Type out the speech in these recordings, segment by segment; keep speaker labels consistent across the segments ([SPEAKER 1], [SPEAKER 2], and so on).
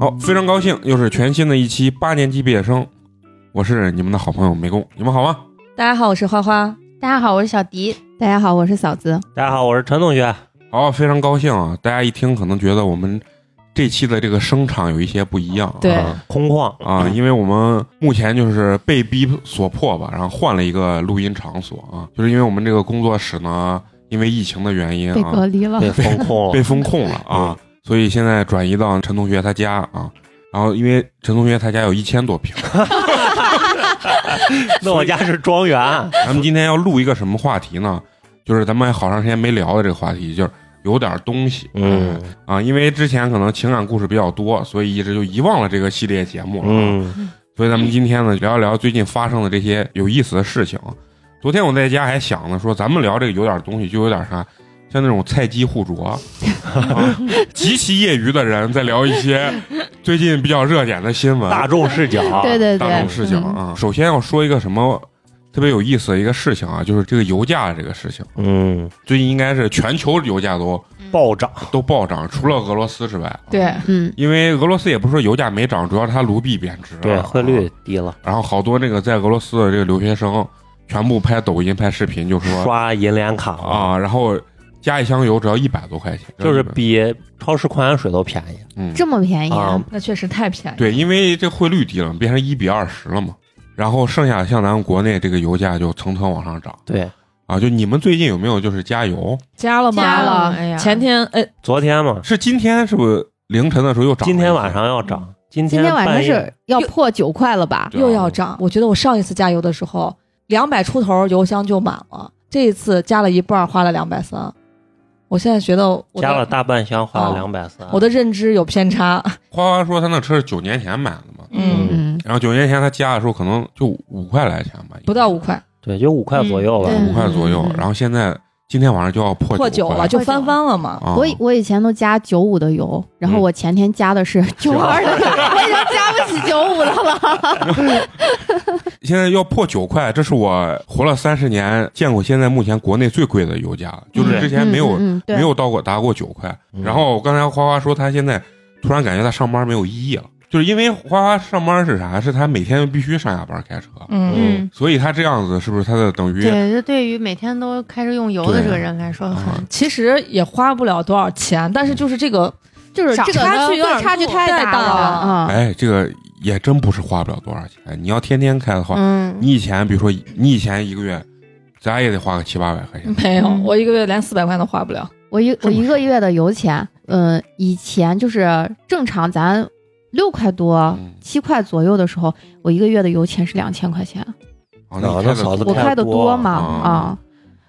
[SPEAKER 1] 好，非常高兴，又是全新的一期八年级毕业生，我是你们的好朋友美工，你们好吗？
[SPEAKER 2] 大家好，我是花花。
[SPEAKER 3] 大家好，我是小迪。
[SPEAKER 2] 大家好，我是嫂子。
[SPEAKER 4] 大家好，我是陈同学。
[SPEAKER 1] 好，非常高兴啊！大家一听可能觉得我们这期的这个声场有一些不一样啊，
[SPEAKER 2] 对
[SPEAKER 4] 啊空旷
[SPEAKER 1] 啊，因为我们目前就是被逼所迫吧，然后换了一个录音场所啊，就是因为我们这个工作室呢，因为疫情的原因
[SPEAKER 2] 被
[SPEAKER 1] 啊
[SPEAKER 2] 隔，离了
[SPEAKER 4] 被，封 控
[SPEAKER 1] 被
[SPEAKER 4] 了，
[SPEAKER 1] 封控了啊
[SPEAKER 4] 嗯，
[SPEAKER 1] 所以现在转移到陈同学他家啊。然后，因为陈同学他家有一千多平，
[SPEAKER 4] 那我家是庄园，
[SPEAKER 1] 咱们今天要录一个什么话题呢？就是咱们好长时间没聊的这个话题，就是有点东西。
[SPEAKER 4] 嗯
[SPEAKER 1] 啊，因为之前可能情感故事比较多，所以一直就遗忘了这个系列节目了。，
[SPEAKER 4] 嗯
[SPEAKER 1] 所以咱们今天呢，聊一聊最近发生的这些有意思的事情。昨天我在家还想呢，说咱们聊这个有点东西，就有点啥，像那种菜鸡互啄， 啊、极其业余的人在聊一些最近比较热点的新闻，
[SPEAKER 4] 大众视角，
[SPEAKER 3] 对对
[SPEAKER 1] 大
[SPEAKER 3] 对嗯
[SPEAKER 1] 众，事情啊。首先要说一个什么特别有意思的一个事情啊，就是这个油价这个事情，
[SPEAKER 4] 嗯，
[SPEAKER 1] 最近应该是全球油价 都
[SPEAKER 4] 暴涨，
[SPEAKER 1] 都暴涨，除了俄罗斯之外。啊
[SPEAKER 2] 对，
[SPEAKER 3] 嗯，
[SPEAKER 1] 因为俄罗斯也不是说油价没涨，主要是它卢币贬值了，啊
[SPEAKER 4] 对，汇率低了，
[SPEAKER 1] 然后好多那个在俄罗斯的这个留学生，全部拍抖音、拍视频，就说
[SPEAKER 4] 刷银联卡了，
[SPEAKER 1] 啊，然后加一箱油只要一百多块钱，
[SPEAKER 4] 就是比超市矿泉水都便宜。
[SPEAKER 1] 嗯，
[SPEAKER 3] 这么便宜
[SPEAKER 4] 啊
[SPEAKER 2] 那确实太便宜。
[SPEAKER 1] 对，因为这汇率低了，变成一比二十了嘛。然后剩下像咱们国内这个油价就蹭蹭往上涨
[SPEAKER 4] 对，
[SPEAKER 1] 啊，就你们最近有没有就是加油？
[SPEAKER 2] 加了吗？
[SPEAKER 3] 加了哎呀
[SPEAKER 2] 前天哎，
[SPEAKER 4] 昨天嘛，
[SPEAKER 1] 是今天是不是凌晨的时候又涨了一次？
[SPEAKER 4] 今天晚上要涨，今
[SPEAKER 3] 今
[SPEAKER 4] 天
[SPEAKER 3] 天晚上
[SPEAKER 4] 半夜
[SPEAKER 3] 是要破九块了吧？
[SPEAKER 1] 对啊
[SPEAKER 2] 又要涨。我觉得我上一次加油的时候，两百出头油箱就满了，这一次加了一半，花了两百三。我现在觉得我
[SPEAKER 4] 加了
[SPEAKER 2] 的
[SPEAKER 4] 大半箱，花了
[SPEAKER 2] 哦
[SPEAKER 4] 两百三，
[SPEAKER 2] 我的认知有偏差。
[SPEAKER 1] 花花说他那车是九年前买的嘛，
[SPEAKER 2] 嗯，
[SPEAKER 3] 嗯，
[SPEAKER 1] 然后九年前他加的时候可能就五块来钱吧，
[SPEAKER 2] 不到五块，
[SPEAKER 4] 对，就五块左右吧。
[SPEAKER 3] 嗯
[SPEAKER 1] 五块左右
[SPEAKER 2] 嗯，
[SPEAKER 1] 然后现在今天晚上就要破
[SPEAKER 2] 破九
[SPEAKER 1] 块
[SPEAKER 2] 了，就
[SPEAKER 3] 破九
[SPEAKER 2] 翻番了嘛。
[SPEAKER 1] 啊
[SPEAKER 3] 我以我以前都加九五的油，然后
[SPEAKER 1] 嗯
[SPEAKER 3] 我前天加 的是九二的， 我已经加不起九五的了。
[SPEAKER 1] 现在要破九块，这是我活了三十年见过现在目前国内最贵的油价了，就是之前没有、
[SPEAKER 3] 嗯，嗯对
[SPEAKER 1] 没有到过达过九块。
[SPEAKER 4] 嗯
[SPEAKER 1] 然后刚才花花说她现在突然感觉她上班没有意义了，就是因为花花上班是啥？是她每天必须上下班开车，
[SPEAKER 2] 嗯，
[SPEAKER 4] 嗯
[SPEAKER 1] 所以她这样子是不是她的等于啊
[SPEAKER 5] 对，这对于每天都开始用油的
[SPEAKER 1] 对
[SPEAKER 5] 这个人来说很，
[SPEAKER 2] 其实也花不了多少钱，但是就是这个
[SPEAKER 3] 就是
[SPEAKER 5] 少
[SPEAKER 3] 这个
[SPEAKER 2] 差距有点
[SPEAKER 3] 对差距太
[SPEAKER 2] 太大
[SPEAKER 3] 了
[SPEAKER 2] 了
[SPEAKER 3] 啊！
[SPEAKER 1] 哎，这个也真不是花不了多少钱。哎你要天天开的话，
[SPEAKER 5] 嗯，
[SPEAKER 1] 你以前比如说你以前一个月，咱也得花个七八百块钱。
[SPEAKER 2] 没有，
[SPEAKER 3] 嗯
[SPEAKER 2] 我一个月连四百块都花不了。
[SPEAKER 3] 我一
[SPEAKER 1] 是
[SPEAKER 3] 我
[SPEAKER 1] 吗
[SPEAKER 3] 一个月的油钱，嗯，以前就是正常咱六块多
[SPEAKER 1] 嗯。
[SPEAKER 3] 七块左右的时候，我一个月的油钱是两千块钱，
[SPEAKER 1] 啊
[SPEAKER 4] 啊
[SPEAKER 1] 你
[SPEAKER 4] 那
[SPEAKER 1] 开的
[SPEAKER 4] 嫂子
[SPEAKER 3] 我开的多嘛
[SPEAKER 1] 啊
[SPEAKER 3] 啊，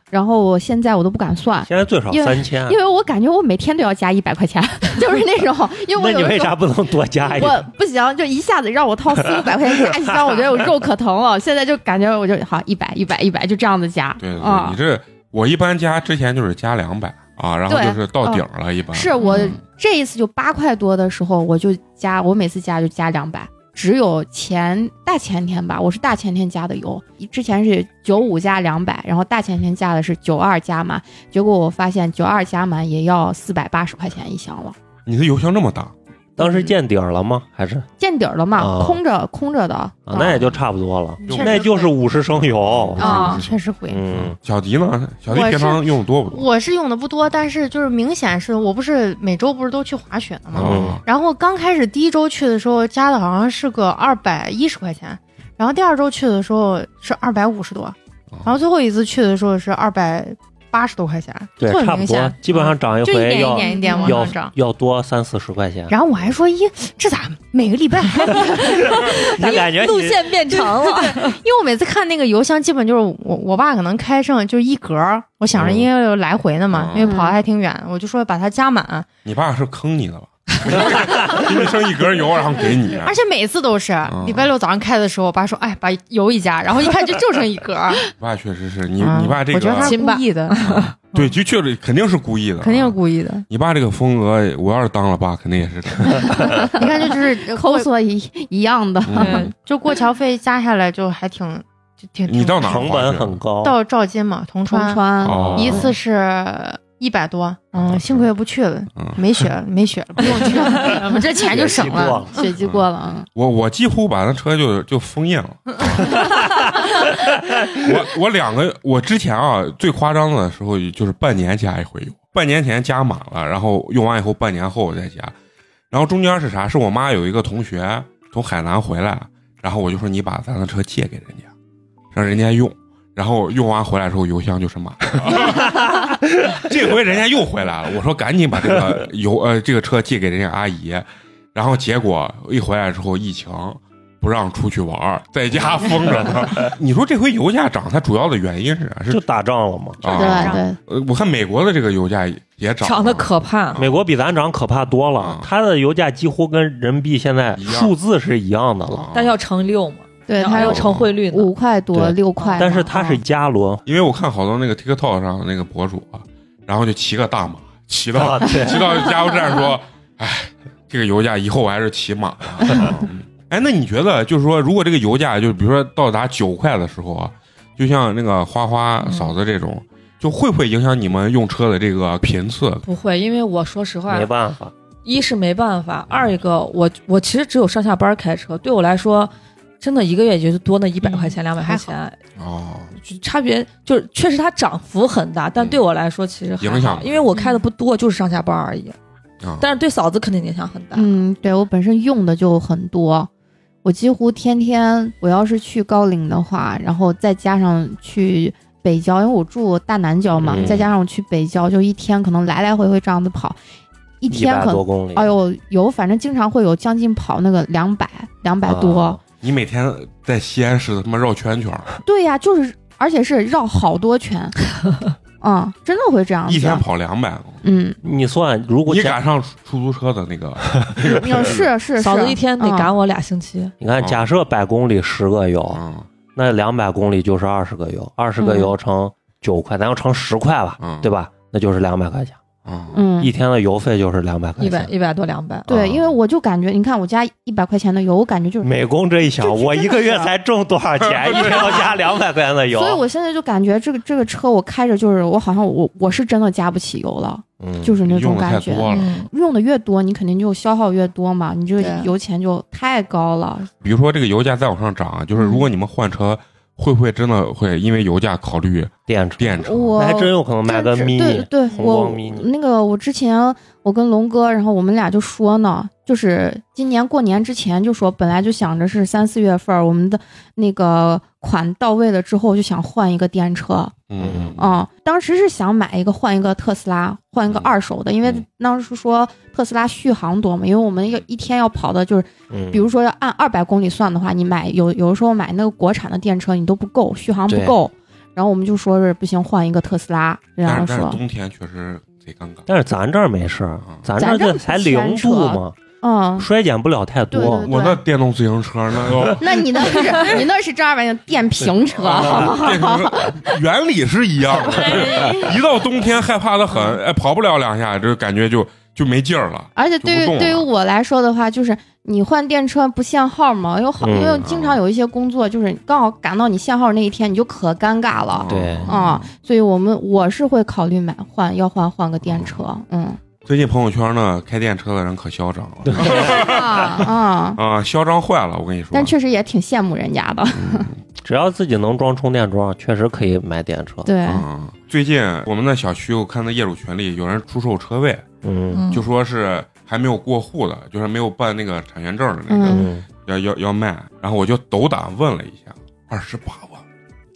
[SPEAKER 3] 然后我现在我都不敢算，
[SPEAKER 4] 现在最少
[SPEAKER 3] 因为
[SPEAKER 4] 三千啊
[SPEAKER 3] 因，为我感觉我每天都要加一百块钱， 就是那种，因为我
[SPEAKER 4] 那你
[SPEAKER 3] 有的
[SPEAKER 4] 为
[SPEAKER 3] 时候
[SPEAKER 4] 啥不能多加一点？
[SPEAKER 3] 我不行，就一下子让我掏四五百块钱加一箱，我觉得我肉可疼了。现在就感觉我就好一百一百一百就这样子加，
[SPEAKER 1] 对对对，
[SPEAKER 3] 啊
[SPEAKER 1] 你、这我一般加之前就是加两百啊，然后
[SPEAKER 3] 对
[SPEAKER 1] 就是到顶了，一般
[SPEAKER 3] 是我
[SPEAKER 1] 嗯
[SPEAKER 3] 这一次就八块多的时候，我就加，我每次加就加两百。只有前大前天吧，我是大前天加的油，之前是九五加两百，然后大前天加的是九二加满，结果我发现九二加满也要四百八十块钱一箱了，
[SPEAKER 1] 你的油箱这么大，
[SPEAKER 4] 当时见底儿了吗？还是
[SPEAKER 3] 见底儿了嘛，
[SPEAKER 4] 啊
[SPEAKER 3] 空着空着的，啊
[SPEAKER 4] 啊，那也就差不多了，
[SPEAKER 5] 确实哦
[SPEAKER 4] 那就是五十升油。
[SPEAKER 3] 啊
[SPEAKER 5] 确实贵。
[SPEAKER 4] 嗯，
[SPEAKER 1] 小迪呢？小迪
[SPEAKER 5] 我
[SPEAKER 1] 平常用的多不多？
[SPEAKER 5] 我是用的不多，但是就是明显是我不是每周不是都去滑雪的吗？
[SPEAKER 4] 嗯
[SPEAKER 1] 啊，
[SPEAKER 5] 然后刚开始第一周去的时候加的好像是个二百一十块钱，然后第二周去的时候是二百五十多，
[SPEAKER 4] 哦
[SPEAKER 5] 然后最后一次去的时候是二百八十多块钱，
[SPEAKER 4] 对
[SPEAKER 5] 特，别
[SPEAKER 4] 差不
[SPEAKER 5] 明
[SPEAKER 4] 多
[SPEAKER 5] 显，，
[SPEAKER 4] 基本上涨一
[SPEAKER 5] 就一
[SPEAKER 4] 回
[SPEAKER 5] 点一
[SPEAKER 4] 要
[SPEAKER 5] 点一点往
[SPEAKER 4] 要
[SPEAKER 5] 上涨。
[SPEAKER 4] 要多三四十块钱。
[SPEAKER 5] 然后我还说，咦，这咋每个礼 拜还
[SPEAKER 4] 你感觉
[SPEAKER 2] 路
[SPEAKER 4] 你
[SPEAKER 2] 线变长了，
[SPEAKER 5] 因为我每次看那个邮箱，基本就是我我爸可能开上就是一格儿，我 想着
[SPEAKER 4] 嗯
[SPEAKER 5] 应该有来回的嘛，
[SPEAKER 1] 嗯
[SPEAKER 5] 因为跑的还挺远，我就说把它加满。
[SPEAKER 1] 你爸是坑你的吧？给你剩一格油，然后给你。啊嗯
[SPEAKER 5] 而且啊每次都是礼拜六早上开的时候，我爸说：“哎，把油一加。” 然后一看就就剩一格。
[SPEAKER 1] 我爸确实是你，
[SPEAKER 5] 啊
[SPEAKER 1] 你爸这
[SPEAKER 5] 我觉得他
[SPEAKER 1] 个
[SPEAKER 5] 是故意的，
[SPEAKER 1] 对，就确实肯定是故意的，啊
[SPEAKER 5] 肯定是故意的。
[SPEAKER 1] 你爸这个风格，我要是当了爸，肯定也是这样。
[SPEAKER 5] 你看，就 是
[SPEAKER 3] 抠
[SPEAKER 5] 过
[SPEAKER 3] 索一一样的，
[SPEAKER 1] 嗯
[SPEAKER 5] 对，就过桥费加下来就还挺就挺。
[SPEAKER 1] 你
[SPEAKER 5] 挺
[SPEAKER 1] 到哪儿
[SPEAKER 4] 成本很高。
[SPEAKER 5] 到赵金嘛，铜
[SPEAKER 3] 重
[SPEAKER 5] 川
[SPEAKER 3] 穿
[SPEAKER 1] 哦
[SPEAKER 5] 一次是一百多，
[SPEAKER 1] 嗯
[SPEAKER 5] 嗯，幸亏不去了
[SPEAKER 1] 嗯，
[SPEAKER 5] 没雪了，没雪了，不用去了，我们这钱就省
[SPEAKER 4] 也记过
[SPEAKER 5] 了。
[SPEAKER 4] 了
[SPEAKER 3] 血迹过了，嗯
[SPEAKER 1] 我我几乎把那车就就封印 了。我我两个，我之前啊最夸张的时候就是半年加一回油，半年前加满了，然后用完以后半年后我再加，然后中间是啥？是我妈有一个同学从海南回来，然后我就说你把咱的车借给人家，让人家用。然后用完回来之后，油箱就是满的。这回人家又回来了，我说赶紧把这个油呃这个车借给人家阿姨，然后结果一回来之后，疫情不让出去玩儿，在家封着呢。你说这回油价涨，它主要的原因是啥？
[SPEAKER 4] 就是打仗了嘛。
[SPEAKER 1] 啊，
[SPEAKER 3] 对对，
[SPEAKER 1] 呃我看美国的这个油价也涨了，
[SPEAKER 2] 长得可
[SPEAKER 1] 哦
[SPEAKER 5] 嗯
[SPEAKER 2] 怕。
[SPEAKER 4] 美国比咱涨可怕多了
[SPEAKER 1] 嗯，
[SPEAKER 4] 它的油价几乎跟人民币现在
[SPEAKER 1] 一样
[SPEAKER 4] 数字是一样的了，
[SPEAKER 1] 啊
[SPEAKER 2] 但是要乘六嘛，
[SPEAKER 3] 对，
[SPEAKER 2] 还
[SPEAKER 3] 它
[SPEAKER 2] 要
[SPEAKER 3] 有
[SPEAKER 2] 乘汇率呢。
[SPEAKER 3] 五块多
[SPEAKER 4] 对
[SPEAKER 3] 六块嘛，
[SPEAKER 4] 但是它是
[SPEAKER 3] 嗯
[SPEAKER 4] 加仑
[SPEAKER 1] 因为我看好多那个 TikTok 上的那个博主啊，然后就骑个大马，骑到、
[SPEAKER 4] 啊，对，
[SPEAKER 1] 骑到加油站说：“哎，这个油价以后我还是骑马。 嗯”哎，那你觉得就是说，如果这个油价就比如说到达九块的时候啊，就像那个花花嫂子这种，就会不会影响你们用车的这个频次？
[SPEAKER 2] 不会，因为我说实话
[SPEAKER 4] 没，办法，
[SPEAKER 2] 一是没办法，二一个我我其实只有上下班开车，对我来说，真的一个月也就多那一百
[SPEAKER 5] 嗯
[SPEAKER 2] 块钱、两百块
[SPEAKER 5] 还好
[SPEAKER 2] 钱，
[SPEAKER 1] 哦，
[SPEAKER 2] 就差别就是确实它涨幅很大，但
[SPEAKER 1] 嗯
[SPEAKER 2] 对我来说其实还好
[SPEAKER 1] 影响不
[SPEAKER 2] 因为我开的不多，就是上下班而已。
[SPEAKER 1] 啊，
[SPEAKER 2] 但是对嫂子肯定影响很大。
[SPEAKER 3] 嗯，对我本身用的就很多，我几乎天天，我要是去高陵的话，然后再加上去北郊，因为我住大南郊嘛，
[SPEAKER 4] 嗯
[SPEAKER 3] 再加上我去北郊，就一天可能来来回回这样子跑，一
[SPEAKER 4] 一
[SPEAKER 3] 天
[SPEAKER 4] 百
[SPEAKER 3] 可
[SPEAKER 4] 多公里，
[SPEAKER 3] 哎呦有，反正经常会有将近跑那个两百两百多，
[SPEAKER 4] 啊
[SPEAKER 1] 你每天在西安市他妈绕圈圈儿，
[SPEAKER 3] 对呀、就是而且是绕好多圈，嗯，真的会这样子，
[SPEAKER 1] 一天跑两百，
[SPEAKER 3] 嗯，
[SPEAKER 4] 你算如果
[SPEAKER 1] 你
[SPEAKER 4] 加
[SPEAKER 1] 赶上出租车的那个，
[SPEAKER 3] 有嗯是是是，
[SPEAKER 2] 嫂子一天得
[SPEAKER 3] 嗯
[SPEAKER 2] 赶我俩星期，
[SPEAKER 4] 你看，
[SPEAKER 1] 啊
[SPEAKER 4] 假设百公里十个油，
[SPEAKER 1] 嗯
[SPEAKER 4] 那两百公里就是二十个油，二
[SPEAKER 3] 嗯
[SPEAKER 4] 十个油乘九块，咱要乘十块吧，
[SPEAKER 1] 嗯，
[SPEAKER 4] 对吧？那就是两百块钱，
[SPEAKER 1] 嗯，
[SPEAKER 3] 嗯
[SPEAKER 4] 一天的油费就是两百块
[SPEAKER 2] 一百
[SPEAKER 4] 钱。
[SPEAKER 2] 一百多两百。
[SPEAKER 3] 对，
[SPEAKER 4] 啊
[SPEAKER 3] 因为我就感觉，你看我家一百块钱的油，我感觉就是
[SPEAKER 4] 美工这一想，
[SPEAKER 3] 就是
[SPEAKER 4] 我一个月
[SPEAKER 3] 真的是啊
[SPEAKER 4] 才挣多少钱？一天要加两百块钱的油，
[SPEAKER 3] 所以我现在就感觉这个这个车我开着就是我好像我我是真的加不起油了，
[SPEAKER 4] 嗯
[SPEAKER 3] 就是那
[SPEAKER 1] 用
[SPEAKER 3] 种
[SPEAKER 1] 的太
[SPEAKER 3] 感觉。
[SPEAKER 1] 多了。
[SPEAKER 2] 嗯，
[SPEAKER 3] 用的越多，你肯定就消耗越多嘛，你这个
[SPEAKER 2] 对
[SPEAKER 3] 油钱就太高了。
[SPEAKER 1] 比如说这个油价再往上涨啊，就是如果你们换车，会不会真的会因为油价考虑
[SPEAKER 4] 电池，
[SPEAKER 1] 电车？
[SPEAKER 3] 我
[SPEAKER 4] 那还真有可能买个
[SPEAKER 3] 真是对
[SPEAKER 4] mini，
[SPEAKER 3] 对，
[SPEAKER 4] 红
[SPEAKER 3] 我
[SPEAKER 4] 光 mini
[SPEAKER 3] 那个我之前我跟龙哥，然后我们俩就说呢，就是今年过年之前就说，本来就想着是三四月份儿我们的那个款到位了之后，就想换一个电车。
[SPEAKER 1] 嗯嗯
[SPEAKER 3] 嗯，当时是想买一个换一个特斯拉，换一个
[SPEAKER 1] 嗯
[SPEAKER 3] 二手的，因为
[SPEAKER 1] 嗯
[SPEAKER 3] 当时说特斯拉续航多嘛，因为我们要一天要跑的就是，
[SPEAKER 4] 嗯
[SPEAKER 3] 比如说要按二百公里算的话，你买有有的时候买那个国产的电车你都不够，续航不
[SPEAKER 4] 对
[SPEAKER 3] 够。然后我们就说是不行，换一个特斯拉，然
[SPEAKER 1] 但
[SPEAKER 3] 后
[SPEAKER 1] 是但是
[SPEAKER 3] 说，
[SPEAKER 1] 冬天确实贼尴尬。
[SPEAKER 4] 但是咱这儿没事儿
[SPEAKER 1] 嗯，
[SPEAKER 4] 咱
[SPEAKER 3] 咱
[SPEAKER 4] 儿
[SPEAKER 3] 这儿
[SPEAKER 4] 这才
[SPEAKER 3] 不牵
[SPEAKER 4] 零度
[SPEAKER 3] 扯
[SPEAKER 4] 嘛，
[SPEAKER 3] 嗯，
[SPEAKER 4] 衰减不了太
[SPEAKER 3] 对
[SPEAKER 4] 多
[SPEAKER 3] 对。
[SPEAKER 1] 哦我那电动自行车那个
[SPEAKER 3] 那你那是你那是正儿八经电 瓶车，
[SPEAKER 1] 啊电动车原理是一样 的，一到冬天害怕的
[SPEAKER 3] 嗯
[SPEAKER 1] 很，哎，跑不了两下，这感觉就就没劲儿了。
[SPEAKER 3] 而且对
[SPEAKER 1] 就不动
[SPEAKER 3] 于
[SPEAKER 1] 了
[SPEAKER 3] 对于我来说的话，就是你换电车不限号嘛，因为好，
[SPEAKER 4] 嗯
[SPEAKER 3] 因为经常有一些工作，就是刚好赶到你限号那一天，你就可尴尬
[SPEAKER 1] 嗯
[SPEAKER 3] 了。
[SPEAKER 4] 对
[SPEAKER 3] 啊、所以我们我是会考虑买换，要换换个电车， 嗯
[SPEAKER 1] 最近朋友圈呢，开电车的人可嚣张了
[SPEAKER 3] 啊啊，
[SPEAKER 1] 啊，嚣张坏了！我跟你说嗯
[SPEAKER 3] 但，确实也挺羡慕人家的，
[SPEAKER 4] 只要自己能装充电桩，确实可以买电车。
[SPEAKER 3] 对，
[SPEAKER 1] 嗯，最近我们那小区，我看那业主群里有人出售车位，
[SPEAKER 4] 嗯
[SPEAKER 1] 就说是还没有过户的，就是没有办那个产权证的那个，
[SPEAKER 3] 嗯
[SPEAKER 4] 嗯，
[SPEAKER 1] 要要要卖，然后我就斗胆问了一下，二十八万，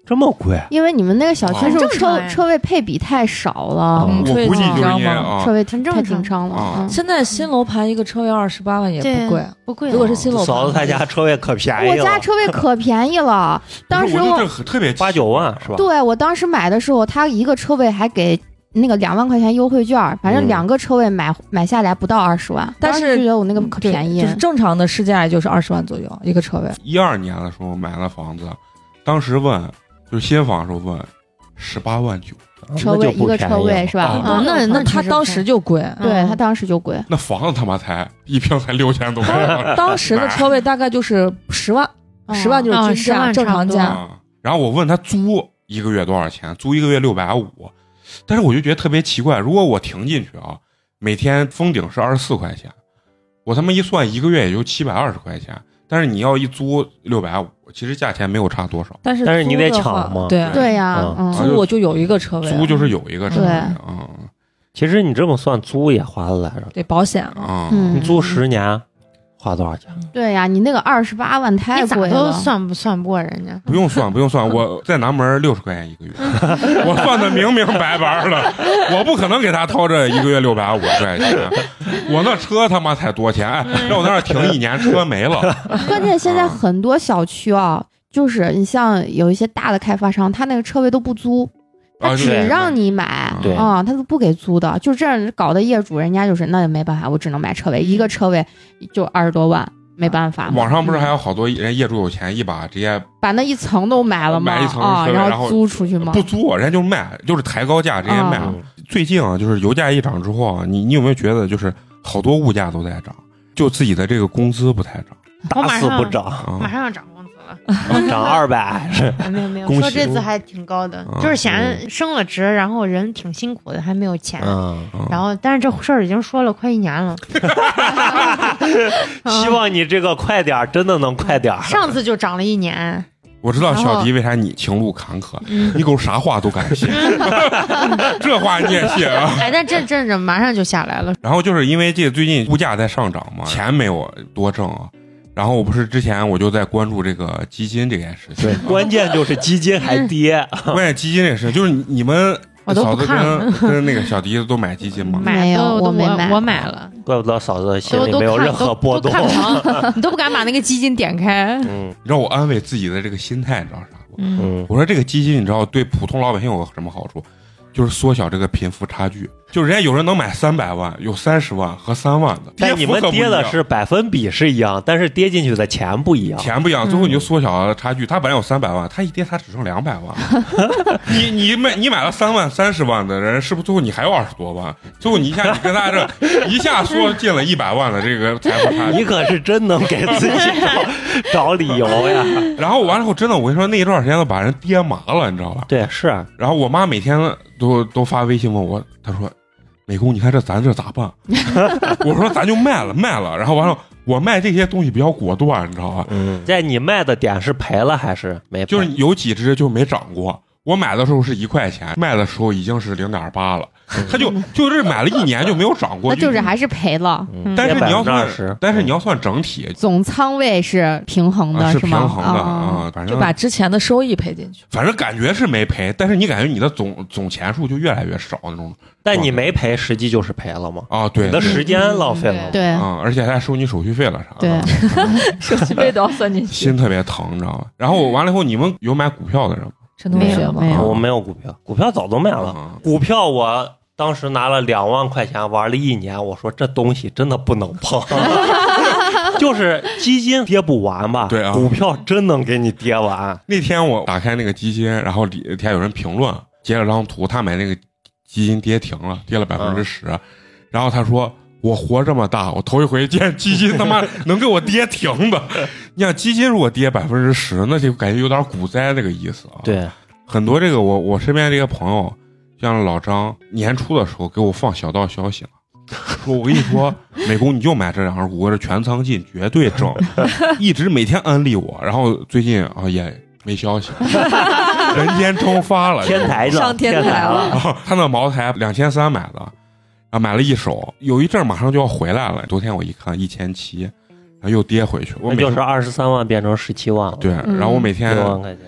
[SPEAKER 4] 这么贵，啊
[SPEAKER 3] 因为你们那个小区
[SPEAKER 1] 很
[SPEAKER 3] 是不
[SPEAKER 5] 正
[SPEAKER 3] 是
[SPEAKER 5] 常
[SPEAKER 3] 车
[SPEAKER 2] 哎
[SPEAKER 5] 呀
[SPEAKER 3] 车位配比太少了，
[SPEAKER 1] 我
[SPEAKER 2] 嗯
[SPEAKER 1] 估计就是因为
[SPEAKER 2] 嗯
[SPEAKER 1] 啊
[SPEAKER 3] 车，位
[SPEAKER 5] 很正
[SPEAKER 3] 太
[SPEAKER 5] 常
[SPEAKER 3] 紧张了，嗯
[SPEAKER 1] 啊
[SPEAKER 2] 现在新楼盘一个车位二十八万也
[SPEAKER 5] 这
[SPEAKER 2] 不贵，
[SPEAKER 5] 不贵啊
[SPEAKER 2] 如果
[SPEAKER 5] 了，
[SPEAKER 2] 是新楼盘，
[SPEAKER 4] 嫂子她家车位可
[SPEAKER 3] 嗯，
[SPEAKER 4] 便
[SPEAKER 3] 我
[SPEAKER 4] 宜了，
[SPEAKER 3] 家车位可便宜了，当时
[SPEAKER 1] 不是我
[SPEAKER 3] 我
[SPEAKER 1] 就这特别奇
[SPEAKER 4] 八九万是吧？
[SPEAKER 3] 对我当时买的时候，他一个车位还给那个两万块钱优惠券儿，反正
[SPEAKER 4] 嗯
[SPEAKER 3] 两个车位买、买下来不到二十万，
[SPEAKER 2] 但
[SPEAKER 3] 当时
[SPEAKER 2] 是
[SPEAKER 3] 就觉得我那个可
[SPEAKER 2] 嗯对
[SPEAKER 3] 便宜
[SPEAKER 2] 就，是正常的市价也就是二十万左右一个车位。
[SPEAKER 1] 一二年的时候买了房子，当时问就是新房的时候问十八万九，
[SPEAKER 3] 车
[SPEAKER 4] 那
[SPEAKER 3] 位
[SPEAKER 4] 就
[SPEAKER 3] 一
[SPEAKER 4] 不
[SPEAKER 3] 个
[SPEAKER 4] 便
[SPEAKER 3] 车
[SPEAKER 4] 宜
[SPEAKER 3] 位
[SPEAKER 4] 了
[SPEAKER 3] 是吧？
[SPEAKER 1] 啊
[SPEAKER 3] 啊
[SPEAKER 2] 哦那那
[SPEAKER 3] 那
[SPEAKER 2] 他当时就贵，
[SPEAKER 3] 对
[SPEAKER 5] 嗯
[SPEAKER 3] 他当时就贵，
[SPEAKER 1] 那房子他妈才一平才六千多块钱
[SPEAKER 2] 当时的车位大概就是十万，十万就是均价
[SPEAKER 5] 嗯
[SPEAKER 2] 正常
[SPEAKER 5] 10万
[SPEAKER 2] 价。
[SPEAKER 1] 啊。然后我问他租一个月多少钱，租一个月六百五，但是我就觉得特别奇怪，如果我停进去啊，每天封顶是二十四块钱，我他妈一算一个月也就七百二十块钱，但是你要一租六百五，其实价钱没有差多少，
[SPEAKER 2] 但是
[SPEAKER 4] 但是你
[SPEAKER 2] 租
[SPEAKER 4] 得
[SPEAKER 2] 的
[SPEAKER 4] 抢
[SPEAKER 2] 话
[SPEAKER 4] 嘛
[SPEAKER 2] 对
[SPEAKER 3] 对呀、
[SPEAKER 4] 嗯
[SPEAKER 3] 嗯，
[SPEAKER 1] 啊
[SPEAKER 2] 租我就有一个车位，
[SPEAKER 1] 租就是有一个车位
[SPEAKER 3] 对
[SPEAKER 1] 啊
[SPEAKER 4] 其实你这么算，租也划得来着。
[SPEAKER 2] 对保险嘛。
[SPEAKER 1] 啊，
[SPEAKER 3] 嗯
[SPEAKER 4] 你租十年，花多少钱？
[SPEAKER 3] 对呀、你那个二十八万太
[SPEAKER 5] 你咋
[SPEAKER 3] 贵了
[SPEAKER 5] 都，算不算不过人家？
[SPEAKER 1] 不用算，不用算，我在南门六十块钱一个月，我算的明明白白了，我不可能给他掏这一个月六百五十块钱，我那车他妈才多钱，哎让我在那儿停一年，车没了，
[SPEAKER 3] 关键现在
[SPEAKER 1] 啊
[SPEAKER 3] 很多小区啊，就是你像有一些大的开发商，他那个车位都不租，他
[SPEAKER 1] 啊，
[SPEAKER 3] 只
[SPEAKER 4] 对
[SPEAKER 3] 让你买。
[SPEAKER 1] 啊
[SPEAKER 4] 对
[SPEAKER 3] 啊、他都不给租的，就这样搞得业主人家就是那也没办法，我只能买车位，
[SPEAKER 5] 嗯
[SPEAKER 3] 一个车位就二十多万，没办法。
[SPEAKER 1] 啊网上不
[SPEAKER 5] 嗯
[SPEAKER 1] 是还有好多人业主有钱一把直接
[SPEAKER 3] 把那一层都买了吗？
[SPEAKER 1] 买一层
[SPEAKER 3] 啊，
[SPEAKER 1] 车位
[SPEAKER 3] 然
[SPEAKER 1] 然后
[SPEAKER 3] 租出去吗？
[SPEAKER 1] 不租，人家就卖，就是抬高价直接卖。
[SPEAKER 3] 啊
[SPEAKER 5] 哦
[SPEAKER 4] 嗯
[SPEAKER 1] 最近啊，就是油价一涨之后啊，你你有没有觉得就是好多物价都在涨，就自己的这个工资不太涨
[SPEAKER 5] 我
[SPEAKER 4] 打
[SPEAKER 5] 马
[SPEAKER 4] 死
[SPEAKER 5] 上
[SPEAKER 4] 不涨，
[SPEAKER 5] 马
[SPEAKER 1] 啊？
[SPEAKER 5] 上要涨工资 了，
[SPEAKER 4] 涨二百是
[SPEAKER 5] 哎嗯没有没有
[SPEAKER 1] 恭，喜
[SPEAKER 5] 说这次还挺高的
[SPEAKER 1] 嗯，
[SPEAKER 5] 就是嫌升了职，然后人挺辛苦的，还没有钱。
[SPEAKER 4] 嗯。
[SPEAKER 1] 啊
[SPEAKER 5] 然后，但是这事儿已经说了快一年了，
[SPEAKER 4] 希望你这个快点儿，真的能快点儿。
[SPEAKER 5] 上次就涨了一年，
[SPEAKER 1] 我知道小迪为啥你情路坎坷，
[SPEAKER 5] 嗯
[SPEAKER 1] 你狗啥话都敢信， 这话你也信啊？
[SPEAKER 5] 哎，但这阵子马上就下来了，
[SPEAKER 1] 然后就是因为这最近物价在上涨嘛，钱没有多挣啊。然后我不是之前我就在关注这个基金这件事情，
[SPEAKER 4] 对，关键就是基金还跌，
[SPEAKER 1] 关键基金这事情就是你你们
[SPEAKER 5] 我都
[SPEAKER 1] 嫂
[SPEAKER 5] 不
[SPEAKER 1] 子
[SPEAKER 5] 看了
[SPEAKER 1] 跟 跟那个小迪都买基金吗？
[SPEAKER 5] 买
[SPEAKER 3] 没有
[SPEAKER 5] 都都
[SPEAKER 3] 我没买
[SPEAKER 5] 我买了，
[SPEAKER 4] 怪不得嫂子心
[SPEAKER 5] 都
[SPEAKER 4] 里
[SPEAKER 5] 都
[SPEAKER 4] 没有
[SPEAKER 5] 看
[SPEAKER 4] 任何
[SPEAKER 5] 都
[SPEAKER 4] 波
[SPEAKER 5] 都
[SPEAKER 4] 动。
[SPEAKER 5] 看疼， 你都不敢把那个基金点开。
[SPEAKER 4] 嗯
[SPEAKER 1] 你知道我安慰自己的这个心态，你知道啥不？
[SPEAKER 5] 嗯，
[SPEAKER 4] 嗯，
[SPEAKER 1] 我说这个基金，你知道对普通老百姓有什么好处？就是缩小这个贫富差距。就是人家有人能买三百万，有三十万和三万的，
[SPEAKER 4] 但你
[SPEAKER 1] 跌幅
[SPEAKER 4] 们
[SPEAKER 1] 可不
[SPEAKER 4] 跌
[SPEAKER 1] 一
[SPEAKER 4] 的
[SPEAKER 1] 样
[SPEAKER 4] 是百分比是一样，但是跌进去的钱不一样。
[SPEAKER 1] 钱不一样，最
[SPEAKER 5] 嗯
[SPEAKER 1] 后你就缩小了差距。他本来有三百万，他一跌他只剩两百万。你你买你买了三万三十万的人，是不是最后你还有二十多万？最后你一下你跟他 这一下缩进了一百万的这个财富差
[SPEAKER 4] 你
[SPEAKER 1] 距。
[SPEAKER 4] 可是真能给自己找找理由呀。
[SPEAKER 1] 然后完了以后，真的我跟你说那一段时间都把人跌麻了，你知道吧？
[SPEAKER 4] 对，是
[SPEAKER 1] 然后我妈每天都都发微信问我，她说：“美工，你看这咱这咋办？” 我说：“咱就卖了，卖了。”然后完了，我卖这些东西比较果断，你知道吧？
[SPEAKER 4] 嗯，在你卖的点是赔了还是没赔？
[SPEAKER 1] 就是有几只就没涨过。我买的时候是一块钱，卖的时候已经是零点八了，它就就是买了一年就没有涨过。
[SPEAKER 3] 那就是还是赔了，
[SPEAKER 4] 嗯，
[SPEAKER 1] 但是你要
[SPEAKER 4] 十
[SPEAKER 1] 算，，但是你要算整体
[SPEAKER 3] 总仓位是平衡
[SPEAKER 1] 啊
[SPEAKER 3] 的，
[SPEAKER 1] 是
[SPEAKER 3] 是
[SPEAKER 1] 平
[SPEAKER 3] 吗？
[SPEAKER 1] 衡的
[SPEAKER 3] 啊
[SPEAKER 1] 啊，反
[SPEAKER 2] 就
[SPEAKER 1] 正
[SPEAKER 2] 把之前的收益赔进去，
[SPEAKER 1] 反正感觉是没赔，但是你感觉你的总总钱数就越来越少那种
[SPEAKER 4] 但你没赔，实际就是赔了嘛。
[SPEAKER 1] 啊，对
[SPEAKER 4] 你的时间浪费了嘛。
[SPEAKER 3] 对
[SPEAKER 1] 啊，而且还收你手续费了啥
[SPEAKER 3] 对
[SPEAKER 1] 的，
[SPEAKER 2] 手续费都要算进去。
[SPEAKER 1] 心特别疼，你知道吧？然后完了以后，你们有买股票的人吗？
[SPEAKER 2] 陈同学
[SPEAKER 5] 没
[SPEAKER 2] 吗？
[SPEAKER 5] 有
[SPEAKER 4] 我没有股票，股票早都卖了。
[SPEAKER 1] 啊
[SPEAKER 4] 股票我当时拿了两万块钱玩了一年，我说这东西真的不能 碰。就是基金跌不完吧？
[SPEAKER 1] 对啊啊
[SPEAKER 4] 股票真能给你跌完。
[SPEAKER 1] 那天我打开那个基金，然后底底下有人评论，截了张图，他买那个基金跌停了，跌了百分之十，然后他说。我活这么大，我头一回见基金他妈能给我跌停的。 你想基金如果跌百分之十，那就感觉有点股灾那个意思啊。，
[SPEAKER 4] 对，
[SPEAKER 1] 很多这个我我身边这些朋友，像老张，年初的时候给我放小道消息了，说我跟你说，美工你就买这两只股，我这全仓进绝对挣， 一直每天安利我，然后最近啊也没消 息，人间蒸发了，
[SPEAKER 4] 天台了，
[SPEAKER 2] 上天台
[SPEAKER 4] 台
[SPEAKER 2] 了
[SPEAKER 1] 然后他那茅台两千三买的，啊买了一手，有一阵儿马上就要回来了，昨天我一看一千七，然后又跌回去，我
[SPEAKER 4] 那
[SPEAKER 1] 每
[SPEAKER 4] 就
[SPEAKER 1] 天
[SPEAKER 4] 是二嗯十三万变成十七万了，
[SPEAKER 1] 对，然后我每天
[SPEAKER 4] 六万块钱。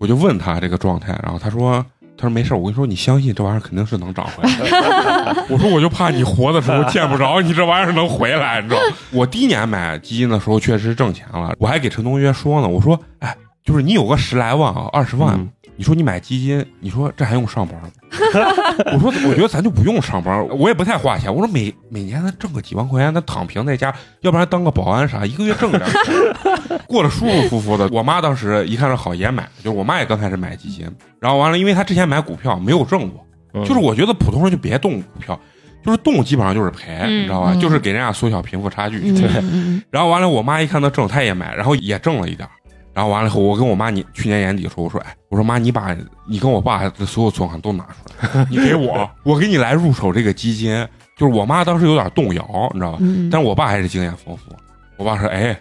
[SPEAKER 1] 我就问他这个状态，然后他说：“他说没事儿，我跟你说，你相信这玩意儿肯定是能涨回来。”我说：“我就怕你活的时候见不着你这玩意儿能回来，你知道吗？”我第一年买基金的时候确实挣钱了，我还给陈同学说呢，我说：“哎，就是你有个十来万啊，二十万，
[SPEAKER 4] 嗯
[SPEAKER 1] 你说你买基金，你说这还用上班吗？我说我觉得咱就不用上班，我也不太花钱。我说每每年咱挣个几万块钱，咱躺平在家，要不然当个保安啥，一个月挣点钱，过得舒舒服服的。我妈当时一看这好也买，就是我妈也刚开始买基金，然后完了，因为她之前买股票没有挣过，就是我觉得普通人就别动股票，就是动基本上就是赔，
[SPEAKER 5] 嗯
[SPEAKER 1] 你知道吧？
[SPEAKER 3] 嗯
[SPEAKER 1] 就是给人家缩小贫富差距。
[SPEAKER 3] 嗯嗯
[SPEAKER 1] 然后完了，我妈一看她挣，她也买，然后也挣了一点儿。然后完了以后，我跟我妈你去年年底的时候，我说，哎，我说妈，你把你跟我爸的所有存款都拿出来，你给我，我给你来入手这个基金。就是我妈当时有点动摇，你知道吧？
[SPEAKER 3] 嗯嗯，
[SPEAKER 1] 但是我爸还是经验丰富，我爸说，哎，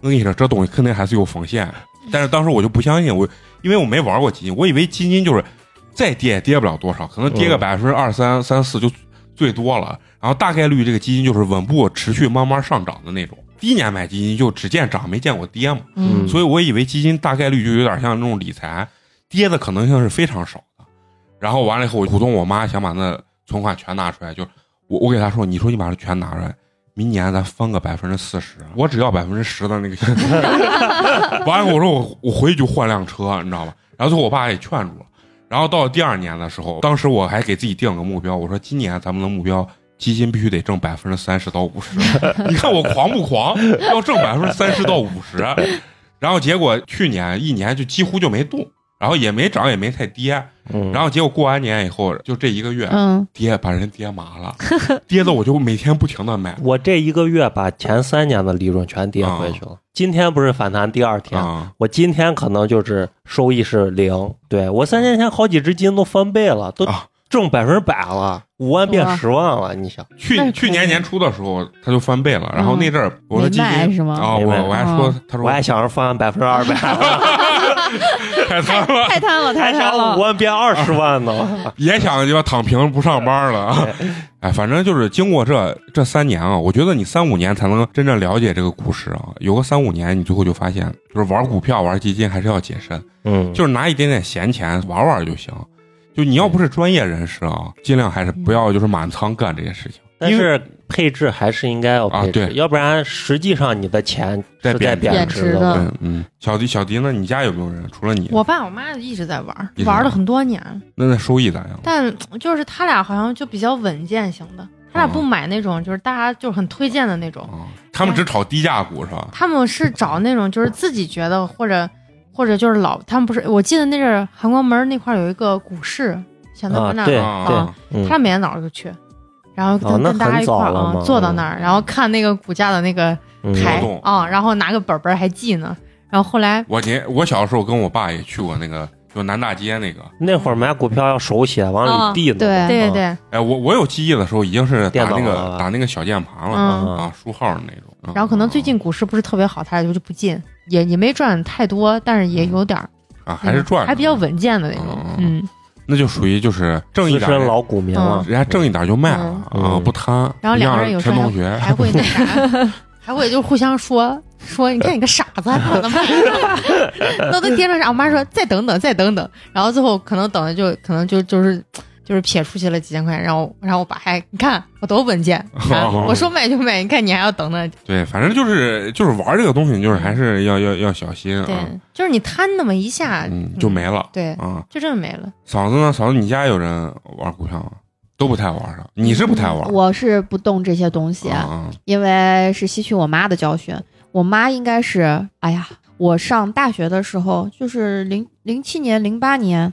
[SPEAKER 1] 我跟你说，这东西肯定还是有风险。但是当时我就不相信，我因为我没玩过基金，我以为基金就是再跌也跌不了多少，可能跌个
[SPEAKER 4] 嗯
[SPEAKER 1] 百分之二三三四就最多了。然后大概率这个基金就是稳步持续慢慢上涨的那种。第一年买基金就只见涨没见过跌嘛，
[SPEAKER 2] 嗯
[SPEAKER 1] 所以我以为基金大概率就有点像那种理财，跌的可能性是非常少的。然后完了以后，我鼓动我妈想把那存款全拿出来，就是我我给她说，你说你把这全拿出来，明年咱翻个百分之四十，啊我只要百分之十的那个现金。完了，我说我我回去就换辆车，你知道吧？然后最后我爸也劝住了。然后到了第二年的时候，当时我还给自己定了个目标，我说今年咱们的目标基金必须得挣百分之三十到五十。你看我狂不狂？要挣百分之三十到五十。然后结果去年一年就几乎就没动，然后也没涨也没太跌，
[SPEAKER 4] 嗯
[SPEAKER 1] 然后结果过完年以后就这一个月、
[SPEAKER 3] 嗯
[SPEAKER 1] 跌把人跌麻 了，跌的我就每天不停的买
[SPEAKER 4] 我这一个月把前三年的利润全跌回去了。今天不是反弹第二天，
[SPEAKER 1] 啊，
[SPEAKER 4] 我今天可能就是收益是零。对我三年前好几只金都翻倍了，都
[SPEAKER 1] 啊
[SPEAKER 4] 挣百分之百了，五万变
[SPEAKER 3] 哇
[SPEAKER 4] 十万了。你想，
[SPEAKER 3] 那
[SPEAKER 1] 去
[SPEAKER 3] 是
[SPEAKER 1] 去年年初的时候它就翻倍了，然后那阵儿我的
[SPEAKER 3] 没
[SPEAKER 1] 基
[SPEAKER 3] 卖哦
[SPEAKER 1] 金
[SPEAKER 3] 是吗？
[SPEAKER 1] 啊，我
[SPEAKER 4] 没卖
[SPEAKER 1] 我还说他说
[SPEAKER 4] 我还想着翻百分之二百，
[SPEAKER 1] 太惨 了，
[SPEAKER 3] 太贪了，太
[SPEAKER 4] 还
[SPEAKER 3] 贪
[SPEAKER 4] 想五
[SPEAKER 3] 了。
[SPEAKER 4] 万变二十万呢。
[SPEAKER 1] 也想鸡巴躺平不上班 了。 哎，反正就是经过这这三年啊，我觉得你三五年才能真正了解这个股市啊。有个三五年，你最后就发现，就是玩股票、玩基金还是要谨慎，
[SPEAKER 4] 嗯，
[SPEAKER 1] 就是拿一点点闲钱玩玩就行。就你要不是专业人士啊，尽量还是不要就是满仓干这些事情，
[SPEAKER 4] 但
[SPEAKER 1] 因为
[SPEAKER 4] 是配置还是应该要配置，
[SPEAKER 1] 啊对
[SPEAKER 4] 要不然实际上你的钱
[SPEAKER 1] 在
[SPEAKER 4] 是在
[SPEAKER 1] 贬值
[SPEAKER 4] 贬值的。
[SPEAKER 2] 贬
[SPEAKER 1] 嗯嗯。小迪，小迪呢？你家有没有人？除了你，
[SPEAKER 5] 我爸我妈一直在玩儿
[SPEAKER 1] 一直，
[SPEAKER 5] 玩
[SPEAKER 1] 玩
[SPEAKER 5] 了
[SPEAKER 1] 儿
[SPEAKER 5] 很多年，
[SPEAKER 1] 那那收益咋样？
[SPEAKER 5] 但就是他俩好像就比较稳健型的，他俩不买那种就是大家就是很推荐的那种，
[SPEAKER 1] 啊，他们只炒低价股是吧？
[SPEAKER 5] 他们是找那种就是自己觉得或者或者就是老，他们不是我记得那阵儿韩国门儿那块儿有一个股市，想到
[SPEAKER 4] 啊，
[SPEAKER 5] 那
[SPEAKER 4] 对
[SPEAKER 5] 儿，
[SPEAKER 1] 啊
[SPEAKER 4] 对，嗯
[SPEAKER 5] 他每天早上就去。然后
[SPEAKER 4] 哦
[SPEAKER 5] 跟
[SPEAKER 4] 那
[SPEAKER 5] 跟大家
[SPEAKER 4] 很
[SPEAKER 5] 一块
[SPEAKER 4] 早
[SPEAKER 5] 儿
[SPEAKER 4] 了
[SPEAKER 5] 啊
[SPEAKER 4] 嘛，
[SPEAKER 5] 坐到那儿，然后看那个股价的那个
[SPEAKER 4] 嗯
[SPEAKER 5] 台
[SPEAKER 1] 动
[SPEAKER 5] 啊，然后拿个本本儿还记呢。然后后来
[SPEAKER 1] 我年我小时候跟我爸也去过那个，就南大街那个，
[SPEAKER 4] 那会儿买股票要手写往里递嗯呢，
[SPEAKER 3] 对
[SPEAKER 5] 对对对，
[SPEAKER 1] 哎，我我有记忆的时候已经是打
[SPEAKER 4] 电脑
[SPEAKER 1] 那
[SPEAKER 4] 了
[SPEAKER 1] 个
[SPEAKER 4] 吧
[SPEAKER 1] 打那个小键
[SPEAKER 4] 哦
[SPEAKER 1] 盘了、
[SPEAKER 5] 嗯
[SPEAKER 1] 啊，书号的那种。嗯
[SPEAKER 5] 然后可能最近股市不是特别好，他俩就就不进，也也没赚太多，但是也
[SPEAKER 4] 嗯
[SPEAKER 5] 有点儿
[SPEAKER 1] 啊还是赚着，
[SPEAKER 5] 嗯还比较稳健的那种
[SPEAKER 1] 嗯。
[SPEAKER 5] 嗯，
[SPEAKER 1] 那就属于就是挣一
[SPEAKER 4] 资
[SPEAKER 1] 点儿
[SPEAKER 4] 深，老股民了。
[SPEAKER 1] 人家挣一点儿就卖了
[SPEAKER 4] 嗯
[SPEAKER 1] 啊，
[SPEAKER 4] 嗯
[SPEAKER 1] 不贪。
[SPEAKER 5] 然后两个人
[SPEAKER 1] 你
[SPEAKER 5] 有
[SPEAKER 1] 像
[SPEAKER 5] 时
[SPEAKER 1] 陈
[SPEAKER 5] 候
[SPEAKER 1] 同学，
[SPEAKER 5] 还会 那啥，还会就互相说说，你看你个傻子，还不怎么 办那都跌成啥？我妈说再等等，再等等。然后最后可能等的就可能就就是。就是撇出去了几千块钱，然后然后我爸还你看我多稳健，
[SPEAKER 1] 哦
[SPEAKER 5] 啊我说卖就卖，你看你还要等等，
[SPEAKER 1] 对，反正就是就是玩这个东西，就是
[SPEAKER 3] 嗯
[SPEAKER 1] 还是要要要小心
[SPEAKER 5] 对
[SPEAKER 1] 啊，，
[SPEAKER 5] 就是你贪那么一下，
[SPEAKER 1] 嗯，就没了
[SPEAKER 5] 对，
[SPEAKER 1] 啊。
[SPEAKER 5] 就这么没了。
[SPEAKER 1] 嫂子呢？嫂子，你家有人玩股票吗？都不太玩儿啊，你是不太玩儿。
[SPEAKER 3] 嗯我是不动这些东西，
[SPEAKER 1] 啊啊
[SPEAKER 3] 因为是吸取我妈的教训。我妈应该是，哎呀，我上大学的时候，就是零零七年、零八年，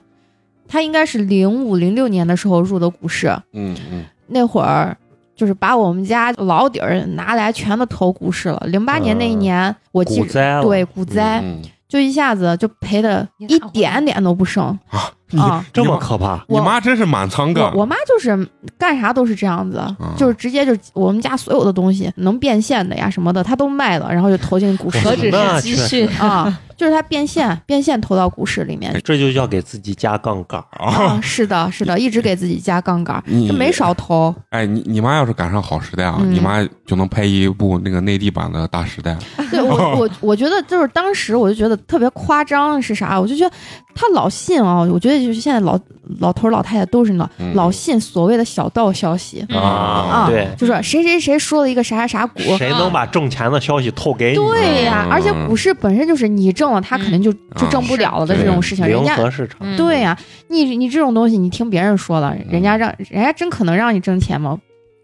[SPEAKER 3] 她应该是零五、零六年的时候入的股市。
[SPEAKER 1] 嗯嗯，
[SPEAKER 3] 那会儿就是把我们家老底儿拿来全都投股市了。零八年那
[SPEAKER 1] 呃
[SPEAKER 3] 一年，我记
[SPEAKER 4] 股灾了
[SPEAKER 3] 对股灾、
[SPEAKER 1] 嗯嗯
[SPEAKER 3] 就一下子就赔的一点点都不剩
[SPEAKER 1] 啊，你
[SPEAKER 3] 啊！
[SPEAKER 4] 这么可怕？
[SPEAKER 1] 你
[SPEAKER 3] 我
[SPEAKER 1] 妈真是满仓干
[SPEAKER 3] 我，我妈就是干啥都是这样子，
[SPEAKER 1] 啊
[SPEAKER 3] 就是直接就我们家所有的东西能变现的呀什么的，她都卖了，然后就投进股市
[SPEAKER 2] 何止
[SPEAKER 4] 那确
[SPEAKER 2] 是积
[SPEAKER 4] 实
[SPEAKER 2] 蓄，
[SPEAKER 3] 啊，就是她变现，变现投到股市里面。
[SPEAKER 4] 这就叫给自己加杠杆儿
[SPEAKER 1] 啊
[SPEAKER 3] 啊，，是的，是的，一直给自己加杠杆，
[SPEAKER 1] 你
[SPEAKER 3] 就没少投。
[SPEAKER 1] 哎，你你妈要是赶上好时代啊，
[SPEAKER 3] 嗯
[SPEAKER 1] 你妈就能拍一部那个内地版的《大时代》
[SPEAKER 3] 对我
[SPEAKER 1] 哦
[SPEAKER 3] 我我觉得就是当时我就觉得特别夸张是啥？我就觉得他老信啊，我觉得就是现在老老头儿老太太都是那
[SPEAKER 1] 嗯
[SPEAKER 3] 老信所谓的小道消息，
[SPEAKER 5] 嗯
[SPEAKER 1] 啊
[SPEAKER 3] 啊
[SPEAKER 4] 对
[SPEAKER 3] 就是谁谁谁说了一个啥啥啥股，啊
[SPEAKER 4] 谁能把挣钱的消息透给你？
[SPEAKER 3] 对呀、
[SPEAKER 1] 嗯
[SPEAKER 3] 而且股市本身就是你挣了，他肯定就、就
[SPEAKER 1] 嗯
[SPEAKER 3] 挣不了了的
[SPEAKER 1] 是
[SPEAKER 3] 这种事情，人
[SPEAKER 4] 零
[SPEAKER 3] 家
[SPEAKER 4] 和市场，
[SPEAKER 5] 嗯
[SPEAKER 3] 对呀、你你这种东西，你听别人说了，人家让人家真可能让你挣钱吗？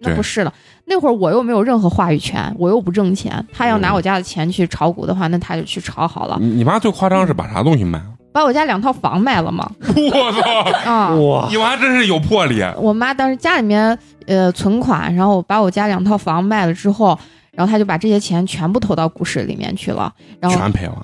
[SPEAKER 3] 那
[SPEAKER 1] 嗯对
[SPEAKER 3] 不是了。那会儿我又没有任何话语权，我又不挣钱。他要拿
[SPEAKER 1] 嗯
[SPEAKER 3] 我家的钱去炒股的话，那他就去炒好了，
[SPEAKER 1] 你你妈最夸张
[SPEAKER 3] 嗯
[SPEAKER 1] 是把啥东西卖了？
[SPEAKER 3] 把我家两套房卖了嘛。
[SPEAKER 1] 我操！
[SPEAKER 3] 啊，
[SPEAKER 4] 哇，
[SPEAKER 1] 你妈真是有魄力。
[SPEAKER 3] 我妈当时家里面呃存款，然后我把我家两套房卖了之后，然后他就把这些钱全部投到股市里面去了，然后
[SPEAKER 1] 全赔完，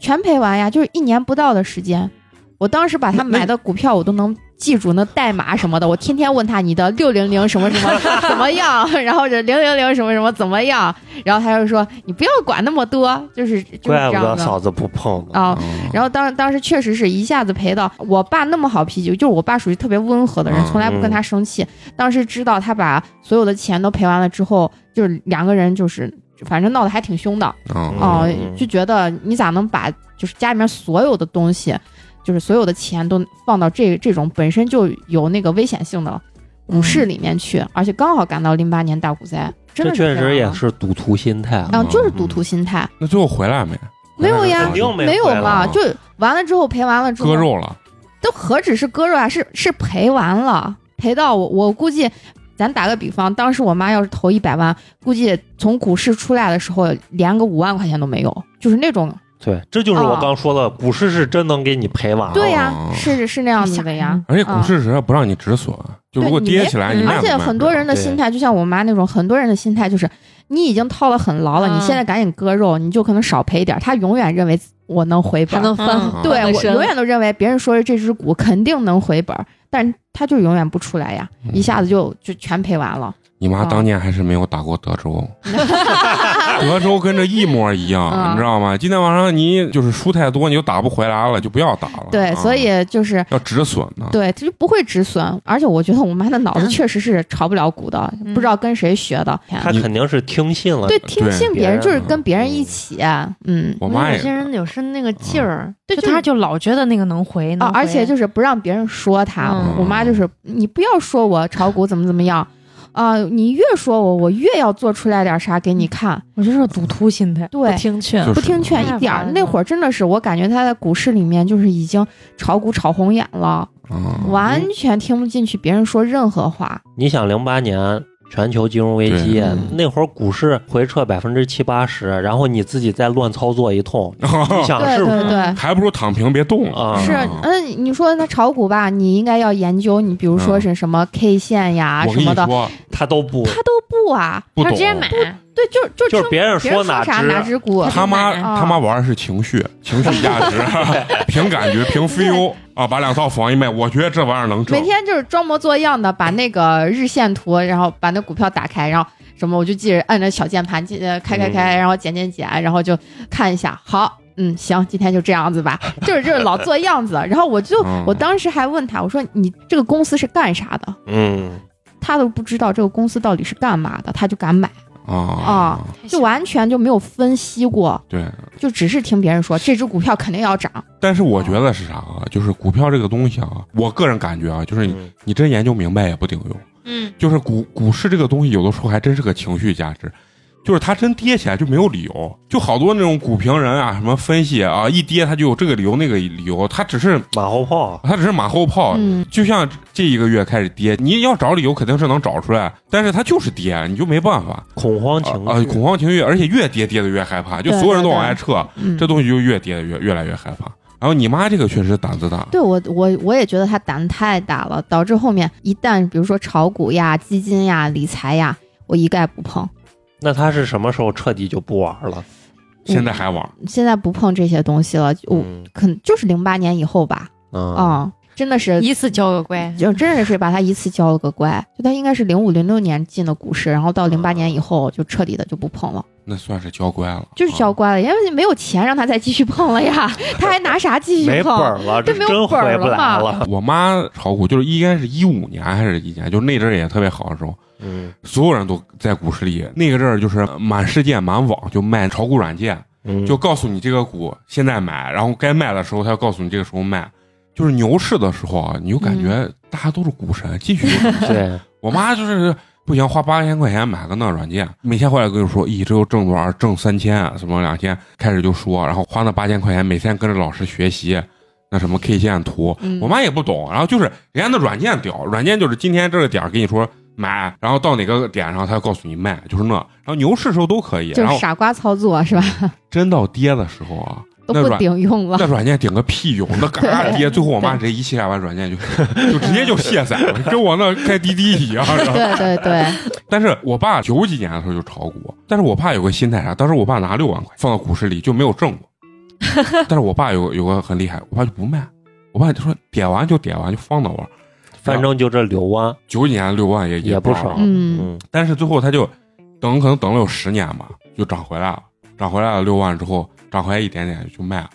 [SPEAKER 3] 全赔完呀，就是一年不到的时间。我当时把他买的股票我都能记住那代码什么的，我天天问他你的六零零什么什 么怎么样，然后这零零零什么什么怎么样，然后他就说你不要管那么多，就是就是
[SPEAKER 4] 怪
[SPEAKER 3] 这
[SPEAKER 4] 不
[SPEAKER 3] 样
[SPEAKER 4] 得
[SPEAKER 3] 的
[SPEAKER 4] 嫂子不碰呢。
[SPEAKER 3] 啊。
[SPEAKER 1] 嗯
[SPEAKER 3] 然后当当时确实是一下子赔到我爸那么好脾气，就是我爸属于特别温和的人
[SPEAKER 1] 嗯，
[SPEAKER 3] 从来不跟他生气。当时知道他把所有的钱都赔完了之后，就是两个人就是反正闹得还挺凶的。
[SPEAKER 1] 嗯
[SPEAKER 3] 哦
[SPEAKER 4] 嗯，
[SPEAKER 3] 就觉得你咋能把就是家里面所有的东西，就是所有的钱都放到这这种本身就有那个危险性的股市里面去，而且刚好赶到零八年大股灾，真
[SPEAKER 4] 这
[SPEAKER 3] 的是
[SPEAKER 4] 确
[SPEAKER 3] 样
[SPEAKER 4] 实也
[SPEAKER 3] 啊
[SPEAKER 4] 是赌徒心态啊，
[SPEAKER 3] 啊，就是赌徒心态，
[SPEAKER 1] 那最后回来没？
[SPEAKER 3] 没有呀
[SPEAKER 4] 肯定没
[SPEAKER 3] 没有
[SPEAKER 4] 回来
[SPEAKER 3] 嘛，
[SPEAKER 1] 了
[SPEAKER 3] 就完了之后赔完了之后
[SPEAKER 1] 割，肉了，
[SPEAKER 3] 都何止是割肉啊，是是赔完了，赔到我我估计。咱打个比方，当时我妈要是投一百万，估计从股市出来的时候连个五万块钱都没有，就是那种
[SPEAKER 4] 对，这就是我
[SPEAKER 3] 啊
[SPEAKER 4] 刚说的，股市是真能给你赔完了。
[SPEAKER 3] 对呀、
[SPEAKER 1] 哦
[SPEAKER 3] 是是那样子的呀。
[SPEAKER 1] 而且股市只要不让你止损，啊就如果
[SPEAKER 3] 嗯对你没
[SPEAKER 1] 跌起来，你
[SPEAKER 5] 嗯
[SPEAKER 1] 卖
[SPEAKER 3] 而
[SPEAKER 1] 不
[SPEAKER 3] 且
[SPEAKER 1] 卖
[SPEAKER 3] 很
[SPEAKER 1] 不
[SPEAKER 3] 多
[SPEAKER 1] 了
[SPEAKER 3] 人的心态，就像我妈那种，很多人的心态就是，你已经套得很牢了，
[SPEAKER 5] 嗯
[SPEAKER 3] 你现在赶紧割肉，你就可能少赔一点。他永远认为我能回
[SPEAKER 2] 还
[SPEAKER 3] 本，
[SPEAKER 2] 能翻
[SPEAKER 5] 嗯，
[SPEAKER 3] 对
[SPEAKER 2] 翻个
[SPEAKER 3] 我
[SPEAKER 2] 身
[SPEAKER 3] 永远都认为别人说的这只股肯定能回本，但他就永远不出来呀，
[SPEAKER 1] 嗯
[SPEAKER 3] 一下子就就全赔完了。
[SPEAKER 1] 你妈
[SPEAKER 3] 啊
[SPEAKER 1] 当年还是没有打过德 州，德州跟这一模一样，
[SPEAKER 3] 嗯
[SPEAKER 1] 你知道吗？今天晚上你就是输太多，你就打不回来了，就不要打了。
[SPEAKER 3] 对，
[SPEAKER 1] 啊
[SPEAKER 3] 所以就是。
[SPEAKER 1] 要止损呢。
[SPEAKER 3] 对，他就不会止损，而且我觉得我妈的脑子确实是炒不了股的，
[SPEAKER 5] 嗯
[SPEAKER 3] 不知道跟谁学的。
[SPEAKER 4] 他
[SPEAKER 1] 你
[SPEAKER 4] 肯定是听信了。
[SPEAKER 3] 呃对，听信别人嗯就是跟别人一起，嗯，
[SPEAKER 1] 我
[SPEAKER 5] 因为
[SPEAKER 1] 妈
[SPEAKER 5] 有
[SPEAKER 1] 也嗯
[SPEAKER 5] 些
[SPEAKER 1] 是，
[SPEAKER 5] 人有时那个劲儿，
[SPEAKER 3] 对
[SPEAKER 5] 就
[SPEAKER 3] 就是
[SPEAKER 5] 他就老觉得那个能回，能
[SPEAKER 3] 啊，
[SPEAKER 5] 回
[SPEAKER 3] 而且就是不让别人说他。
[SPEAKER 5] 嗯
[SPEAKER 3] 我妈就是你不要说我炒股怎么怎么样，啊、你越说我，我越要做出来点啥给你看。
[SPEAKER 5] 我就是赌徒心态，
[SPEAKER 2] 不
[SPEAKER 3] 对，
[SPEAKER 2] 听劝
[SPEAKER 1] 就，
[SPEAKER 3] 不
[SPEAKER 1] 是嗯
[SPEAKER 3] 听劝
[SPEAKER 5] 太
[SPEAKER 3] 一点
[SPEAKER 5] 烦
[SPEAKER 3] 儿。
[SPEAKER 5] 了
[SPEAKER 3] 那会儿真的是，我感觉他在股市里面就是已经炒股炒红眼了，
[SPEAKER 1] 嗯
[SPEAKER 3] 完全听不进去别人说任何话。
[SPEAKER 4] 你想，零八年全球金融危机
[SPEAKER 1] 对
[SPEAKER 4] 那会儿，股市回撤百分之七八十，然后你自己再乱操作一通，你想
[SPEAKER 3] 对
[SPEAKER 4] 啊是
[SPEAKER 3] 哦对对。
[SPEAKER 1] 还不如躺平别动
[SPEAKER 4] 啊
[SPEAKER 3] 是
[SPEAKER 1] 啊，
[SPEAKER 3] 嗯，你说那炒股吧，你应该要研究，你比如说是什么 K 线呀、
[SPEAKER 1] 我
[SPEAKER 3] 什
[SPEAKER 1] 跟
[SPEAKER 3] 么
[SPEAKER 1] 你
[SPEAKER 3] 的，
[SPEAKER 1] 说，
[SPEAKER 4] 他都不，
[SPEAKER 3] 他都不啊，
[SPEAKER 1] 不
[SPEAKER 5] 他
[SPEAKER 1] 懂
[SPEAKER 5] 直。接买，
[SPEAKER 3] 对，就就
[SPEAKER 4] 就是
[SPEAKER 3] 听
[SPEAKER 4] 别人
[SPEAKER 3] 别人说
[SPEAKER 4] 说哪
[SPEAKER 3] 啥哪只股，
[SPEAKER 1] 他妈
[SPEAKER 5] 嗯
[SPEAKER 1] 他妈玩的是情绪，情绪价 值，凭感觉，凭 feel 啊，把两套房一卖，我觉得这玩意儿能挣
[SPEAKER 3] 每。天就是装模作样的把那个日线图，然后把那股票打开，然后什么我就记着按着小键盘记呃开开
[SPEAKER 1] 嗯
[SPEAKER 3] 开，然后减减减，然后就看一下，好。嗯，行，今天就这样 子吧，就是就是老做样子。然后我就
[SPEAKER 1] 嗯，
[SPEAKER 3] 我当时还问他，我说你这个公司是干啥的？
[SPEAKER 4] 嗯，
[SPEAKER 3] 他都不知道这个公司到底是干嘛的，他就敢买，
[SPEAKER 1] 啊
[SPEAKER 3] 啊就完全就没有分析过，
[SPEAKER 1] 对，
[SPEAKER 3] 就只是听别人说这只股票肯定要涨。
[SPEAKER 1] 但是我觉得是啥啊？就是股票这个东西啊，我个人感觉啊，就是你
[SPEAKER 4] 嗯
[SPEAKER 1] 你真研究明白也不顶用。
[SPEAKER 5] 嗯，
[SPEAKER 1] 就是股股市这个东西，有的时候还真是个情绪价值，就是它真跌起来就没有理由，就好多那种股评人啊，什么分析啊，一跌他就有这个理由那个理由，他只是
[SPEAKER 4] 马后炮，
[SPEAKER 1] 他只是马后炮。
[SPEAKER 3] 嗯，
[SPEAKER 1] 就像这一个月开始跌，你要找理由肯定是能找出来，但是它就是跌，你就没办法
[SPEAKER 4] 恐慌
[SPEAKER 1] 啊
[SPEAKER 4] 情
[SPEAKER 1] 啊
[SPEAKER 4] 绪，
[SPEAKER 1] 恐慌情绪，而且越跌跌的越害怕，就
[SPEAKER 3] 对
[SPEAKER 1] 所有人都
[SPEAKER 3] 对
[SPEAKER 1] 往
[SPEAKER 3] 对
[SPEAKER 1] 外撤，
[SPEAKER 3] 嗯
[SPEAKER 1] 这东西就越跌的越越来越害怕。然后你妈这个确实胆子大，
[SPEAKER 3] 对我，我我也觉得他胆子太大了，导致后面一旦比如说炒股呀、基金呀、理财呀，我一概不碰。
[SPEAKER 4] 那他是什么时候彻底就不玩了？
[SPEAKER 3] 嗯
[SPEAKER 1] 现在还玩，
[SPEAKER 3] 现在不碰这些东西了，我
[SPEAKER 4] 嗯
[SPEAKER 3] 肯就是零八年以后吧，
[SPEAKER 4] 啊，
[SPEAKER 3] 啊、真的是。
[SPEAKER 5] 一次交个乖，
[SPEAKER 3] 就真的是把他一次教了个乖，就他应该是零五零六年进的股市，然后到零八年以后就彻底的就不碰了，
[SPEAKER 1] 那算是教乖了，啊
[SPEAKER 3] 就是
[SPEAKER 4] 嗯
[SPEAKER 3] 教乖了，因为没有钱让他再继续碰了 呀，他还拿啥继
[SPEAKER 4] 没
[SPEAKER 3] 续
[SPEAKER 4] 本
[SPEAKER 3] 碰？
[SPEAKER 4] 儿了，这
[SPEAKER 3] 这没有
[SPEAKER 4] 真
[SPEAKER 3] 本儿
[SPEAKER 4] 回不
[SPEAKER 3] 了
[SPEAKER 4] 来
[SPEAKER 3] 嘛
[SPEAKER 4] 了。
[SPEAKER 1] 我妈炒股就是应该是一五年还是一年，就是那阵儿也特别好的时候，
[SPEAKER 4] 嗯
[SPEAKER 1] 所有人都在股市里。那个阵儿就是呃满世界满网就卖炒股软件，
[SPEAKER 4] 嗯，
[SPEAKER 1] 就告诉你这个股现在买，然后该卖的时候他要告诉你这个时候卖。就是牛市的时候啊，你就感觉
[SPEAKER 3] 嗯
[SPEAKER 1] 大家都是股神，继续。
[SPEAKER 4] 对，
[SPEAKER 1] 我妈就是不行，花八千块钱买个那软件，每天回来跟你说，咦，这又挣多少？挣三千，啊什么两千，开始就说，然后花那八千块钱，每天跟着老师学习，那什么 K 线图，
[SPEAKER 3] 嗯
[SPEAKER 1] 我妈也不懂。然后就是人家那软件屌，软件就是今天这个点儿跟你说买，然后到哪个点上，他就告诉你卖，就是那。然后牛市时候都可以，
[SPEAKER 3] 就
[SPEAKER 1] 然
[SPEAKER 3] 是
[SPEAKER 1] 后
[SPEAKER 3] 傻瓜操作是吧？
[SPEAKER 1] 真到跌的时候啊，
[SPEAKER 3] 都
[SPEAKER 1] 那
[SPEAKER 3] 不
[SPEAKER 1] 软
[SPEAKER 3] 顶用了
[SPEAKER 1] 那。软件顶个屁用，那 嘎嘎跌，最后我妈直接一气下把软件就 就直接就卸载了，跟我那开滴滴一样。然后
[SPEAKER 3] 对对 对，
[SPEAKER 1] 但是我爸九几年的时候就炒股，但是我爸有个心态啥，啊当时我爸拿六万块放到股市里就没有挣过，但是我爸有有个很厉害，我爸就不卖，我爸就说点完就点完就放那玩儿，
[SPEAKER 4] 反正就这流啊，
[SPEAKER 1] 九几年六万也
[SPEAKER 4] 也不
[SPEAKER 1] 不
[SPEAKER 4] 少，
[SPEAKER 3] 嗯，
[SPEAKER 4] 嗯，
[SPEAKER 1] 但是最后他就等可能等了有十年吧，就涨回来了，涨回来了六万之后涨回来一点点就卖了，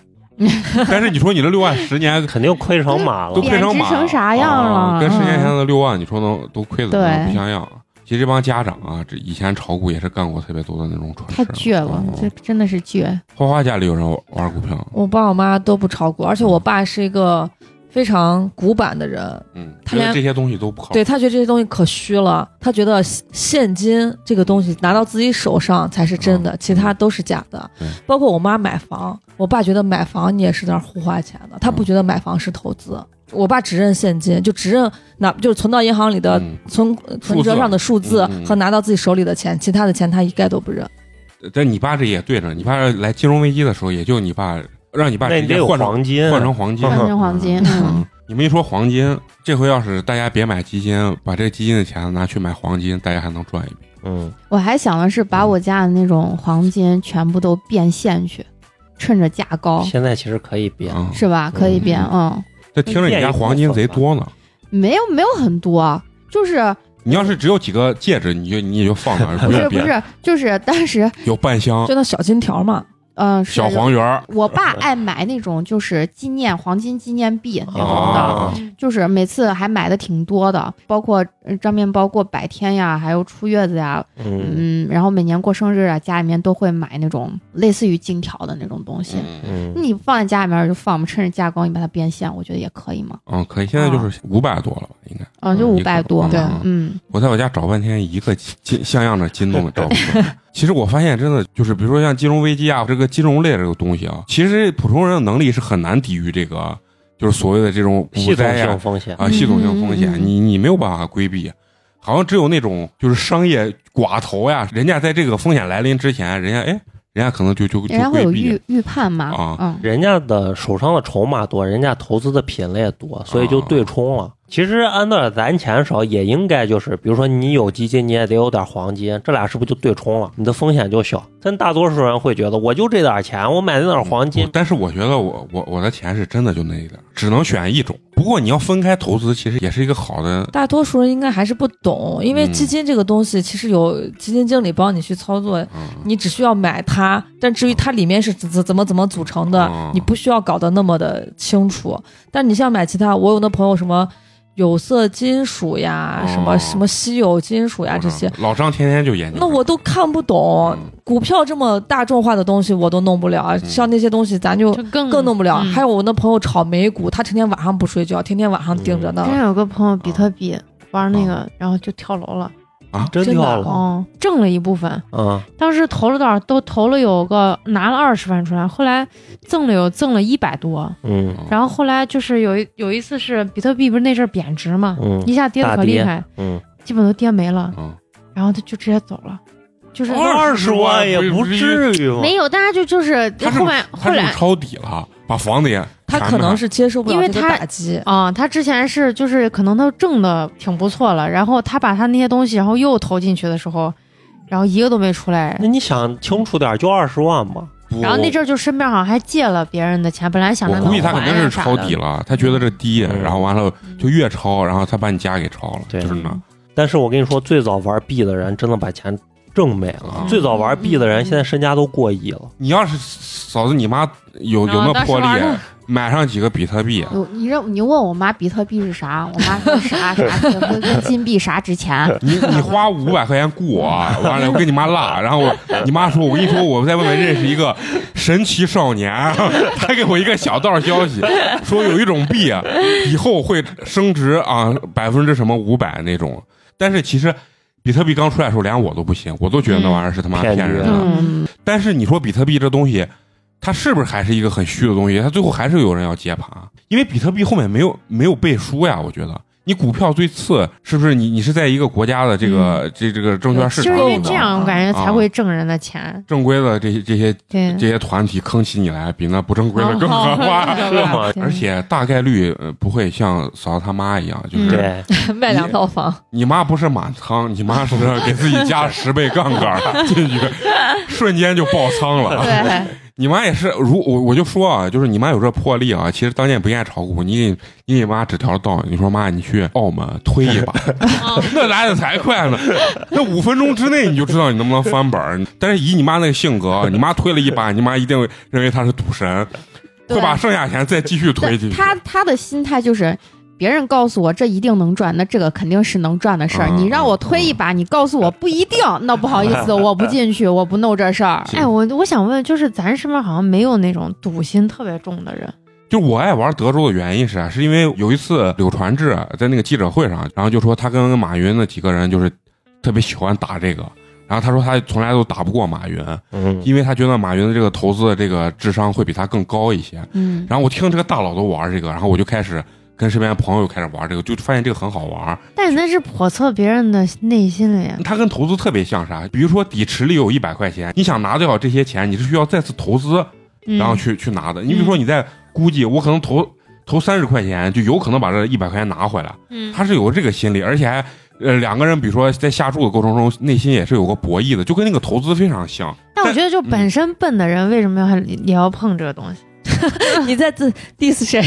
[SPEAKER 1] 但是你说你这六万十年
[SPEAKER 4] 肯定亏成马
[SPEAKER 1] 都
[SPEAKER 4] 了
[SPEAKER 3] 嗯。
[SPEAKER 1] 亏成马
[SPEAKER 3] 贬值成啥样了
[SPEAKER 1] 啊跟十年
[SPEAKER 3] 嗯
[SPEAKER 1] 前的六万，你说能都亏的
[SPEAKER 3] 对
[SPEAKER 1] 不像样啊。其实这帮家长啊，这以前炒股也是干过特别多的那种蠢事
[SPEAKER 3] 太
[SPEAKER 1] 儿。
[SPEAKER 3] 倔了，这
[SPEAKER 1] 嗯
[SPEAKER 3] 真的是倔。
[SPEAKER 1] 花花家里有人玩玩股票，
[SPEAKER 2] 我爸我妈都不炒股，而且我爸是一个非常古板的人，
[SPEAKER 1] 嗯，
[SPEAKER 2] 他
[SPEAKER 1] 觉得
[SPEAKER 2] 连
[SPEAKER 1] 这些东西都不靠谱
[SPEAKER 2] 对。他觉得这些东西可虚了，他觉得现现金这个东西拿到自己手上才是真的，
[SPEAKER 1] 嗯
[SPEAKER 2] 其他都是假的
[SPEAKER 1] 对。
[SPEAKER 2] 包括我妈买房，我爸觉得买房你也是在那儿胡花钱的，他不觉得买房是投资。我爸只认现金，就只认拿就是存到银行里的
[SPEAKER 1] 嗯
[SPEAKER 2] 存存折上的数字
[SPEAKER 1] 嗯嗯
[SPEAKER 2] 和拿到自己手里的钱，其他的钱他一概都不认。
[SPEAKER 1] 但你爸这也对着，你爸来金融危机的时候，也就你爸让你爸直
[SPEAKER 4] 那你得
[SPEAKER 1] 接
[SPEAKER 4] 有
[SPEAKER 1] 换成
[SPEAKER 4] 黄金，
[SPEAKER 1] 换成黄金，
[SPEAKER 3] 换成黄金
[SPEAKER 1] 嗯，你们一说黄金，这回要是大家别买基金，把这基金的钱拿去买黄金，大家还能赚一笔。
[SPEAKER 4] 嗯，
[SPEAKER 3] 我还想的是把
[SPEAKER 1] 嗯
[SPEAKER 3] 我家的那种黄金全部都变现去，趁着价高
[SPEAKER 4] 现在其实可以变，
[SPEAKER 1] 嗯，
[SPEAKER 3] 是吧？可以变，嗯，
[SPEAKER 1] 这听着你家黄金贼多呢。
[SPEAKER 3] 没有没有很多，就是
[SPEAKER 1] 你要是只有几个戒指，你就你也就放那 儿，
[SPEAKER 3] 不
[SPEAKER 1] 不
[SPEAKER 3] 是
[SPEAKER 1] 用
[SPEAKER 3] 不
[SPEAKER 1] 变。
[SPEAKER 3] 是就是当时
[SPEAKER 1] 有半箱
[SPEAKER 2] 就那小金条嘛，
[SPEAKER 3] 嗯是
[SPEAKER 1] 小黄圆儿，
[SPEAKER 3] 我爸爱买那种就是纪念黄金纪念币那种的，
[SPEAKER 1] 啊
[SPEAKER 3] 就是每次还买的挺多的，包括呃张面包过百天呀，还有出月子呀，
[SPEAKER 4] 嗯
[SPEAKER 3] 嗯，然后每年过生日啊，家里面都会买那种类似于金条的那种东西。
[SPEAKER 1] 嗯
[SPEAKER 4] 嗯，
[SPEAKER 3] 你放在家里面就放吧，趁着价高你把它变现，我觉得也可以嘛。
[SPEAKER 1] 嗯，可以，现在
[SPEAKER 3] 啊
[SPEAKER 1] 就是五百多了吧，应该。
[SPEAKER 3] 嗯，就
[SPEAKER 1] 嗯
[SPEAKER 3] 五
[SPEAKER 1] 一个
[SPEAKER 3] 百多
[SPEAKER 1] 对
[SPEAKER 3] 嘛。嗯，
[SPEAKER 1] 我在我家找半天，一个金像样的金都没 找不着。其实我发现，真的就是，比如说像金融危机啊，这个金融类这个东西啊，其实普通人的能力是很难抵御这个，就是所谓的这种
[SPEAKER 4] 系
[SPEAKER 1] 股
[SPEAKER 4] 统
[SPEAKER 1] 灾呀、
[SPEAKER 4] 性风险，
[SPEAKER 1] 啊，系统性风险，
[SPEAKER 3] 嗯嗯嗯
[SPEAKER 1] 你你没有办法规避。好像只有那种就是商业寡头呀，人家在这个风险来临之前，人家哎，人家可能就就就
[SPEAKER 3] 人家
[SPEAKER 1] 规
[SPEAKER 3] 会有
[SPEAKER 1] 避
[SPEAKER 3] 预预判嘛。
[SPEAKER 1] 啊
[SPEAKER 3] 嗯，
[SPEAKER 4] 人家的手上的筹码多，人家投资的品类多，所以就对冲了。其实按照咱钱少，也应该就是，比如说你有基金，你也得有点黄金，这俩是不是就对冲了？你的风险就小。但大多数人会觉得，我就这点钱，我买那点黄金
[SPEAKER 1] 我，但是我觉得我我我的钱是真的就那一点儿，只能选一种。不过你要分开投资，其实也是一个好的。
[SPEAKER 2] 大多数人应该还是不懂，因为
[SPEAKER 1] 嗯
[SPEAKER 2] 基金这个东西其实有基金经理帮你去操作，
[SPEAKER 1] 嗯，
[SPEAKER 2] 你只需要买它，但至于它里面是怎怎怎么怎么组成的
[SPEAKER 1] 哦，
[SPEAKER 2] 你不需要搞得那么的清楚。但你像买其他，我有那朋友什么有色金属呀，
[SPEAKER 1] 哦
[SPEAKER 2] 什么什么稀有金属
[SPEAKER 5] 啊
[SPEAKER 2] 呀
[SPEAKER 1] 我
[SPEAKER 2] 这
[SPEAKER 1] 知
[SPEAKER 2] 些
[SPEAKER 1] 道，老张天天就研究。
[SPEAKER 2] 那我都看不懂
[SPEAKER 1] 嗯。
[SPEAKER 2] 股票这么大众化的东西我都弄不了，像那些东西咱就
[SPEAKER 5] 就更
[SPEAKER 2] 更弄不了。
[SPEAKER 5] 嗯
[SPEAKER 2] 还有我那朋友炒美股，他成天晚上不睡觉，天天晚上盯着呢
[SPEAKER 1] 嗯
[SPEAKER 5] 之。前有个朋友比特币玩那个，然后就跳楼了，
[SPEAKER 4] 真啊
[SPEAKER 2] 真的
[SPEAKER 4] 跳了
[SPEAKER 2] 哦
[SPEAKER 5] 哦，挣了一部分，
[SPEAKER 4] 啊！
[SPEAKER 5] 当时投了多少都投了有个拿了二十万出来，后来赠了有赠了一百多，
[SPEAKER 4] 嗯
[SPEAKER 5] 然后后来就是有一有一次是比特币不是那阵儿贬值嘛，
[SPEAKER 4] 嗯
[SPEAKER 5] 一下跌的可厉害，
[SPEAKER 4] 嗯，
[SPEAKER 5] 基本都跌没了，
[SPEAKER 1] 嗯，
[SPEAKER 5] 然后他就直接走了，就是
[SPEAKER 4] 二十嗯万也不至于吧？
[SPEAKER 5] 没有，但是就就是
[SPEAKER 1] 他是
[SPEAKER 5] 后面后
[SPEAKER 1] 他是不
[SPEAKER 5] 来
[SPEAKER 1] 是抄底了，把房子也
[SPEAKER 2] 他
[SPEAKER 1] 全
[SPEAKER 2] 可能
[SPEAKER 1] 卖
[SPEAKER 2] 是接受不
[SPEAKER 5] 因
[SPEAKER 2] 了
[SPEAKER 5] 为
[SPEAKER 2] 这个
[SPEAKER 5] 他
[SPEAKER 2] 打击。
[SPEAKER 5] 啊、他之前是就是可能他挣的挺不错了，然后他把他那些东西，然后又投进去的时候，然后一个都没出来
[SPEAKER 4] 那。你想清楚点，就二十万嘛。
[SPEAKER 1] 不
[SPEAKER 5] 然后那阵儿就身边好像还借了别人的钱，本来想着
[SPEAKER 1] 我估计他
[SPEAKER 5] 能
[SPEAKER 1] 肯定
[SPEAKER 5] 还
[SPEAKER 1] 是
[SPEAKER 5] 啥
[SPEAKER 1] 抄
[SPEAKER 5] 的
[SPEAKER 1] 底了，他觉得这低，
[SPEAKER 4] 嗯
[SPEAKER 1] 然后完了就越抄，然后他把你家给抄了，
[SPEAKER 4] 对
[SPEAKER 1] 就是那。
[SPEAKER 4] 但是我跟你说，最早玩币的人真的把钱挣没了。
[SPEAKER 1] 嗯
[SPEAKER 4] 最早玩币的人现在身家都过亿了。
[SPEAKER 1] 你要是嫂子你妈有有
[SPEAKER 5] 然后
[SPEAKER 1] 那
[SPEAKER 5] 当时
[SPEAKER 1] 魄力
[SPEAKER 5] 玩的，
[SPEAKER 1] 买上几个比特币，
[SPEAKER 3] 我你让你问我妈比特币是啥，我妈说啥啥啥跟跟金币啥 值钱，啊
[SPEAKER 1] 你你花五百块钱雇我，啊完了我跟你妈拉，然后我你妈说，我跟你说，我在外面认识一个神奇少年，啊 他给我一个小道消息，说有一种币啊，以后会升值啊百分之什么五百那种，但是其实。比特币刚出来的时候，连我都不信，我都觉得那玩意儿是他妈
[SPEAKER 4] 嗯
[SPEAKER 1] 骗人的。
[SPEAKER 4] 骗
[SPEAKER 3] 嗯，
[SPEAKER 1] 但是你说比特币这东西，它是不是还是一个很虚的东西？它最后还是有人要接盘，因为比特币后面没有没有背书呀。我觉得你股票最次是不是你你是在一个国家的这个、这这个证券市
[SPEAKER 5] 就
[SPEAKER 1] 场
[SPEAKER 5] 是因为
[SPEAKER 1] 里
[SPEAKER 5] 这
[SPEAKER 1] 头，
[SPEAKER 5] 样，我感觉才会挣人的钱。
[SPEAKER 1] 正规的这些这些
[SPEAKER 5] 对，
[SPEAKER 1] 啊这些团体坑起你来，比那不正规的更可怕。
[SPEAKER 5] 是
[SPEAKER 4] 是吗
[SPEAKER 1] 而且大概率呃不会像嫂子他妈一样，就是、
[SPEAKER 5] 嗯
[SPEAKER 4] 对，
[SPEAKER 2] 卖两套房，
[SPEAKER 1] 你妈不是满仓，你妈是给自己加十倍杠杆进去，瞬间就爆仓了。
[SPEAKER 5] 对，
[SPEAKER 1] 你妈也是，如我我就说啊，就是你妈有这魄力啊。其实当年也不愿意炒股，你给你给你妈指条道，你说妈，你去澳门推一把，那来的才快呢。那五分钟之内你就知道你能不能翻本儿。但是以你妈那个性格，啊你妈推了一把，你妈一定会认为她是赌神，
[SPEAKER 3] 对
[SPEAKER 1] 会把剩下钱再继续推进去。
[SPEAKER 3] 他他的心态就是。别人告诉我这一定能赚，那这个肯定是能赚的事儿。
[SPEAKER 1] 嗯
[SPEAKER 3] 你让我推一把，你告诉我不一定，那不好意思，我不进去，我不弄这事儿。
[SPEAKER 1] 是
[SPEAKER 5] 哎，我我想问，就是咱身边好像没有那种赌心特别重的人。
[SPEAKER 1] 就我爱玩德州的原因是啊啥？是因为有一次柳传志在那个记者会上，然后就说他跟马云那几个人就是特别喜欢打这个，然后他说他从来都打不过马云，
[SPEAKER 4] 嗯，
[SPEAKER 1] 因为他觉得马云的这个投资的这个智商会比他更高一些。
[SPEAKER 3] 嗯，
[SPEAKER 1] 然后我听这个大佬都玩这个，然后我就开始跟身边的朋友开始玩这个，就发现这个很好玩。
[SPEAKER 5] 但是那是叵测别人的内心了呀。
[SPEAKER 1] 它跟投资特别像啥？比如说底池里有一百块钱，你想拿掉这些钱，你是需要再次投资，
[SPEAKER 5] 嗯
[SPEAKER 1] 然后去去拿的。你比如说你在估计，我可能投投三十块钱，就有可能把这一百块钱拿回来。
[SPEAKER 5] 嗯
[SPEAKER 1] 他是有这个心理，而且还呃两个人，比如说在下注的过程中，内心也是有个博弈的，就跟那个投资非常像。
[SPEAKER 5] 但我觉得，就
[SPEAKER 1] 嗯
[SPEAKER 5] 本身笨的人，为什么要还也要碰这个东西？
[SPEAKER 2] 你在自 diss 谁？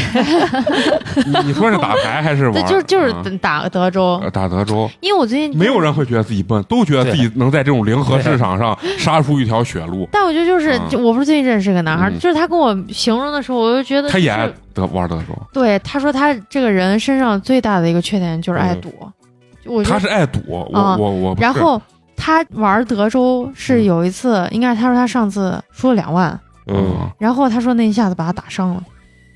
[SPEAKER 1] 你你说是打牌还是玩
[SPEAKER 5] 对，
[SPEAKER 1] 儿？
[SPEAKER 5] 就就是
[SPEAKER 1] 嗯
[SPEAKER 5] 打德州
[SPEAKER 1] 呃，打德州，
[SPEAKER 5] 因为我 最近
[SPEAKER 1] 没有人会觉得自己笨，都觉得自己能在这种零和市场上杀出一条血路。
[SPEAKER 5] 但我觉得就是
[SPEAKER 1] 嗯，
[SPEAKER 5] 就我不是最近认识个男孩儿，
[SPEAKER 1] 嗯
[SPEAKER 5] 就是他跟我形容的时候，我就觉得
[SPEAKER 1] 他也
[SPEAKER 5] 就
[SPEAKER 1] 爱
[SPEAKER 5] 是
[SPEAKER 1] 德玩德州，
[SPEAKER 5] 对他说他这个人身上最大的一个缺点就是爱
[SPEAKER 4] 嗯
[SPEAKER 5] 赌，就我觉
[SPEAKER 1] 他
[SPEAKER 5] 得
[SPEAKER 1] 是爱赌，我
[SPEAKER 5] 啊
[SPEAKER 1] 我我不是。嗯
[SPEAKER 5] 然后他玩德州是有一次，应该是他说他上次输了两万，
[SPEAKER 4] 嗯，
[SPEAKER 5] 然后他说那一下子把他打伤了。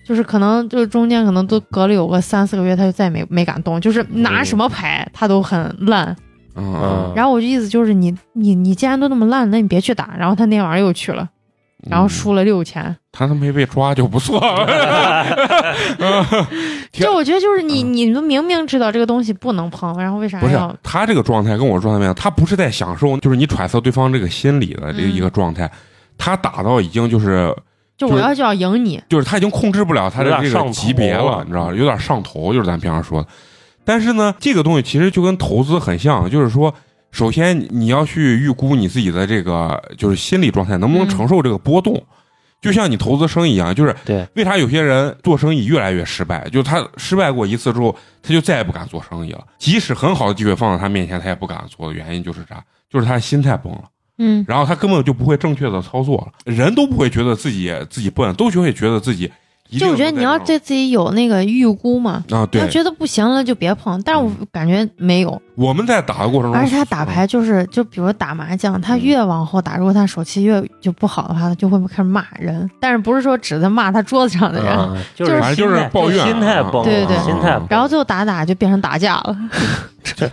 [SPEAKER 5] 就是可能就是中间可能都隔了有个三四个月，他就再也没没敢动，就是拿什么牌他都很烂。
[SPEAKER 1] 嗯
[SPEAKER 4] 嗯
[SPEAKER 1] 嗯，
[SPEAKER 5] 然后我就意思就是你你你既然都那么烂，那你别去打。然后他那晚上又去了，然
[SPEAKER 1] 嗯
[SPEAKER 5] 后输了六千。
[SPEAKER 1] 他他没被抓就不 错了。天嗯
[SPEAKER 5] 就我觉得就是你你们明明知道这个东西不能碰，然后为啥
[SPEAKER 1] 不是
[SPEAKER 5] 要？
[SPEAKER 1] 他这个状态跟我状态不一样，他不是在享受，就是你揣测对方这个心理的这
[SPEAKER 5] 嗯
[SPEAKER 1] 一个状态。他打到已经就是
[SPEAKER 5] 就
[SPEAKER 1] 就
[SPEAKER 5] 我
[SPEAKER 1] 是
[SPEAKER 5] 要就要赢你，
[SPEAKER 1] 就是他已经控制不了他的这
[SPEAKER 4] 有点上
[SPEAKER 1] 个
[SPEAKER 4] 头
[SPEAKER 1] 级别了
[SPEAKER 4] 了，
[SPEAKER 1] 你知道，有点上头，就是咱平常说的。但是呢，这个东西其实就跟投资很像，就是说，首先你你要去预估你自己的这个就是心理状态能不能
[SPEAKER 5] 嗯
[SPEAKER 1] 承受这个波动，就像你投资生意一样，就是
[SPEAKER 4] 对，
[SPEAKER 1] 为啥有些人做生意越来越失败？就是他失败过一次之后，他就再也不敢做生意了，即使很好的机会放在他面前，他也不敢做的原因就是啥？就是他的心态崩了。
[SPEAKER 5] 嗯，
[SPEAKER 1] 然后他根本就不会正确的操作了，人都不会觉得自己自己笨，都就会觉得自己一定
[SPEAKER 5] 就我觉得
[SPEAKER 1] 能
[SPEAKER 5] 你要
[SPEAKER 1] 在
[SPEAKER 5] 对自己有那个预估嘛，
[SPEAKER 1] 这种啊，
[SPEAKER 5] 要
[SPEAKER 1] 对，嗯
[SPEAKER 5] 觉得不行了就别碰。但是我感觉没有，
[SPEAKER 1] 我们在打的过程中，
[SPEAKER 5] 而且他打牌就是就比如打麻将，他
[SPEAKER 1] 嗯
[SPEAKER 5] 越往后打，如果他手气越就不好的话，他就会开始骂人。但是不是说指着骂他桌子上的人，
[SPEAKER 4] 啊就
[SPEAKER 5] 就是
[SPEAKER 1] 反正就是
[SPEAKER 4] 心态
[SPEAKER 1] 抱怨
[SPEAKER 4] 心态
[SPEAKER 1] 啊
[SPEAKER 4] 崩了，
[SPEAKER 5] 对对
[SPEAKER 4] 心态崩了。
[SPEAKER 5] 然后最后打打就变成打架了。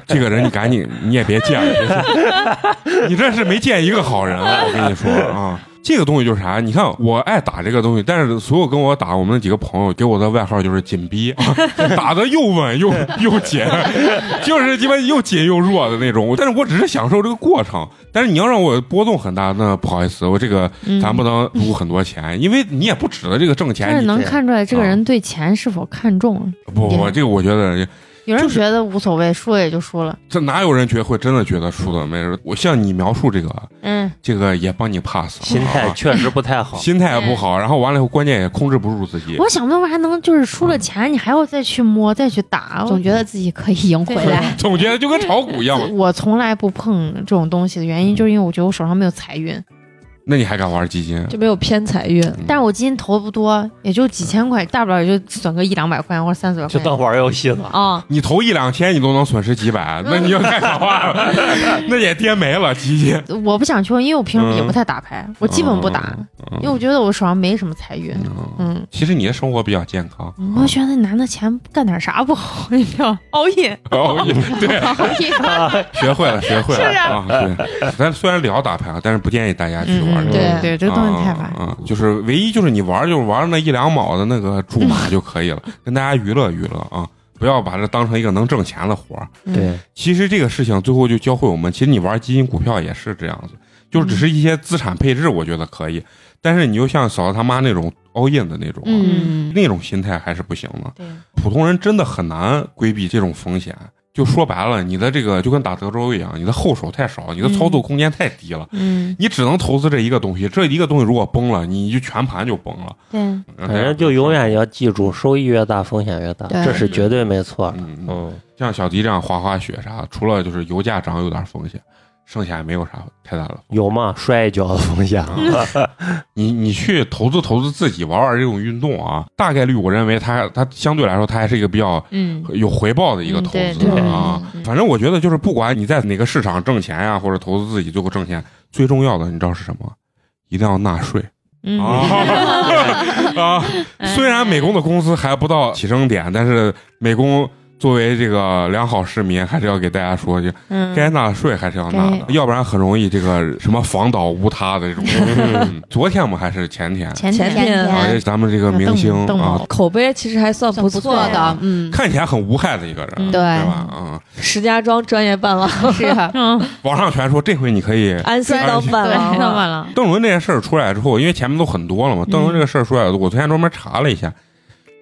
[SPEAKER 1] 这个人，你赶紧你也别见 了，你这是没见一个好人啊！我跟你说啊，这个东西就是啥？你看我爱打这个东西，但是所有跟我打，我们那几个朋友给我的外号就是紧逼， 啊、打的又稳 又又紧，就是鸡巴又紧又弱的那种。但是我只是享受这个过程，但是你要让我波动很大，那不好意思，我这个
[SPEAKER 5] 嗯，
[SPEAKER 1] 咱不能撸很多钱，因为你也不指着这个挣
[SPEAKER 5] 但
[SPEAKER 1] 钱。
[SPEAKER 5] 是
[SPEAKER 1] 你
[SPEAKER 5] 能
[SPEAKER 4] 这
[SPEAKER 5] 看出来这个
[SPEAKER 1] 啊
[SPEAKER 5] 人对钱是否看重。
[SPEAKER 1] 不不，这个我觉得
[SPEAKER 5] 有人
[SPEAKER 1] 就是
[SPEAKER 5] 觉得无所谓，输了也就输了。
[SPEAKER 1] 这哪有人觉得会真的觉得输的没人？我像你描述这个，
[SPEAKER 5] 嗯，
[SPEAKER 1] 这个也帮你 pass 了啊。
[SPEAKER 4] 心态确实不太好，
[SPEAKER 1] 心态也不好，然后完了以后，关键也控制不住自己。
[SPEAKER 5] 嗯我想问，为啥能就是输
[SPEAKER 1] 嗯
[SPEAKER 5] 了钱，你还要再去摸、再去打？我
[SPEAKER 3] 总觉得自己可以赢回来。
[SPEAKER 1] 总觉得就跟炒股一样嘛。嗯
[SPEAKER 5] 我从来不碰这种东西的原因，就是因为我觉得我手上没有财运。
[SPEAKER 1] 那你还敢玩基金？
[SPEAKER 2] 就没有偏财运。
[SPEAKER 5] 但是我基金投不多，也就几千块，大不了也就损个一两百块钱或者三四百
[SPEAKER 4] 就
[SPEAKER 5] 块钱
[SPEAKER 4] 当玩游戏了。
[SPEAKER 5] 啊。
[SPEAKER 1] 你投一两千，你都能损失几
[SPEAKER 5] 嗯
[SPEAKER 1] 百，那你就太可怕 了，那也跌没了基金。
[SPEAKER 5] 我不想去，因为我平时也
[SPEAKER 1] 嗯
[SPEAKER 5] 不太打牌，我基本不打，
[SPEAKER 1] 嗯
[SPEAKER 5] 因为我觉得我手上没什么财运。
[SPEAKER 1] 嗯，
[SPEAKER 5] 嗯，
[SPEAKER 1] 其实你的生活比较健康。
[SPEAKER 5] 我觉得拿那钱干点啥不好？你知道，熬夜，
[SPEAKER 1] 哦，对，
[SPEAKER 5] 熬夜，
[SPEAKER 1] 学会了，学会了啊！对，咱虽然聊打牌啊，但是不建议大家去玩这个。
[SPEAKER 5] 嗯对
[SPEAKER 2] 嗯
[SPEAKER 5] 对，这个东西太烦。
[SPEAKER 1] 啊，嗯就是唯一就是你玩就是玩那一两毛的那个注
[SPEAKER 5] 嗯
[SPEAKER 1] 码就可以了，跟大家娱乐娱乐啊，不要把这当成一个能挣钱的活儿。
[SPEAKER 5] 嗯
[SPEAKER 4] 对，
[SPEAKER 1] 其实这个事情最后就教会我们，其实你玩基金股票也是这样子，就是只是
[SPEAKER 5] 嗯
[SPEAKER 1] 一些资产配置，我觉得可以，但是你就像嫂子他妈那种 all in 的那种、啊，
[SPEAKER 5] 嗯，
[SPEAKER 1] 那种心态还是不行的。
[SPEAKER 5] 对，
[SPEAKER 1] 普通人真的很难规避这种风险。就说白了，你的这个就跟打德州一样，你的后手太少，你的操作空间太低了，
[SPEAKER 5] 嗯，
[SPEAKER 1] 你只能投资这一个东西。这一个东西如果崩了，你就全盘就崩了。
[SPEAKER 5] 嗯
[SPEAKER 1] 哎
[SPEAKER 5] 对，
[SPEAKER 1] 反
[SPEAKER 4] 反正就永远要记住，收益越大，风险越大，
[SPEAKER 5] 对
[SPEAKER 4] 这是绝对没错的。
[SPEAKER 1] 嗯嗯，
[SPEAKER 4] 嗯，
[SPEAKER 1] 像小迪这样滑滑雪啥，除了就是油价涨有点风险，剩下也没有啥太大的风险。
[SPEAKER 4] 有吗？摔一跤的风险。啊
[SPEAKER 1] 你你去投资投资自己玩玩这种运动啊，大概率我认为它它相对来说它还是一个比较
[SPEAKER 5] 嗯，
[SPEAKER 1] 有回报的一个投
[SPEAKER 5] 嗯
[SPEAKER 1] 资
[SPEAKER 5] 对对
[SPEAKER 1] 啊。
[SPEAKER 5] 嗯
[SPEAKER 1] 反正我觉得就是不管你在哪个市场挣钱呀、或者投资自己最后挣钱，最重要的你知道是什么？一定要纳税
[SPEAKER 5] 嗯
[SPEAKER 1] 啊 啊！虽然美工的工资还不到起征点，但是美工作为这个良好市民，还是要给大家说，就
[SPEAKER 5] 嗯
[SPEAKER 1] 该纳的税还是要纳的，
[SPEAKER 5] 该
[SPEAKER 1] 要不然很容易这个什么房倒屋塌的这种。 嗯昨天我们还是前天
[SPEAKER 5] 前
[SPEAKER 2] 前
[SPEAKER 5] 天
[SPEAKER 2] 天
[SPEAKER 1] 啊，这咱们这个明星
[SPEAKER 5] 邓邓
[SPEAKER 1] 啊
[SPEAKER 5] 某，
[SPEAKER 2] 口碑其实还算
[SPEAKER 5] 算不
[SPEAKER 2] 错
[SPEAKER 5] 错
[SPEAKER 2] 呀
[SPEAKER 5] 的，， 嗯，
[SPEAKER 1] 看起来很无害的一个人，
[SPEAKER 5] 嗯
[SPEAKER 1] 对
[SPEAKER 5] 对
[SPEAKER 1] 吧？嗯，
[SPEAKER 2] 石家庄专业伴郎，
[SPEAKER 5] 是，
[SPEAKER 3] 啊
[SPEAKER 5] 嗯，
[SPEAKER 1] 网上全说这回你可以
[SPEAKER 2] 安心当伴
[SPEAKER 5] 对，
[SPEAKER 2] 郎
[SPEAKER 5] 弄
[SPEAKER 2] 了。
[SPEAKER 5] 完了，
[SPEAKER 1] 邓伦这件事儿出来之后，因为前面都很多了嘛，
[SPEAKER 5] 嗯
[SPEAKER 1] 邓伦这个事儿出来，我昨天专门查了一下，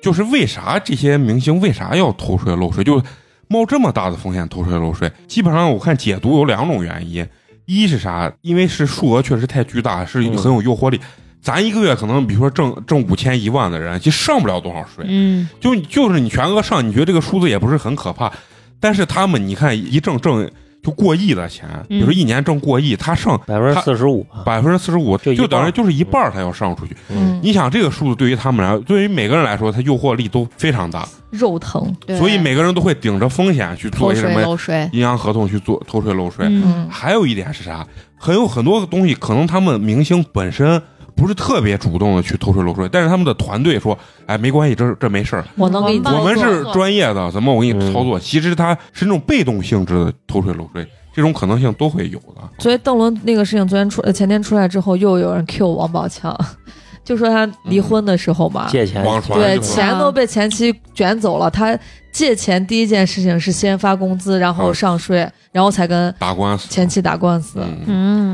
[SPEAKER 1] 就是为啥这些明星为啥要偷税漏税，就冒这么大的风险偷税漏税？基本上我看解读有两种原因，一是啥？因为是数额确实太巨大，是
[SPEAKER 4] 嗯
[SPEAKER 1] 很有诱惑力。咱一个月可能比如说挣挣五千一万的人，其实上不了多少税，
[SPEAKER 5] 嗯，
[SPEAKER 1] 就就是你全额上，你觉得这个数字也不是很可怕，但是他们你看一挣挣就过亿的钱，比
[SPEAKER 5] 嗯
[SPEAKER 1] 如说一年挣过亿，他上
[SPEAKER 4] 百分之四十五，
[SPEAKER 1] 百分之四十五，
[SPEAKER 4] 就一
[SPEAKER 1] 就等于
[SPEAKER 4] 半
[SPEAKER 1] 就是一半儿他要上出去。
[SPEAKER 2] 嗯，
[SPEAKER 1] 你想这个数字对于他们来，对于每个人来说，他诱惑力都非常大，
[SPEAKER 2] 肉疼，
[SPEAKER 5] 对
[SPEAKER 1] 所以每个人都会顶着风险去做
[SPEAKER 3] 偷
[SPEAKER 1] 一些什
[SPEAKER 3] 税
[SPEAKER 1] 么
[SPEAKER 3] 漏税，
[SPEAKER 1] 阴阳合同去做偷税漏税。
[SPEAKER 5] 嗯，
[SPEAKER 2] 嗯，
[SPEAKER 1] 还有一点是啥？很有很多东西，可能他们明星本身不是特别主动的去偷税漏税，但是他们的团队说，哎，没关系，这这没事儿，
[SPEAKER 2] 我能给你
[SPEAKER 5] 帮
[SPEAKER 1] 我
[SPEAKER 2] 操
[SPEAKER 1] 们是
[SPEAKER 2] 作。
[SPEAKER 1] 专业的，怎么我给你
[SPEAKER 4] 嗯
[SPEAKER 1] 操作？其实它是那种被动性质的偷税漏税，这种可能性都会有的。
[SPEAKER 2] 所以邓伦那个事情昨天出，呃前天出来之后，又有人 Q 王宝强，啊 就说他离婚的时候嘛，
[SPEAKER 4] 借钱
[SPEAKER 1] 网传
[SPEAKER 2] 对
[SPEAKER 1] 这种
[SPEAKER 2] 钱都被前妻卷走了。他借钱第一件事情是先发工资，然后上税，然后才跟
[SPEAKER 1] 打官司，
[SPEAKER 2] 前妻打官司。
[SPEAKER 1] 啊嗯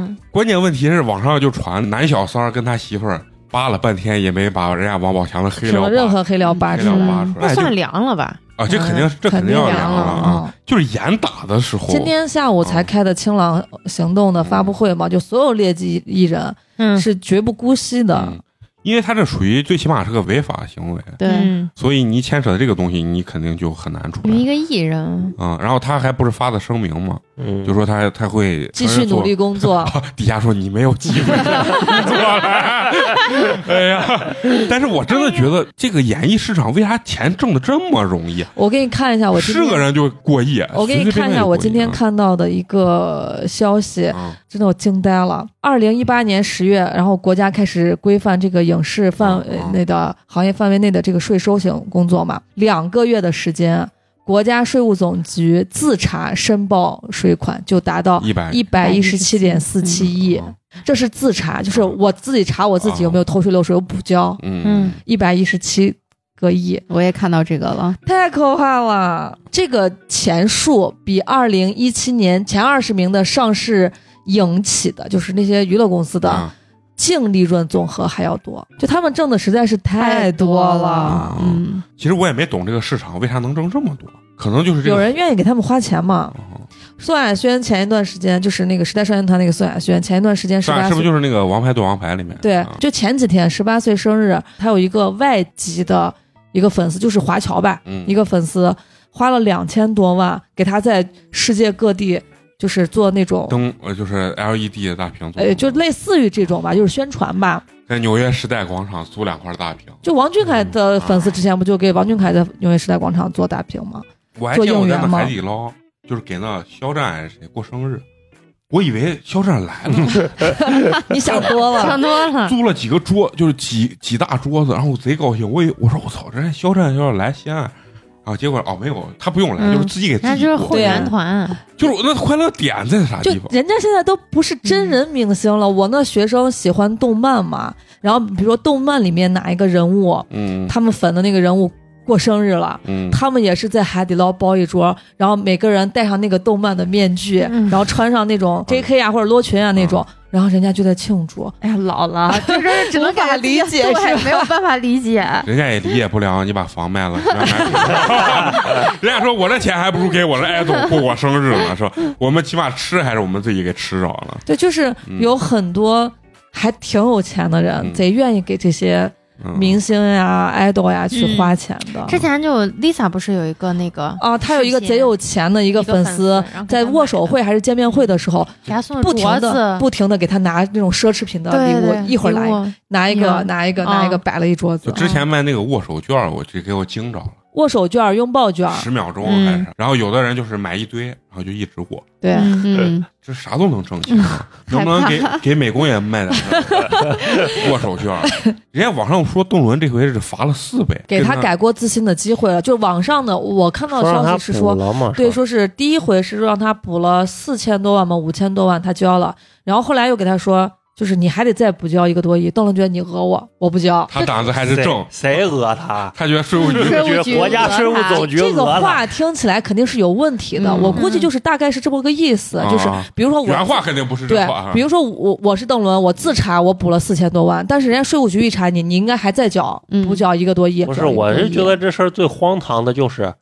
[SPEAKER 5] 嗯，
[SPEAKER 1] 关键问题是，网上就传男小三儿跟他媳妇儿扒拉半天，也没把人家王宝强的黑
[SPEAKER 2] 什
[SPEAKER 1] 料
[SPEAKER 2] 么任何嗯黑料扒
[SPEAKER 1] 黑
[SPEAKER 2] 出
[SPEAKER 1] 料
[SPEAKER 2] 来
[SPEAKER 1] 扒出来，
[SPEAKER 5] 那
[SPEAKER 1] 哎
[SPEAKER 5] 算
[SPEAKER 1] 就
[SPEAKER 5] 凉了吧？
[SPEAKER 1] 啊，这肯定是这肯定要凉了啊！
[SPEAKER 2] 嗯
[SPEAKER 1] 就是严打的时候，
[SPEAKER 2] 今天下午才开的清朗行动的发布会嘛，就所有劣迹艺人
[SPEAKER 5] 嗯，
[SPEAKER 2] 是绝不姑息的。
[SPEAKER 1] 嗯，因为他这属于最起码是个违法行为，
[SPEAKER 3] 对，
[SPEAKER 2] 嗯
[SPEAKER 1] 所以你牵扯的这个东西，你肯定就很难出
[SPEAKER 5] 一
[SPEAKER 1] 来
[SPEAKER 5] 个艺人，
[SPEAKER 1] 啊。然后他还不是发的声明嘛，
[SPEAKER 4] 嗯，
[SPEAKER 1] 就说他他会
[SPEAKER 2] 继续努力
[SPEAKER 1] 承认
[SPEAKER 2] 工作，
[SPEAKER 1] 做。啊 底下说你没有机会 做了， 哎呀！但是我真
[SPEAKER 2] 哎
[SPEAKER 1] 的觉得这个演艺市场为啥钱挣的这么容易啊？
[SPEAKER 2] 我给你看一下，哦我今
[SPEAKER 1] 是
[SPEAKER 2] 天
[SPEAKER 1] 个人就过亿。
[SPEAKER 2] 我给你
[SPEAKER 1] 随随便
[SPEAKER 2] 看一
[SPEAKER 1] 便
[SPEAKER 2] 下
[SPEAKER 1] 就过
[SPEAKER 2] 我
[SPEAKER 1] 亿
[SPEAKER 2] 今天看到的一个消息，
[SPEAKER 1] 啊，
[SPEAKER 2] 真的我惊呆了。二零一八年十月，然后国家开始规范这个影视范围
[SPEAKER 1] 嗯
[SPEAKER 2] 内的行业范围内的这个税收型工作嘛，两个月的时间，国家税务总局自查申报税款就达到
[SPEAKER 1] 一百
[SPEAKER 2] 哦
[SPEAKER 1] 啊
[SPEAKER 2] 一百一十七点四七亿，这是自查，就是我自己查我自己有没有偷税漏税，我补交
[SPEAKER 1] 嗯
[SPEAKER 5] 嗯，
[SPEAKER 2] 一百一十七个亿，
[SPEAKER 3] 我也看到这个了，
[SPEAKER 2] 太可怕了！这个钱数比二零一七年前二十名的上市引起的，就是那些娱乐公司的
[SPEAKER 1] 啊
[SPEAKER 2] 净利润总和还要多，就他们挣的实在是太多了。
[SPEAKER 1] 啊
[SPEAKER 3] 嗯，
[SPEAKER 1] 其实我也没懂这个市场为啥能挣这么多，可能就是这个哦
[SPEAKER 2] 有人愿意给他们花钱嘛？宋亚轩前一段时间就是那个时代少年团那个宋亚轩，前一段时间十
[SPEAKER 1] 当然
[SPEAKER 2] 八
[SPEAKER 1] 是不是
[SPEAKER 2] 岁，
[SPEAKER 1] 就是那个《王牌对王牌》里面？
[SPEAKER 2] 对
[SPEAKER 1] 啊，
[SPEAKER 2] 就前几天十八岁生日，他有一个外籍的一个粉丝，就是华侨吧，
[SPEAKER 1] 嗯
[SPEAKER 2] 一个粉丝花了两千多万给他在世界各地就是做那种
[SPEAKER 1] 灯呃就是 LED 的大屏做，
[SPEAKER 2] 呃，就类似于这种吧，就是宣传吧。
[SPEAKER 1] 在纽约时代广场租两块大屏，
[SPEAKER 2] 就王俊凯
[SPEAKER 1] 嗯
[SPEAKER 2] 的粉
[SPEAKER 1] 啊
[SPEAKER 2] 丝之前不就给王俊凯在纽约时代广场做大屏吗？
[SPEAKER 1] 我还
[SPEAKER 2] 做
[SPEAKER 1] 见过
[SPEAKER 2] 应
[SPEAKER 1] 在
[SPEAKER 2] 援
[SPEAKER 1] 那
[SPEAKER 2] 吗
[SPEAKER 1] 海底捞，就是给那肖战还是谁过生日，我以为肖战来 了，
[SPEAKER 2] 你想多了
[SPEAKER 5] 想。多 了。
[SPEAKER 1] 租了几个桌，就是几几大桌子，然后我贼高兴，我以我说我操，这肖战要是来西安，然、后结果哦没有，他不用来，
[SPEAKER 5] 嗯
[SPEAKER 1] 就是自己给自
[SPEAKER 5] 那
[SPEAKER 1] 己
[SPEAKER 5] 就是
[SPEAKER 1] 过
[SPEAKER 5] 后援团，
[SPEAKER 2] 啊
[SPEAKER 1] 就是我那快乐点在啥
[SPEAKER 2] 就
[SPEAKER 1] 地方？
[SPEAKER 2] 人家现在都不是真人明星了，我那学生喜欢动漫嘛，然后比如说动漫里面哪一个人物，
[SPEAKER 1] 嗯
[SPEAKER 2] 他们粉的那个人物过生日了，
[SPEAKER 1] 嗯，
[SPEAKER 2] 他们也是在海底捞包一桌，然后每个人戴上那个动漫的面具，
[SPEAKER 5] 嗯
[SPEAKER 2] 然后穿上那
[SPEAKER 1] 嗯
[SPEAKER 2] 种 J.K. 啊或者罗裙啊那种，然后人家就在庆祝。
[SPEAKER 3] 哎呀，老了，
[SPEAKER 5] 啊
[SPEAKER 3] 这真 是只能
[SPEAKER 2] 无法
[SPEAKER 3] 感觉
[SPEAKER 2] 理
[SPEAKER 3] 自己
[SPEAKER 2] 解是
[SPEAKER 3] 对，没有办法理 解。
[SPEAKER 1] 人家也理解不了，你把房卖了，让人买 人家说我这钱还不如给我的艾总过过生日呢，是吧？我们起码吃还是我们自己给吃着了。
[SPEAKER 2] 对，就是
[SPEAKER 1] 嗯
[SPEAKER 2] 有很多还挺有钱的人，
[SPEAKER 1] 嗯
[SPEAKER 2] 贼愿意给这些
[SPEAKER 1] 嗯、
[SPEAKER 2] 明星呀、idol 呀去
[SPEAKER 5] 嗯
[SPEAKER 2] 花钱的。
[SPEAKER 5] 之前就 Lisa 不是有一个那个
[SPEAKER 2] 啊，他有一个
[SPEAKER 5] 视频
[SPEAKER 2] 贼有钱的一
[SPEAKER 5] 一
[SPEAKER 2] 个粉丝，，
[SPEAKER 5] 然后给
[SPEAKER 2] 在
[SPEAKER 5] 他
[SPEAKER 2] 握手会还是见面会的时候，
[SPEAKER 5] 给他送了
[SPEAKER 2] 不停
[SPEAKER 5] 嗯镯
[SPEAKER 2] 的
[SPEAKER 5] 子，
[SPEAKER 2] 不停的给他拿那种奢侈品的
[SPEAKER 5] 对
[SPEAKER 2] 礼物，
[SPEAKER 5] 对，
[SPEAKER 2] 一会儿
[SPEAKER 5] 礼
[SPEAKER 2] 来
[SPEAKER 5] 物
[SPEAKER 2] 拿一
[SPEAKER 5] 一会
[SPEAKER 2] 个
[SPEAKER 5] 儿
[SPEAKER 2] 拿一个拿一个，
[SPEAKER 5] 啊
[SPEAKER 2] 摆了一桌
[SPEAKER 1] 就
[SPEAKER 2] 子。
[SPEAKER 1] 之前卖那个握手券儿，我这给我惊着了，
[SPEAKER 2] 握手券、拥抱券，
[SPEAKER 1] 十秒钟
[SPEAKER 5] 嗯
[SPEAKER 1] 还是？然后有的人就是买一堆，然后就一直握，
[SPEAKER 2] 对，
[SPEAKER 5] 嗯，
[SPEAKER 1] 这啥都能挣
[SPEAKER 2] 嗯
[SPEAKER 1] 钱 啊，能不能给给美工也卖点儿握手券儿？人家网上说邓伦这回是罚了四倍，
[SPEAKER 2] 给
[SPEAKER 1] 跟
[SPEAKER 2] 他改过自新的机会了。就网上的我看到
[SPEAKER 4] 说让
[SPEAKER 2] 消
[SPEAKER 4] 他
[SPEAKER 2] 息是
[SPEAKER 4] 补
[SPEAKER 2] 说，
[SPEAKER 4] 了嘛，
[SPEAKER 2] 对，
[SPEAKER 4] 是吧
[SPEAKER 2] 说是第一回是让他补了四千多万嘛，五千多万他交了，然后后来又给他说，就是你还得再补交一个多亿。邓伦觉得你讹我，我不交。
[SPEAKER 1] 他胆子还是正，
[SPEAKER 4] 谁谁讹 他？
[SPEAKER 1] 他觉得税务局
[SPEAKER 5] 税务
[SPEAKER 4] 觉
[SPEAKER 5] 局
[SPEAKER 4] 得国家税务总局
[SPEAKER 2] 这个
[SPEAKER 4] 讹他，
[SPEAKER 2] 话听起来肯定是有问题的，
[SPEAKER 1] 嗯
[SPEAKER 2] 我估计就是大概是这么个意思，就是
[SPEAKER 1] 啊
[SPEAKER 2] 比如说我
[SPEAKER 1] 原话肯定不是这
[SPEAKER 2] 对
[SPEAKER 1] 话啊，，
[SPEAKER 2] 比如说我我是邓伦，我自查我补了四千多万，但是人家税务局一查你，你应该还在缴，
[SPEAKER 5] 嗯
[SPEAKER 2] 补缴一个多亿。
[SPEAKER 4] 不是，
[SPEAKER 2] 缴一个
[SPEAKER 4] 我
[SPEAKER 2] 多
[SPEAKER 4] 是
[SPEAKER 2] 亿
[SPEAKER 4] 觉得这事儿最荒唐的就是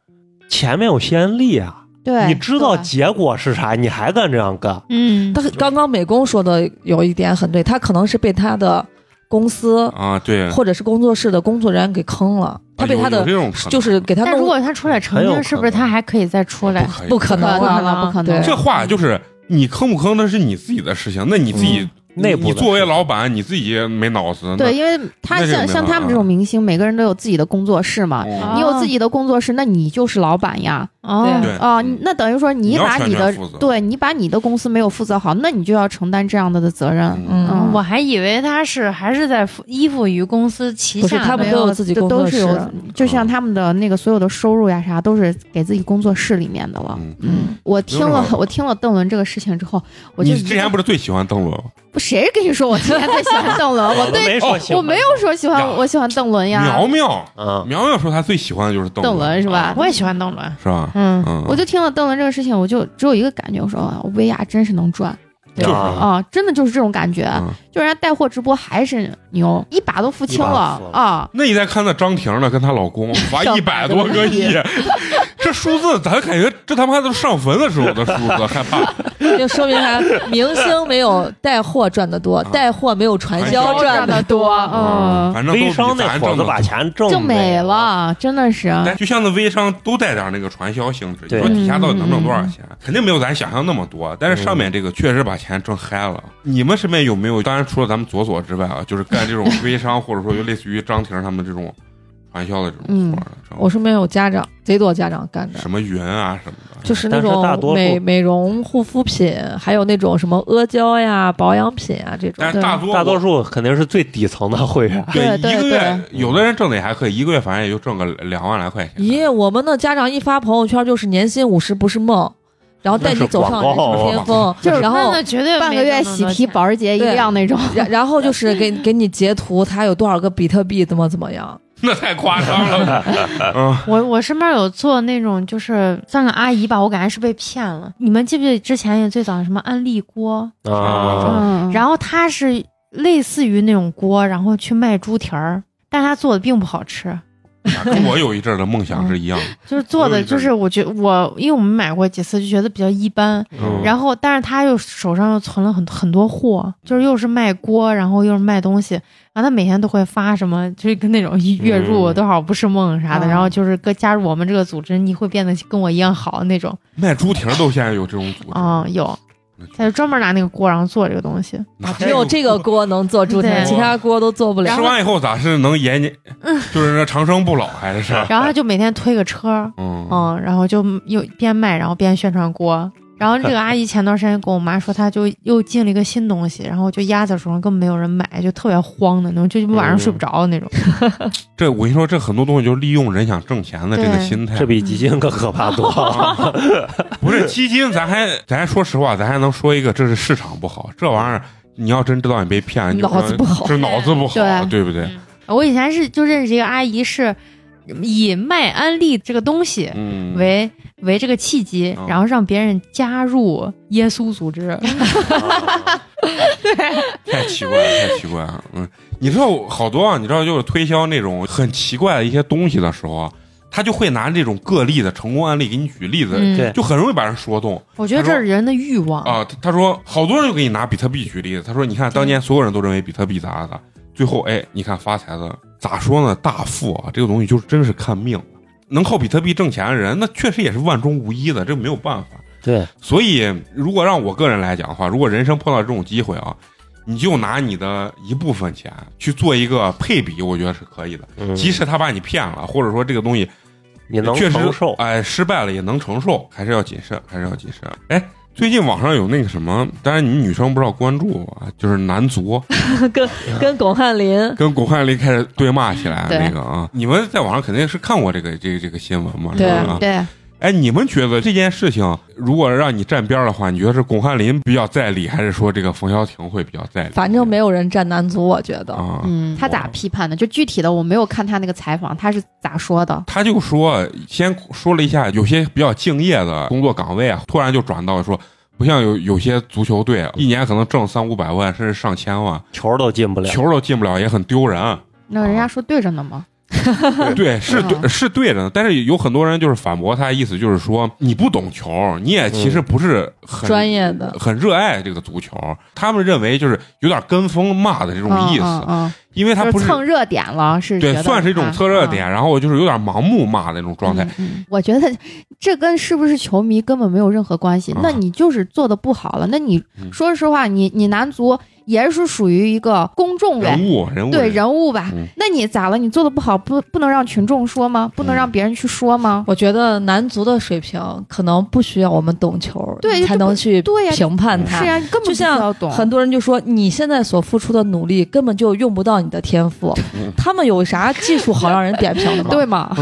[SPEAKER 4] 前面有先例啊，
[SPEAKER 5] 对，
[SPEAKER 4] 你知道结果是啥，你还敢这样干？
[SPEAKER 5] 嗯，
[SPEAKER 2] 但是刚刚美工说的有一点很对，他可能是被他的公司
[SPEAKER 1] 啊，对，
[SPEAKER 2] 或者是工作室的工作人员给坑了，他被
[SPEAKER 1] 有
[SPEAKER 2] 他
[SPEAKER 1] 有
[SPEAKER 2] 的
[SPEAKER 1] 这种可能
[SPEAKER 2] 就是给他
[SPEAKER 5] 但如
[SPEAKER 2] 弄
[SPEAKER 5] 果他出来澄
[SPEAKER 4] 很有
[SPEAKER 5] 清，是不是
[SPEAKER 4] 可能
[SPEAKER 5] 他还可以再出来
[SPEAKER 1] 不？可以，
[SPEAKER 2] 不可
[SPEAKER 5] 不
[SPEAKER 2] 能
[SPEAKER 5] 可
[SPEAKER 2] 啊。
[SPEAKER 5] 能，不可
[SPEAKER 2] 对
[SPEAKER 5] 能。
[SPEAKER 1] 这话就是你坑不坑那是你自己的事情，那你自
[SPEAKER 2] 嗯
[SPEAKER 1] 己、你
[SPEAKER 4] 内部
[SPEAKER 1] 你
[SPEAKER 4] 的
[SPEAKER 1] 作为
[SPEAKER 4] 事情
[SPEAKER 1] 老板你自己没脑子，
[SPEAKER 3] 对，因为
[SPEAKER 1] 那
[SPEAKER 3] 他
[SPEAKER 1] 就没
[SPEAKER 3] 像像
[SPEAKER 1] 办法
[SPEAKER 3] 他们这种明星，每个人都有自己的工作室嘛。
[SPEAKER 1] 那
[SPEAKER 5] 啊
[SPEAKER 3] 你有自己的工作室，那你就是老板呀。
[SPEAKER 5] 哦，
[SPEAKER 1] 哦对
[SPEAKER 3] 啊、
[SPEAKER 1] 嗯
[SPEAKER 3] 那等于说
[SPEAKER 1] 你
[SPEAKER 3] 你
[SPEAKER 1] 要
[SPEAKER 3] 把
[SPEAKER 1] 全
[SPEAKER 3] 你
[SPEAKER 1] 权
[SPEAKER 3] 的
[SPEAKER 1] 负责
[SPEAKER 3] 对你把你的公司没有负责好，那你就要承担这样的的责任。
[SPEAKER 1] 嗯
[SPEAKER 2] 嗯，
[SPEAKER 5] 我还以为他是还是在服依附于公司旗
[SPEAKER 2] 不是
[SPEAKER 5] 下的，
[SPEAKER 2] 他们
[SPEAKER 3] 没
[SPEAKER 2] 都有
[SPEAKER 3] 有
[SPEAKER 2] 自己
[SPEAKER 3] 这
[SPEAKER 2] 工
[SPEAKER 3] 都
[SPEAKER 2] 作
[SPEAKER 3] 是
[SPEAKER 2] 室
[SPEAKER 3] 有，就
[SPEAKER 1] 嗯
[SPEAKER 3] 像他们的那个所有的收入呀啥，都是给自己工作室里面的了。
[SPEAKER 1] 嗯
[SPEAKER 3] 嗯，我听
[SPEAKER 1] 有
[SPEAKER 3] 了
[SPEAKER 1] 点好
[SPEAKER 3] 我听了邓伦这个事情之后，我就
[SPEAKER 1] 你之前不是最喜欢邓伦吗？
[SPEAKER 3] 不谁跟你说我之前最喜欢邓伦？我
[SPEAKER 4] 都
[SPEAKER 3] 对
[SPEAKER 4] 没说喜欢
[SPEAKER 3] 我没有说喜
[SPEAKER 1] 呀
[SPEAKER 3] 欢我喜欢邓伦呀
[SPEAKER 1] 苗，苗，
[SPEAKER 4] 嗯，
[SPEAKER 1] 苗苗说她最喜欢的就是邓
[SPEAKER 3] 邓伦是吧？
[SPEAKER 5] 我也喜欢邓伦，
[SPEAKER 1] 是吧？
[SPEAKER 5] 啊嗯，
[SPEAKER 1] 嗯，
[SPEAKER 3] 我就听了邓伦这个事情，我就只有一个感觉，我说啊薇娅真是能赚
[SPEAKER 1] 就是
[SPEAKER 4] 啊
[SPEAKER 3] 啊，真的就是这种感觉，
[SPEAKER 1] 嗯
[SPEAKER 3] 就人家带货直播还是牛，一把都付清
[SPEAKER 4] 一把付了
[SPEAKER 3] 啊。
[SPEAKER 1] 那你再看那张婷呢，跟她老 公罚一
[SPEAKER 3] 上
[SPEAKER 1] 百
[SPEAKER 3] 百
[SPEAKER 1] 多
[SPEAKER 3] 多
[SPEAKER 1] 个
[SPEAKER 3] 个
[SPEAKER 1] 亿
[SPEAKER 3] 亿，
[SPEAKER 1] 这数字咱感觉这他妈都上坟的时候的数字，害怕。
[SPEAKER 2] 就说明啥？明星没有带货赚的多
[SPEAKER 1] 啊，
[SPEAKER 2] 带货没有传销
[SPEAKER 1] 传销
[SPEAKER 2] 赚的
[SPEAKER 3] 得多，嗯，
[SPEAKER 1] 反正都
[SPEAKER 4] 微
[SPEAKER 1] 比
[SPEAKER 4] 商那
[SPEAKER 1] 咱
[SPEAKER 4] 伙
[SPEAKER 1] 挣
[SPEAKER 4] 子
[SPEAKER 1] 的
[SPEAKER 4] 把钱挣啊
[SPEAKER 3] 就
[SPEAKER 4] 没
[SPEAKER 3] 美。了，真的是。
[SPEAKER 1] 哎，就像那微商都带点那个传销性质，你
[SPEAKER 4] 对
[SPEAKER 1] 说底下到底能挣多
[SPEAKER 3] 嗯
[SPEAKER 1] 少钱？肯定没有咱想象那么多，但是上面这个确实把钱挣嗨了。你们身边有没有？当然除了咱们左左之外啊，就是干这种微商或者说就类似于张婷他们这种传销的这种活儿的，这
[SPEAKER 2] 我
[SPEAKER 1] 种
[SPEAKER 2] 身边有家长，贼多家长
[SPEAKER 3] 嗯
[SPEAKER 2] 干的。
[SPEAKER 1] 什么云啊什么的，
[SPEAKER 2] 就是那
[SPEAKER 4] 但是大多数
[SPEAKER 2] 种美美容护肤品，还有那种什么阿胶呀、保养品啊这种
[SPEAKER 1] 但。是大多
[SPEAKER 4] 大多数肯定是最底层的会员，啊
[SPEAKER 1] 对
[SPEAKER 3] 对
[SPEAKER 1] 一个
[SPEAKER 3] 对
[SPEAKER 1] 月，有的人挣的也还可以，一个月反正也就挣个两万来块钱。
[SPEAKER 2] 咦，我们的家长一发朋友圈就是年薪五十不是梦，然后带你走上人生
[SPEAKER 1] 啊
[SPEAKER 2] 巅峰，
[SPEAKER 3] 就是
[SPEAKER 2] 然后
[SPEAKER 5] 那绝对
[SPEAKER 3] 半个月喜提
[SPEAKER 5] 宝，
[SPEAKER 3] 保时捷一辆那种，
[SPEAKER 2] 然然后就是给给你截图，他有多少个比特币，怎么怎 么样。
[SPEAKER 1] 那太夸张了。 嗯，
[SPEAKER 5] 我我身边有做那种就是算个阿姨吧，我感觉是被骗了。你们记不记得之前也最早什么安利锅，
[SPEAKER 4] 啊，
[SPEAKER 3] 嗯，
[SPEAKER 5] 然后它是类似于那种锅，然后去卖猪蹄儿，但它做的并不好吃。
[SPEAKER 1] 啊跟我有一阵儿的梦想是一样的。
[SPEAKER 5] 就是做的，就是我觉我，因为我们买过几次，就觉得比较一般。
[SPEAKER 1] 嗯
[SPEAKER 5] 然后，但是他又手上又存了很很多货，就是又是卖锅，然后又是卖东西，然后他每天都会发什么，就是跟那种月入
[SPEAKER 4] 嗯
[SPEAKER 5] 多少不是梦啥的，
[SPEAKER 2] 啊
[SPEAKER 5] 然后就是跟加入我们这个组织，你会变得跟我一样好那种。
[SPEAKER 1] 卖猪蹄儿都现在有这种组织
[SPEAKER 2] 哦
[SPEAKER 5] 啊、有，他就专门拿那个锅，然后做这个东西。
[SPEAKER 1] 哎
[SPEAKER 2] 只有这个锅能做猪蹄儿，
[SPEAKER 5] 对
[SPEAKER 2] 其他锅都做不了
[SPEAKER 1] 嗯吃。完以后咋是能延年，
[SPEAKER 2] 嗯
[SPEAKER 1] 就是那长生不老还是？
[SPEAKER 5] 然后他就每天推个车，
[SPEAKER 1] 嗯
[SPEAKER 2] 哦
[SPEAKER 5] 嗯，然后就又边卖，然后边宣传锅。然后这个阿姨前段时间跟我妈说，她就又进了一个新东西，然后就压在手上，根本没有人买，就特别慌的那种，就晚上睡不着的那种。
[SPEAKER 1] 这我跟你说，这很多东西就是利用人想挣钱的这个
[SPEAKER 5] 对
[SPEAKER 1] 心态
[SPEAKER 4] 这。比基金可可怕多了。
[SPEAKER 1] 啊不是基金，咱还咱还说实话，咱还能说一个，这是市场不好，这玩意儿你要真知道你被骗，你就
[SPEAKER 2] 脑子不好
[SPEAKER 1] 这脑子不好，
[SPEAKER 3] 对
[SPEAKER 1] 对不对？
[SPEAKER 5] 我以前是就认识一个阿姨，是以卖安利这个东西
[SPEAKER 1] 嗯，
[SPEAKER 5] 为、为这个契机
[SPEAKER 1] 嗯，
[SPEAKER 5] 然后让别人加入耶稣组织。
[SPEAKER 3] 嗯
[SPEAKER 1] 太奇怪了，太奇怪了。嗯，你知道好多啊，你知道就是推销那种很奇怪的一些东西的时候啊，他就会拿这种个例的成功案例给你举例子，
[SPEAKER 5] 嗯，哦
[SPEAKER 4] 对
[SPEAKER 1] 就很容易把人说动
[SPEAKER 5] 我觉得这是人的欲望。
[SPEAKER 1] 啊。他他说好多人就给你拿比特币举例子，他说你看当年所有人都认为比特币咋咋咋，最后哎，你看发财了，咋说呢？大富啊，这个东西就是真是看命的，能靠比特币挣钱的人，那确实也是万中无一的，这没有办法。
[SPEAKER 4] 对，
[SPEAKER 1] 所以，如果让我个人来讲的话，如果人生碰到这种机会啊，你就拿你的一部分钱去做一个配比，我觉得是可以的。
[SPEAKER 4] 嗯
[SPEAKER 1] 即使他把你骗了，或者说这个东西
[SPEAKER 4] 你能
[SPEAKER 1] 确实
[SPEAKER 4] 承受，
[SPEAKER 1] 哎、失败了也能承受，还是要谨慎，还是要谨慎。哎，最近网上有那个什么，当然你女生不知道关注啊，就是男足
[SPEAKER 2] 跟跟巩汉林
[SPEAKER 1] 跟巩汉林开始对骂起来
[SPEAKER 3] 对
[SPEAKER 1] 那个啊，你们在网上肯定是看过这个这个这个新闻嘛？
[SPEAKER 2] 对
[SPEAKER 1] 是吧？
[SPEAKER 3] 对，
[SPEAKER 1] 哎，你们觉得这件事情，如果让你站边儿的话，你觉得是巩汉林比较在理，还是说这个冯潇霆会比较在理？
[SPEAKER 2] 反正没有人站男足，我觉得。
[SPEAKER 1] 啊。
[SPEAKER 3] 嗯，他咋批判的？就具体的我没有看他那个采访，他是咋说的？
[SPEAKER 1] 他就说，先说了一下有些比较敬业的工作岗位啊，突然就转到说，不像有有些足球队啊一年可能挣三五百万，甚至上千万，
[SPEAKER 4] 球都进不了。
[SPEAKER 1] 球都进不了，也很丢 人。
[SPEAKER 3] 那人家说对着呢吗？
[SPEAKER 1] 对，是
[SPEAKER 3] 嗯
[SPEAKER 1] 对，是对着呢。但是有很多人就是反驳他的意思，就是说你不懂球，你也其实不是很
[SPEAKER 2] 专业的，
[SPEAKER 1] 很热爱这个足球，他们认为就是有点跟风骂的这种意思，
[SPEAKER 3] 嗯嗯
[SPEAKER 1] 因为
[SPEAKER 3] 嗯
[SPEAKER 1] 他
[SPEAKER 3] 就
[SPEAKER 1] 不
[SPEAKER 3] 是
[SPEAKER 1] 是
[SPEAKER 3] 蹭热点了，是觉
[SPEAKER 1] 对，
[SPEAKER 3] 得
[SPEAKER 1] 算是一种蹭热点，然后就是有点盲目骂的那种状态。。
[SPEAKER 3] 嗯嗯我觉得 这跟是不是球迷根本没有任何关系
[SPEAKER 1] 啊。
[SPEAKER 3] 那你就是做的不好了。那你
[SPEAKER 1] 嗯
[SPEAKER 3] 说实话，你你男足也是属于一个公众
[SPEAKER 1] 人
[SPEAKER 3] 呗，
[SPEAKER 1] 物，人物，
[SPEAKER 3] 对人物吧
[SPEAKER 1] 嗯？
[SPEAKER 3] 那你咋了？你做的不好，不不能让群众说吗？不能
[SPEAKER 1] 嗯
[SPEAKER 3] 让别人去说吗？
[SPEAKER 2] 我觉得男足的水平可能不需要我们懂球，
[SPEAKER 3] 对
[SPEAKER 2] 才能去
[SPEAKER 3] 对呀
[SPEAKER 2] 评判
[SPEAKER 1] 嗯
[SPEAKER 3] 是
[SPEAKER 2] 他。
[SPEAKER 3] 呀，你根本
[SPEAKER 2] 就
[SPEAKER 3] 不需要
[SPEAKER 2] 像
[SPEAKER 3] 懂。
[SPEAKER 2] 很多人就说你现在所付出的努力根本就用不到你的天赋
[SPEAKER 1] 嗯，
[SPEAKER 2] 他们有啥技术好让人点评的 吗？
[SPEAKER 3] 对吗？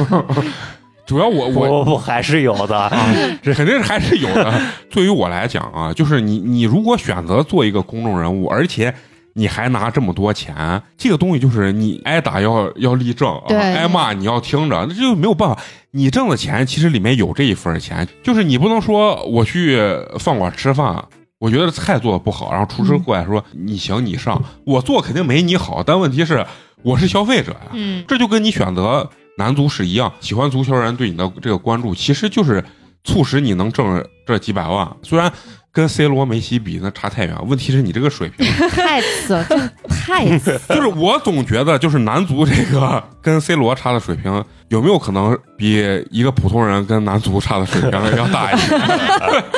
[SPEAKER 1] 主要我
[SPEAKER 4] 不
[SPEAKER 1] 我
[SPEAKER 4] 不不，还是有的。
[SPEAKER 1] 啊这肯定还是有的。 对于我来讲啊，就是你你如果选择做一个公众人物，而且你还拿这么多钱，这个东西就是你挨打要要立正啊，
[SPEAKER 3] 对
[SPEAKER 1] 挨骂你要听着，那就没有办法。你挣的钱其实里面有这一份钱，就是你不能说我去饭馆吃饭。我觉得菜做的不好，然后厨师过来说、你行你上，我做肯定没你好，但问题是我是消费者呀、
[SPEAKER 5] 嗯，
[SPEAKER 1] 这就跟你选择男足是一样，喜欢足球人对你的这个关注，其实就是促使你能挣这几百万。虽然跟 C 罗、梅西比那差太远，问题是你这个水平，
[SPEAKER 3] 太次 了，真的太次了。
[SPEAKER 1] 就是我总觉得就是男足这个跟 C 罗差的水平，有没有可能比一个普通人跟男足差的水平要大一些？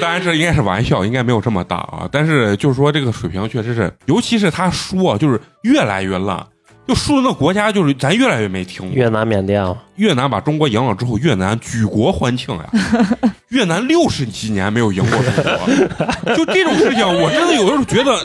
[SPEAKER 1] 当然，这应该是玩笑，应该没有这么大啊。但是就是说，这个水平确实是，尤其是他输啊，就是越来越烂，就输的那国家就是咱越来越没听过。
[SPEAKER 4] 越南、缅甸啊，
[SPEAKER 1] 越南把中国赢了之后，越南举国欢庆呀！越南六十几年没有赢过中国，就这种事情，我真的有的时候觉得，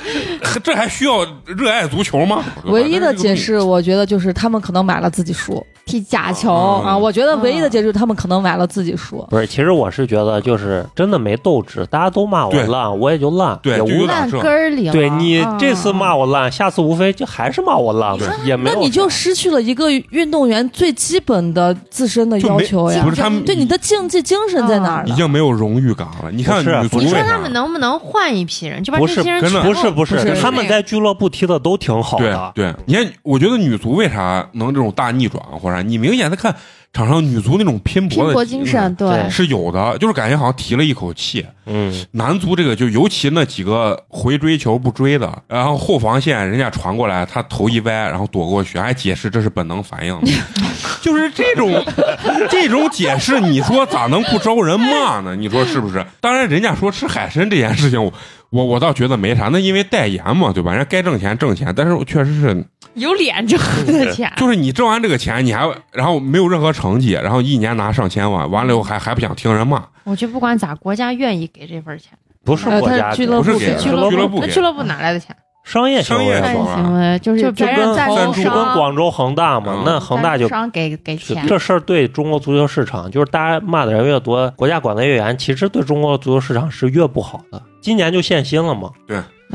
[SPEAKER 1] 这还需要热爱足球吗？
[SPEAKER 2] 唯一的解释，我觉得就是他们可能买了自己书
[SPEAKER 3] 踢假
[SPEAKER 1] 嗯
[SPEAKER 5] 哦
[SPEAKER 3] 球，
[SPEAKER 2] 啊。我觉得唯一的解释，他们可能买了自己
[SPEAKER 5] 嗯
[SPEAKER 2] 书。
[SPEAKER 4] 不是，其实我是觉得就是真的没斗志，大家都骂我
[SPEAKER 1] 对
[SPEAKER 4] 烂，我也就烂，
[SPEAKER 1] 对
[SPEAKER 4] 也
[SPEAKER 1] 就有
[SPEAKER 4] 无
[SPEAKER 1] 点
[SPEAKER 3] 烂根儿里了。
[SPEAKER 4] 对你
[SPEAKER 3] 嗯
[SPEAKER 4] 这次骂我烂，下次无非就还是骂我烂
[SPEAKER 1] 对，
[SPEAKER 4] 也没
[SPEAKER 2] 那
[SPEAKER 4] 有
[SPEAKER 2] 你就
[SPEAKER 4] 啥
[SPEAKER 2] 失去了一个运动员最基本的自身的
[SPEAKER 1] 就
[SPEAKER 2] 要
[SPEAKER 1] 没嗯
[SPEAKER 2] 求呀
[SPEAKER 1] 不。是他们
[SPEAKER 2] 对你的竞技精神在哪儿
[SPEAKER 1] 已已经没有荣誉感了。你看
[SPEAKER 4] 不是
[SPEAKER 1] 女足
[SPEAKER 5] 你
[SPEAKER 1] 为
[SPEAKER 5] 说
[SPEAKER 1] 啥
[SPEAKER 5] 他们能不能换一批人，就把
[SPEAKER 4] 不
[SPEAKER 5] 这
[SPEAKER 4] 是
[SPEAKER 5] 些人
[SPEAKER 1] 真的
[SPEAKER 5] 全 部
[SPEAKER 4] 不是不
[SPEAKER 2] 不
[SPEAKER 4] 是，
[SPEAKER 2] 是
[SPEAKER 4] 他们在俱乐部踢的都挺好
[SPEAKER 1] 对
[SPEAKER 4] 的，
[SPEAKER 1] 对，你看，我觉得女足为啥能这种大逆转或者啥？你明显的看场上女足那种拼
[SPEAKER 3] 拼
[SPEAKER 1] 搏的
[SPEAKER 3] 搏
[SPEAKER 1] 精
[SPEAKER 3] 精神，对
[SPEAKER 4] 对
[SPEAKER 1] 是有的，就是感觉好像提了一口气。
[SPEAKER 4] 嗯，
[SPEAKER 1] 男足这个就尤其那几个回追求不追的，然后后防线人家传过来，他头一歪，然后躲过去，还解释这是本能反应， 就是这种 这种解释，你说咋能不招人骂呢？你说是不是？当然，人家说吃海参这件事情，我我我倒觉得没啥，那因为代言嘛，对吧？人家该挣钱挣钱，但是我确实是
[SPEAKER 5] 有脸挣的钱，
[SPEAKER 1] 就是你挣完这个钱，你还然后没有任何成绩，然后一年拿上千万，完了以后还还不想听人骂，
[SPEAKER 5] 我觉得不管咋，国家愿意给这份钱，
[SPEAKER 4] 不是
[SPEAKER 2] 呃
[SPEAKER 4] 国
[SPEAKER 2] 他
[SPEAKER 4] 家
[SPEAKER 2] 俱
[SPEAKER 4] 给
[SPEAKER 2] 乐
[SPEAKER 1] 不
[SPEAKER 2] 部
[SPEAKER 1] 是
[SPEAKER 2] 给
[SPEAKER 1] 给
[SPEAKER 2] 的
[SPEAKER 1] 俱
[SPEAKER 4] 俱乐部
[SPEAKER 1] 乐部
[SPEAKER 5] 那
[SPEAKER 1] 给
[SPEAKER 5] 俱乐部哪来的钱？
[SPEAKER 4] 商业
[SPEAKER 1] 商
[SPEAKER 4] 行
[SPEAKER 1] 业
[SPEAKER 4] 为
[SPEAKER 1] 行
[SPEAKER 4] 吧
[SPEAKER 1] 为
[SPEAKER 3] 哎行为就
[SPEAKER 5] 就是别
[SPEAKER 4] 就
[SPEAKER 5] 人
[SPEAKER 4] 跟
[SPEAKER 5] 赞
[SPEAKER 4] 杭
[SPEAKER 5] 助
[SPEAKER 4] 就
[SPEAKER 5] 商
[SPEAKER 4] 跟广州恒大嘛
[SPEAKER 1] 嗯，
[SPEAKER 4] 那恒大就
[SPEAKER 5] 商给给钱，
[SPEAKER 4] 这事儿对中国足球市场，就是大家骂的人越多，国家管的越严，其实对中国足球市场是越不好的。今年就限薪了嘛，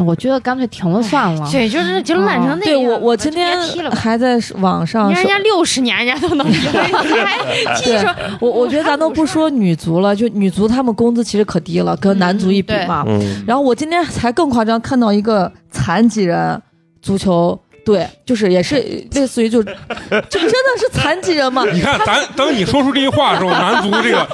[SPEAKER 3] 我觉得干脆停了算了。
[SPEAKER 5] 对，就是就烂成那样。
[SPEAKER 2] 对我，我今天
[SPEAKER 5] 就别踢了吧。
[SPEAKER 2] 还在网上
[SPEAKER 5] 你让
[SPEAKER 2] 搜
[SPEAKER 5] 人家六十年，人家都能赢，你还踢
[SPEAKER 2] 对
[SPEAKER 5] 说，
[SPEAKER 2] 我我觉得咱都不说女足了，就女足他们工资其实可低了，跟男足一比
[SPEAKER 5] 嗯对
[SPEAKER 2] 嘛。
[SPEAKER 4] 嗯，
[SPEAKER 2] 然后我今天才更夸张，看到一个残疾人足球队，就是也是类似于就就真的是残疾 人嘛。
[SPEAKER 1] 你看，咱等你说出这句话的时候，男足这个，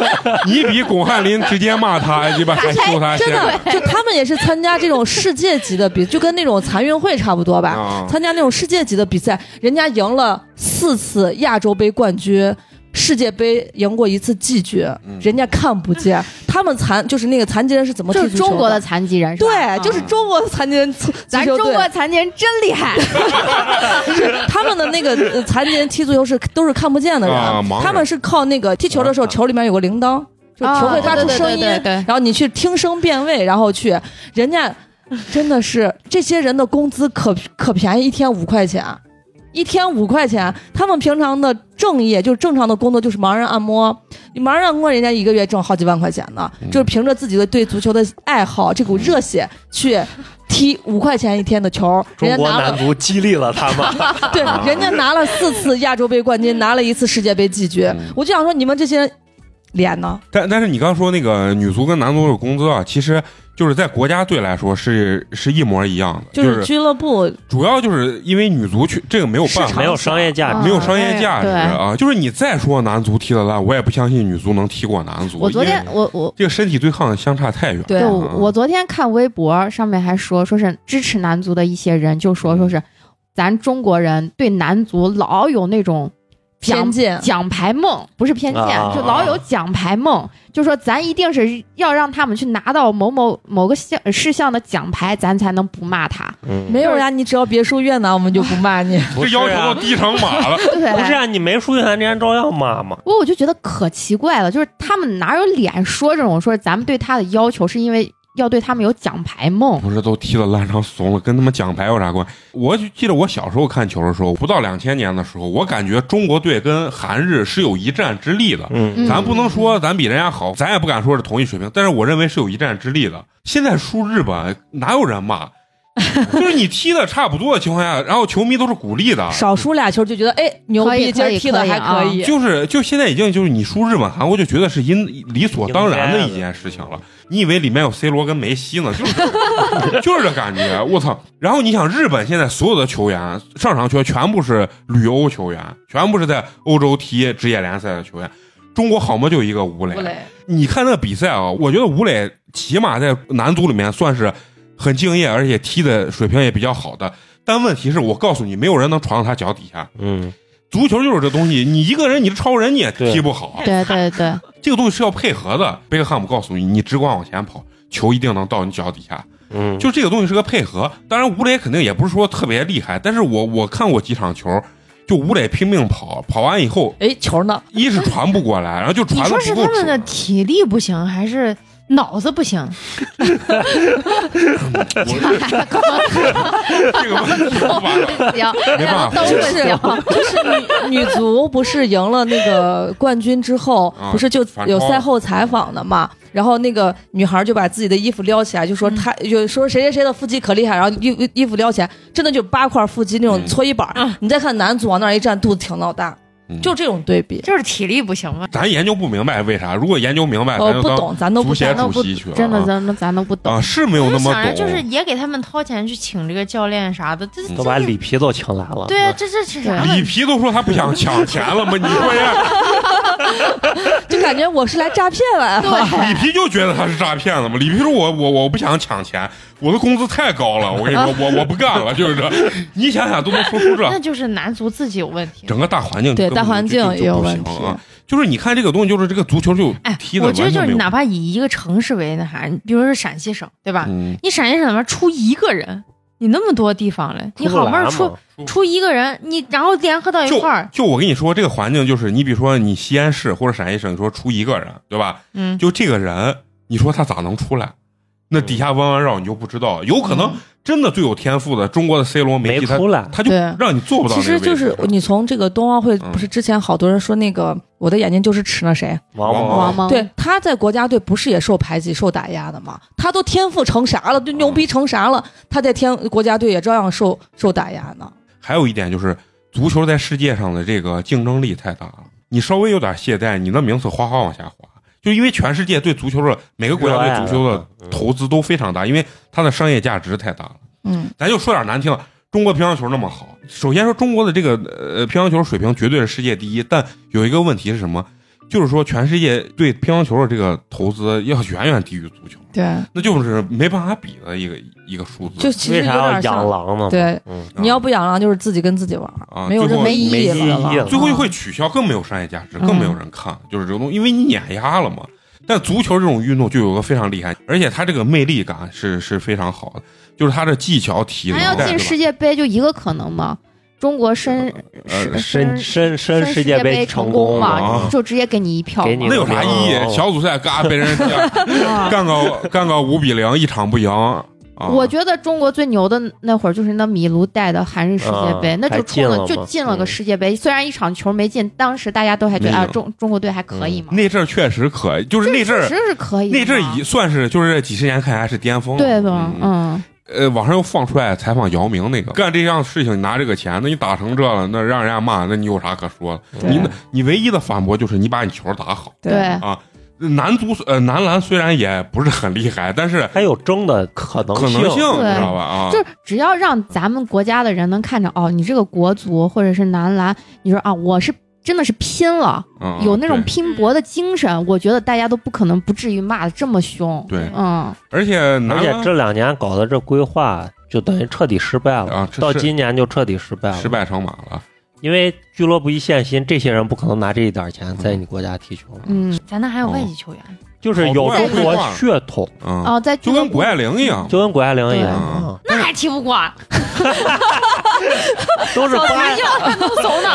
[SPEAKER 1] 你比巩汉林直接骂他，哎鸡巴还羞他
[SPEAKER 2] 真
[SPEAKER 1] 先
[SPEAKER 2] 的，就他们也是参加这种世界级的比，就跟那种残运会差不多吧。
[SPEAKER 1] 啊！
[SPEAKER 2] 参加那种世界级的比赛，人家赢了四次亚洲杯冠军，世界杯赢过一次季军，
[SPEAKER 1] 嗯
[SPEAKER 2] 人家看不见。他们残就是那个残疾人是怎么踢
[SPEAKER 3] 这
[SPEAKER 2] 足
[SPEAKER 3] 是
[SPEAKER 2] 球
[SPEAKER 3] 中国的
[SPEAKER 2] 的？
[SPEAKER 3] 残疾人，是吧
[SPEAKER 2] 对，就是嗯中国的残疾人足
[SPEAKER 3] 咱
[SPEAKER 2] 足球
[SPEAKER 3] 中
[SPEAKER 2] 队
[SPEAKER 3] 国残疾人真厉害，
[SPEAKER 2] 他们的那个 呃残疾人踢足球是都是看不见的人，
[SPEAKER 1] 啊盲人啊
[SPEAKER 2] 他们是靠那个踢球的时候球里面有个铃铛，就球会发出声音，
[SPEAKER 5] 啊对对对对对
[SPEAKER 2] 然后你去听声辨位，然后去人家真的是这些人的工资可可便宜，一天五块钱。一天五块钱，他们平常的正业就是正常的工作，就是盲人按摩。盲人按摩，人家一个月挣好几万块钱呢，
[SPEAKER 1] 嗯
[SPEAKER 2] 就是凭着自己的对足球的爱好，这股热血去踢五块钱一天的球，人
[SPEAKER 4] 中
[SPEAKER 2] 家
[SPEAKER 4] 国
[SPEAKER 2] 拿了
[SPEAKER 4] 男足激励了他 们。
[SPEAKER 2] 对，
[SPEAKER 1] 啊
[SPEAKER 2] 人家拿了四次亚洲杯冠军，拿了一次世界杯季军
[SPEAKER 1] 嗯。
[SPEAKER 2] 我就想说，你们这些人脸呢？
[SPEAKER 1] 但但是你刚说那个女足跟男足的工资啊，其实就是在国家队来说是是一模一样的，
[SPEAKER 2] 就
[SPEAKER 1] 就是是
[SPEAKER 2] 俱乐部
[SPEAKER 1] 主要就是因为女足去这个没有办
[SPEAKER 2] 市
[SPEAKER 1] 法
[SPEAKER 2] 场
[SPEAKER 4] 没有商业价值
[SPEAKER 1] 没有商业价值啊，就是你再说男足踢得烂，我也不相信女足能踢过男足。
[SPEAKER 3] 我昨天
[SPEAKER 1] 因为
[SPEAKER 3] 我我
[SPEAKER 1] 这个身体对抗相差太远了。
[SPEAKER 2] 对
[SPEAKER 3] 对，
[SPEAKER 1] 啊
[SPEAKER 3] 我我昨天看微博上面还说，说是支持男足的一些人就
[SPEAKER 1] 嗯
[SPEAKER 3] 说，说是咱中国人对男足老有那种
[SPEAKER 2] 偏
[SPEAKER 3] 奖
[SPEAKER 2] 见。
[SPEAKER 3] 奖牌梦，不是偏见，
[SPEAKER 4] 嗯啊
[SPEAKER 3] 就老有奖牌梦，就说咱一定是要让他们去拿到某某某个项事项的奖牌，咱才能不骂他。
[SPEAKER 4] 嗯
[SPEAKER 2] 没有呀，你只要别输越南，我们就不骂你。
[SPEAKER 1] 这
[SPEAKER 4] 不是
[SPEAKER 1] 要求
[SPEAKER 4] 啊
[SPEAKER 1] 都低成马了，
[SPEAKER 3] 对，
[SPEAKER 4] 不是啊，你没输赢，咱之前照样骂嘛。
[SPEAKER 3] 我我就觉得可奇怪了，就是他们哪有脸说这种说咱们对他的要求是因为要对他们有奖牌 梦，
[SPEAKER 1] 不是都踢得烂成怂了，跟他们奖牌有啥关系？我就记得我小时候看球的时候，不到两千年的时候，我感觉中国队跟韩日是有一战之力的。
[SPEAKER 4] 嗯
[SPEAKER 3] 嗯
[SPEAKER 1] 咱不能说咱比人家好，咱也不敢说是同一水平，但是我认为是有一战之力的。现在输日本哪有人骂？ 就是你踢的差不多的情况下，然后球迷都是鼓励的，
[SPEAKER 2] 少输俩球就觉得哎牛
[SPEAKER 3] 可以
[SPEAKER 2] 逼，今儿
[SPEAKER 3] 可以
[SPEAKER 2] 踢的
[SPEAKER 3] 可以
[SPEAKER 2] 还可
[SPEAKER 3] 啊
[SPEAKER 2] 以。
[SPEAKER 1] 就是就现在已经就是你输日本韩国就觉得是因理所当然的一件事情了。你以为里面有 C 罗跟梅西呢？就是 就是这感觉，我操！然后你想，日本现在所有的球员上场球员全部是旅欧球员，全部是在欧洲踢职业联赛的球员。中国好么就一个吴磊，
[SPEAKER 2] 磊
[SPEAKER 1] 你看那个比赛啊，我觉得吴磊起码在男足里面算是很敬业，而且踢的水平也比较好的。但问题是我告诉你，没有人能闯到他脚底下。
[SPEAKER 4] 嗯，
[SPEAKER 1] 足球就是这东西，你一个人你是超人你也踢不好，啊
[SPEAKER 3] 对对对，
[SPEAKER 1] 这个东西是要配合的。贝克汉姆告诉你，你只管往前跑，球一定能到你脚底下。
[SPEAKER 4] 嗯，
[SPEAKER 1] 就这个东西是个配合。当然，吴磊肯定也不是说特别厉害，但是我我看过几场球，就吴磊拼命跑，跑完以后，
[SPEAKER 2] 哎球呢？
[SPEAKER 1] 一是传不过来，然后就
[SPEAKER 5] 你
[SPEAKER 1] 传的
[SPEAKER 5] 说是
[SPEAKER 1] 不够
[SPEAKER 5] 他们的
[SPEAKER 1] 准
[SPEAKER 5] 体力不行，还是脑子不行？啊
[SPEAKER 1] 这个问题完 了。
[SPEAKER 3] 行，
[SPEAKER 1] 没办法
[SPEAKER 3] 都
[SPEAKER 2] 就
[SPEAKER 3] 不
[SPEAKER 2] 是
[SPEAKER 3] 行。
[SPEAKER 2] 就是女女足不是赢了那个冠军之后
[SPEAKER 1] 啊，
[SPEAKER 2] 不是就
[SPEAKER 1] 反超
[SPEAKER 2] 有赛后采访的嘛？然后那个女孩就把自己的衣服撩起来，就说
[SPEAKER 3] 嗯
[SPEAKER 2] 她就说谁谁谁的腹肌可厉害，然后衣衣服撩起来，真的就八块腹肌那种
[SPEAKER 1] 嗯
[SPEAKER 3] 啊
[SPEAKER 2] 搓衣板儿。你再看男足往那儿一站，肚子挺老大。
[SPEAKER 1] 嗯
[SPEAKER 2] 就这种对比，
[SPEAKER 5] 就是体力不行嘛。
[SPEAKER 1] 咱研究不明白为啥，如果研究明
[SPEAKER 5] 哦
[SPEAKER 1] 白，咱
[SPEAKER 2] 呃，
[SPEAKER 1] 就
[SPEAKER 2] 不
[SPEAKER 1] 当
[SPEAKER 2] 懂，咱都不
[SPEAKER 1] 足协
[SPEAKER 2] 懂
[SPEAKER 3] 咱。都不
[SPEAKER 1] 主席去了
[SPEAKER 3] 真的
[SPEAKER 1] 啊
[SPEAKER 3] 咱们咱都不懂
[SPEAKER 1] 啊，。是没有
[SPEAKER 5] 我
[SPEAKER 1] 那
[SPEAKER 5] 就
[SPEAKER 1] 么
[SPEAKER 5] 想着，
[SPEAKER 1] 懂，嗯
[SPEAKER 5] 就是也给他们掏钱去请这个教练啥的，这这
[SPEAKER 4] 都把里皮都请来了。
[SPEAKER 5] 对啊，这这是啥问
[SPEAKER 1] 里
[SPEAKER 5] 题？
[SPEAKER 1] 皮都说他不想抢钱了吗？你说 这
[SPEAKER 2] 就感觉我是来诈骗 来了。啊
[SPEAKER 1] 里皮就觉得他是诈骗了吗？里皮说我我我不想抢钱，我的工资太高了，我跟你说，我我不干了，就是这。你想想都能说出
[SPEAKER 5] 那
[SPEAKER 1] 这，
[SPEAKER 5] 就是男足自己有问题。
[SPEAKER 1] 整个大环境
[SPEAKER 2] 对
[SPEAKER 1] 根本
[SPEAKER 2] 大环境
[SPEAKER 1] 就就
[SPEAKER 2] 也有
[SPEAKER 1] 不
[SPEAKER 2] 问
[SPEAKER 1] 行
[SPEAKER 2] 题
[SPEAKER 1] 啊。就是你看这个东西，就是这个足球就
[SPEAKER 5] 哎
[SPEAKER 1] 踢，的
[SPEAKER 5] 我
[SPEAKER 1] 完
[SPEAKER 5] 觉
[SPEAKER 1] 全
[SPEAKER 5] 得就
[SPEAKER 1] 没
[SPEAKER 5] 是你
[SPEAKER 1] 有
[SPEAKER 5] 哪怕以一个城市为那啥，你比如说陕西省，对吧？
[SPEAKER 1] 嗯，
[SPEAKER 5] 你陕西省里面出一个人，你那么多地方嘞，你
[SPEAKER 4] 出不
[SPEAKER 5] 好不
[SPEAKER 4] 来
[SPEAKER 5] 容
[SPEAKER 4] 啊嘛
[SPEAKER 5] 易出出一个人，你然后联合到一
[SPEAKER 1] 就
[SPEAKER 5] 块儿，
[SPEAKER 1] 就我跟你说，这个环境就是你，比如说你西安市或者陕西省，你说出一个人，对吧？
[SPEAKER 5] 嗯，
[SPEAKER 1] 就这个人，你说他咋能出来？那底下弯弯绕你就不知道，有可
[SPEAKER 5] 嗯
[SPEAKER 1] 能真的最有天赋的中国的 C 罗、梅
[SPEAKER 4] 没
[SPEAKER 1] 西，他
[SPEAKER 4] 出来，
[SPEAKER 1] 他就
[SPEAKER 2] 对
[SPEAKER 1] 让你做不到
[SPEAKER 2] 其
[SPEAKER 1] 那个位
[SPEAKER 2] 实
[SPEAKER 1] 置。
[SPEAKER 2] 就是你从这个冬奥会，
[SPEAKER 1] 嗯
[SPEAKER 2] 不是之前好多人说那个我的眼睛就是尺那谁？
[SPEAKER 4] 王
[SPEAKER 1] 王
[SPEAKER 4] 蒙
[SPEAKER 1] 蒙
[SPEAKER 3] 王蒙
[SPEAKER 2] 对，，他在国家队不是也受排挤、受打压的吗？他都天赋成啥了，就牛逼成啥了，他在天国家队也照样受受打压呢。
[SPEAKER 1] 还有一点就是，足球在世界上的这个竞争力太大了，你稍微有点懈怠，你那名次哗哗往下滑。就因为全世界对足球的每个国家对足球的投资都非常大，因为它的商业价值太大了。
[SPEAKER 2] 嗯，
[SPEAKER 1] 咱就说点难听，中国乒乓球那么好，首先说中国的这个呃乒乓球水平绝对是世界第一，但有一个问题是什么？就是说全世界对乒乓球的这个投资要远远低于足球，
[SPEAKER 2] 对，
[SPEAKER 1] 那就是没办法比的一个一个数字。
[SPEAKER 2] 就其
[SPEAKER 4] 为
[SPEAKER 2] 实有
[SPEAKER 4] 啥要养
[SPEAKER 2] 点像，
[SPEAKER 4] 狼呢？
[SPEAKER 2] 对，
[SPEAKER 4] 嗯，
[SPEAKER 1] 啊
[SPEAKER 2] 你要不养狼就是自己跟自己玩儿，
[SPEAKER 1] 啊
[SPEAKER 2] 没有
[SPEAKER 1] 最
[SPEAKER 2] 这
[SPEAKER 1] 后
[SPEAKER 2] 意
[SPEAKER 4] 没意义
[SPEAKER 2] 了
[SPEAKER 4] 了
[SPEAKER 2] 了。
[SPEAKER 1] 最后就会取消，更没有商业价值，更没有人看，就是这个东西，因为你碾压了嘛。但足球这种运动就有个非常厉害，而且它这个魅力感是是非常好的，就是它的技巧、体能
[SPEAKER 3] 咱，要
[SPEAKER 1] 对
[SPEAKER 3] 进
[SPEAKER 1] 吧
[SPEAKER 3] 世界杯就一个可能吗？中国申
[SPEAKER 1] 呃
[SPEAKER 4] 申申申
[SPEAKER 3] 申
[SPEAKER 4] 世
[SPEAKER 3] 界
[SPEAKER 4] 杯
[SPEAKER 3] 成
[SPEAKER 4] 功
[SPEAKER 1] 啊
[SPEAKER 3] 嘛，就直接给你一票嘛，
[SPEAKER 4] 给你
[SPEAKER 1] 那有啥意
[SPEAKER 4] 哦
[SPEAKER 1] 义？小组赛嘎被人 干个干个五比零，一场不赢啊！
[SPEAKER 3] 哦我觉得中国最牛的那会儿就是那米卢带的韩日世界杯，
[SPEAKER 1] 啊
[SPEAKER 4] 嗯
[SPEAKER 3] 那就冲
[SPEAKER 4] 还进了嘛
[SPEAKER 3] 就进了个
[SPEAKER 4] 嗯
[SPEAKER 3] 世界杯。虽然一场球没进，当时大家都还觉得
[SPEAKER 1] 没有
[SPEAKER 3] 啊，中中国队还可以嘛，
[SPEAKER 1] 嗯那阵儿确实可以，就是那阵
[SPEAKER 3] 确
[SPEAKER 1] 儿
[SPEAKER 3] 实是可以
[SPEAKER 1] 嗯
[SPEAKER 3] 的嘛。
[SPEAKER 1] 那阵儿也算是就是这几十年看来是巅峰了，
[SPEAKER 3] 对吧？
[SPEAKER 1] 嗯
[SPEAKER 3] 嗯，
[SPEAKER 1] 呃，网上又放出来采访姚明那个干这样事情，你拿这个钱，那你打成这了，那让人家骂，那你有啥可说的？
[SPEAKER 4] 对
[SPEAKER 1] 你你唯一的反驳就是你把你球打好。
[SPEAKER 3] 对，
[SPEAKER 1] 男足呃男篮虽然也不是很厉害，但是
[SPEAKER 4] 还有争的可能
[SPEAKER 1] 可能性你知
[SPEAKER 3] 对
[SPEAKER 1] 道吧？啊，
[SPEAKER 3] 就是只要让咱们国家的人能看着哦，你这个国足或者是男篮，你说啊，我是真的是拼了，
[SPEAKER 1] 嗯
[SPEAKER 3] 有那种
[SPEAKER 1] 对
[SPEAKER 3] 拼搏的精神，我觉得大家都不可能不至于骂的这么凶。
[SPEAKER 1] 对
[SPEAKER 3] 嗯，
[SPEAKER 1] 而且
[SPEAKER 4] 而
[SPEAKER 1] 男
[SPEAKER 4] 且
[SPEAKER 1] 篮
[SPEAKER 4] 这两年搞的这规划，就等于彻底失败了。
[SPEAKER 1] 啊这
[SPEAKER 4] 到
[SPEAKER 1] 是
[SPEAKER 4] 今年就彻底失败了，
[SPEAKER 1] 失败成马了。
[SPEAKER 4] 因为俱乐部一限薪，这些人不可能拿这一点钱在你国家踢球，
[SPEAKER 3] 嗯，
[SPEAKER 5] 咱那还有外籍球员，
[SPEAKER 1] 哦
[SPEAKER 4] 就是有中
[SPEAKER 1] 好多
[SPEAKER 4] 国
[SPEAKER 1] 呀
[SPEAKER 4] 血统，
[SPEAKER 1] 嗯，
[SPEAKER 3] 哦，在
[SPEAKER 1] 就
[SPEAKER 3] 俱乐
[SPEAKER 1] 跟
[SPEAKER 3] 部
[SPEAKER 1] 谷爱凌一样，
[SPEAKER 4] 就跟谷爱凌一
[SPEAKER 1] 对
[SPEAKER 4] 样，啊
[SPEAKER 5] 那还踢不过，
[SPEAKER 4] 都是八
[SPEAKER 5] 还要还能怂呢？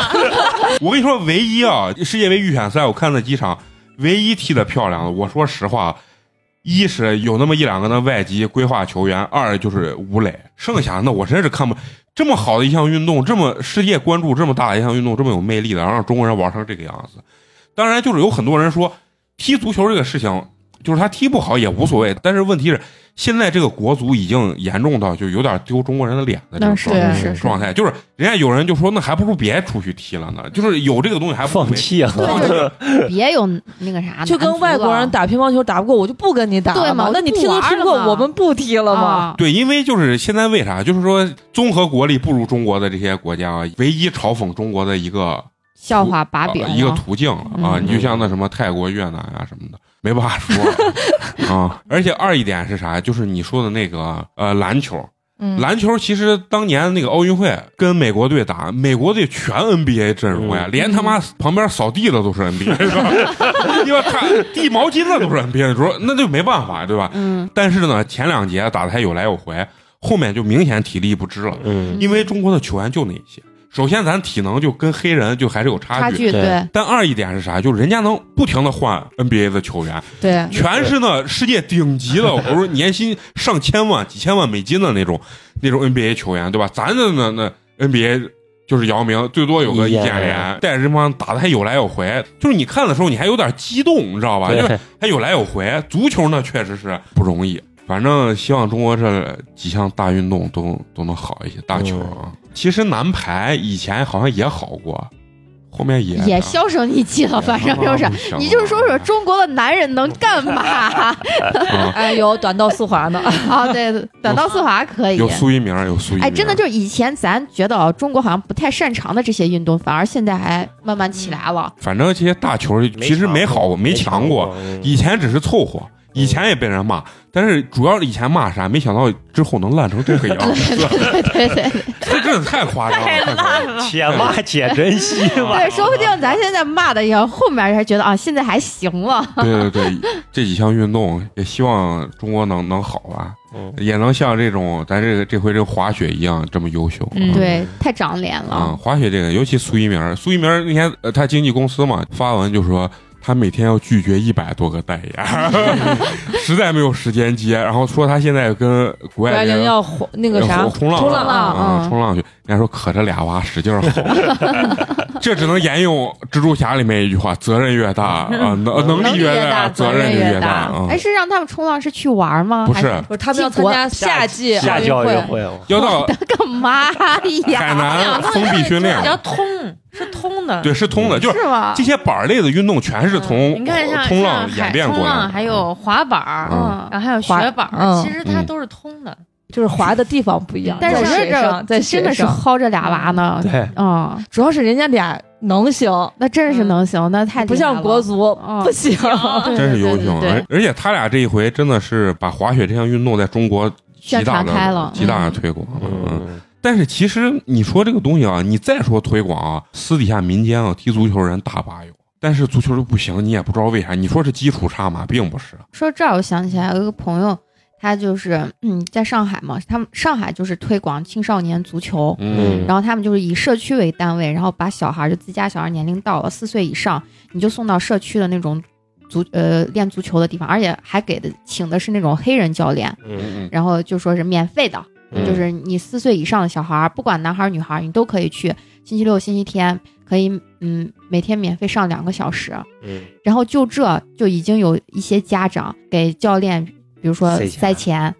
[SPEAKER 1] 我跟你说，唯一啊，世界杯预选赛我看那几场，唯一踢得漂亮的，我说实话，一是有那么一两个那外籍规划球员，二就是吴磊，剩下那我真是看不这么好的一项运动，这么世界关注这么大的一项运动，这么有魅力的，然后让中国人玩成这个样子。当然，就是有很多人说，踢足球这个事情，就是他踢不好也无所谓，但是问题是，现在这个国足已经严重到就有点丢中国人的脸的这
[SPEAKER 3] 那
[SPEAKER 1] 种
[SPEAKER 3] 是
[SPEAKER 1] 状态。
[SPEAKER 3] 是是，
[SPEAKER 1] 状态，就是人家有人就说，那还不如别出去踢了呢，就是有这个东西还不如
[SPEAKER 4] 放
[SPEAKER 1] 没。
[SPEAKER 4] 弃了，
[SPEAKER 3] 对，就是 别有那个啥，
[SPEAKER 2] 就跟外国人打乒乓球打不过，我就不跟你打
[SPEAKER 3] 对
[SPEAKER 2] 了
[SPEAKER 3] 嘛
[SPEAKER 2] 嘛。
[SPEAKER 3] 我
[SPEAKER 2] 那
[SPEAKER 3] 就
[SPEAKER 2] 你
[SPEAKER 3] 不
[SPEAKER 2] 踢都
[SPEAKER 3] 玩
[SPEAKER 2] 踢
[SPEAKER 3] 了
[SPEAKER 2] 不过，
[SPEAKER 3] 嘛
[SPEAKER 2] 我们不踢了吗？
[SPEAKER 3] 啊，
[SPEAKER 1] 对，因为就是现在为啥，就是说综合国力不如中国的这些国家啊，唯一嘲讽中国的一个、
[SPEAKER 3] 笑话把柄
[SPEAKER 1] 呃
[SPEAKER 3] 啊，
[SPEAKER 1] 一个途径了啊，
[SPEAKER 3] 嗯
[SPEAKER 1] 你就像那什么泰国、越南啊什么的，没办法说啊。而且二一点是啥，就是你说的那个呃篮球，
[SPEAKER 2] 嗯，
[SPEAKER 1] 篮球其实当年那个奥运会跟美国队打，美国队全 NBA 阵容呀，
[SPEAKER 4] 嗯
[SPEAKER 1] 连他妈旁边扫地的都是 NBA，是吧因为他递毛巾的都是 NBA 的时候，那就没办法，对吧？
[SPEAKER 3] 嗯，
[SPEAKER 1] 但是呢，前两节打的还有来有回，后面就明显体力不支了，
[SPEAKER 4] 嗯，
[SPEAKER 1] 因为中国的球员就那一些。首先，咱体能就跟黑人就还是有
[SPEAKER 3] 差
[SPEAKER 1] 差距。
[SPEAKER 3] 距
[SPEAKER 4] 对
[SPEAKER 3] 对
[SPEAKER 1] 但二一点是啥？就是人家能不停的换 NBA 的球员，
[SPEAKER 2] 对，
[SPEAKER 1] 全是那世界顶级 的，我说年薪上千万、几千万美金的那种那种 NBA 球员，对吧？咱的那那 NBA 就是姚明，最多有个
[SPEAKER 4] 一
[SPEAKER 1] 一
[SPEAKER 4] 眼
[SPEAKER 1] 见
[SPEAKER 4] 人
[SPEAKER 1] 人，带着这帮打的还有来有回，就是你看的时候你还有点激动，你知道吧？就是
[SPEAKER 4] 对，
[SPEAKER 1] 还有来有回。足球呢确实是不容易，反正希望中国这几项大运动
[SPEAKER 3] 嗯
[SPEAKER 1] 都都能好一些，大球啊。其实男排以前好像也好过，后面也
[SPEAKER 3] 也销声匿迹了，反正就是。你就是说说中国的男人能干嘛
[SPEAKER 1] 啊，
[SPEAKER 2] 哎呦，短道 速滑呢，
[SPEAKER 3] 啊？对，短道速滑可以。
[SPEAKER 1] 有苏一鸣，有苏一鸣，
[SPEAKER 3] 哎，真的就是以前咱觉得哦中国好像不太擅长的这些运动，反而现在还慢慢起来了。
[SPEAKER 1] 反正这些大球其实没好，没强过，，以前只是凑合。以前也被人骂，但是主要是以前骂啥，没想到之后能烂成这个样子，
[SPEAKER 3] 对对对
[SPEAKER 1] 这真的太夸张了，太夸张了
[SPEAKER 4] 啊 且骂且珍惜吧。
[SPEAKER 3] 对，说不定咱现在骂的也后面才觉得啊，现在还行了。
[SPEAKER 1] 对对对，这几项运动也希望中国能能好吧，
[SPEAKER 4] 嗯
[SPEAKER 1] 也能像这种咱这个这回这个滑雪一样这么优秀。
[SPEAKER 5] 嗯
[SPEAKER 1] 啊
[SPEAKER 3] 对，太长脸
[SPEAKER 1] 啊，
[SPEAKER 3] 了。
[SPEAKER 1] 滑雪这个，尤其苏一鸣，苏一鸣那天呃，他经纪公司嘛发文就说。他每天要拒绝一百多个代言，实在没有时间接。然后说他现在跟谷爱
[SPEAKER 2] 不然
[SPEAKER 1] 凌
[SPEAKER 2] 人要火那个啥
[SPEAKER 1] 冲浪
[SPEAKER 2] 冲
[SPEAKER 3] 浪
[SPEAKER 2] 浪
[SPEAKER 1] 啊，
[SPEAKER 3] 嗯
[SPEAKER 1] 冲浪去。人家说可这俩娃使劲儿吼，这只能沿用蜘蛛侠里面一句话：责任越大啊，能能力越大，责任就大啊
[SPEAKER 3] 哎，。是让他们冲浪是去玩吗？
[SPEAKER 1] 不
[SPEAKER 3] 还
[SPEAKER 1] 是，
[SPEAKER 2] 不是他们要参加夏季
[SPEAKER 4] 下
[SPEAKER 2] 奥运
[SPEAKER 4] 教育
[SPEAKER 2] 会，
[SPEAKER 4] 会，
[SPEAKER 1] 要到
[SPEAKER 3] 干嘛
[SPEAKER 1] 海
[SPEAKER 3] 呀？
[SPEAKER 1] 南封闭训练
[SPEAKER 5] 比，较通，是通的。
[SPEAKER 1] 对，是通的，就是
[SPEAKER 3] 是啊吗
[SPEAKER 1] 这？些板类的运动全是从
[SPEAKER 5] 你看像
[SPEAKER 1] 冲
[SPEAKER 5] 像
[SPEAKER 1] 浪演
[SPEAKER 5] 海
[SPEAKER 1] 变过
[SPEAKER 5] 冲
[SPEAKER 1] 来的，
[SPEAKER 5] 浪还有滑板儿，
[SPEAKER 1] 嗯
[SPEAKER 5] 然后还有
[SPEAKER 2] 滑
[SPEAKER 5] 雪板儿，
[SPEAKER 2] 嗯
[SPEAKER 5] 其实它
[SPEAKER 1] 嗯
[SPEAKER 5] 都是通的。
[SPEAKER 2] 就是滑的地方不一样。
[SPEAKER 3] 但是
[SPEAKER 2] 啊在水
[SPEAKER 3] 这
[SPEAKER 2] 上，在
[SPEAKER 3] 真的
[SPEAKER 2] 水
[SPEAKER 3] 是
[SPEAKER 2] 上，
[SPEAKER 3] 薅着俩娃呢。
[SPEAKER 4] 对，
[SPEAKER 3] 嗯，
[SPEAKER 2] 主要是人家俩能行，
[SPEAKER 3] 那真是能行，那太厉害
[SPEAKER 2] 不像
[SPEAKER 3] 了
[SPEAKER 2] 国足啊
[SPEAKER 3] 嗯
[SPEAKER 2] 不行。
[SPEAKER 3] 对
[SPEAKER 1] 真是优秀哎
[SPEAKER 3] 对对
[SPEAKER 1] 而
[SPEAKER 3] 对
[SPEAKER 1] 而且他俩这一回真的是把滑雪这项运动在中国极
[SPEAKER 3] 宣
[SPEAKER 1] 大
[SPEAKER 3] 传
[SPEAKER 1] 的
[SPEAKER 3] 开了
[SPEAKER 1] 极大的
[SPEAKER 3] 嗯
[SPEAKER 1] 推广。嗯，
[SPEAKER 4] 嗯，
[SPEAKER 1] 但是其实你说这个东西啊，你再说推广啊，私底下民间啊踢足球人大把有，但是足球就不行，你也不知道为啥。你说是基础差吗？并不是。
[SPEAKER 3] 说这儿，我想起来有一个朋友，他就是嗯，在上海嘛，他们上海就是推广青少年足球，
[SPEAKER 1] 嗯
[SPEAKER 3] 然后他们就是以社区为单位，然后把小孩儿就自家小孩儿年龄到了四岁以上，你就送到社区的那种足呃练足球的地方，而且还给的请的是那种黑人教练，
[SPEAKER 4] 嗯
[SPEAKER 1] 嗯
[SPEAKER 3] 然后就说是免费的，
[SPEAKER 4] 嗯
[SPEAKER 3] 就是你四岁以上的小孩儿，不管男孩儿女孩儿，你都可以去，星期六、星期天可以嗯每天免费上两个小时，
[SPEAKER 4] 嗯
[SPEAKER 3] 然后就这就已经有一些家长给教练，比如说
[SPEAKER 4] 塞钱
[SPEAKER 3] 塞钱，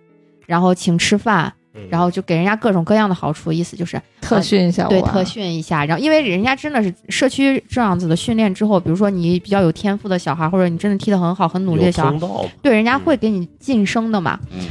[SPEAKER 3] 然后请吃饭，
[SPEAKER 4] 嗯，
[SPEAKER 3] 然后就给人家各种各样的好处，意思就是
[SPEAKER 2] 特训一下我，
[SPEAKER 3] 对特训一下。然后因为人家真的是社区这样子的训练之后，比如说你比较有天赋的小孩，或者你真的踢得很好、很努力的小
[SPEAKER 4] 有嗯
[SPEAKER 3] 孩
[SPEAKER 4] 通，道嘛
[SPEAKER 3] 对人家会给你晋升的嘛。
[SPEAKER 1] 嗯，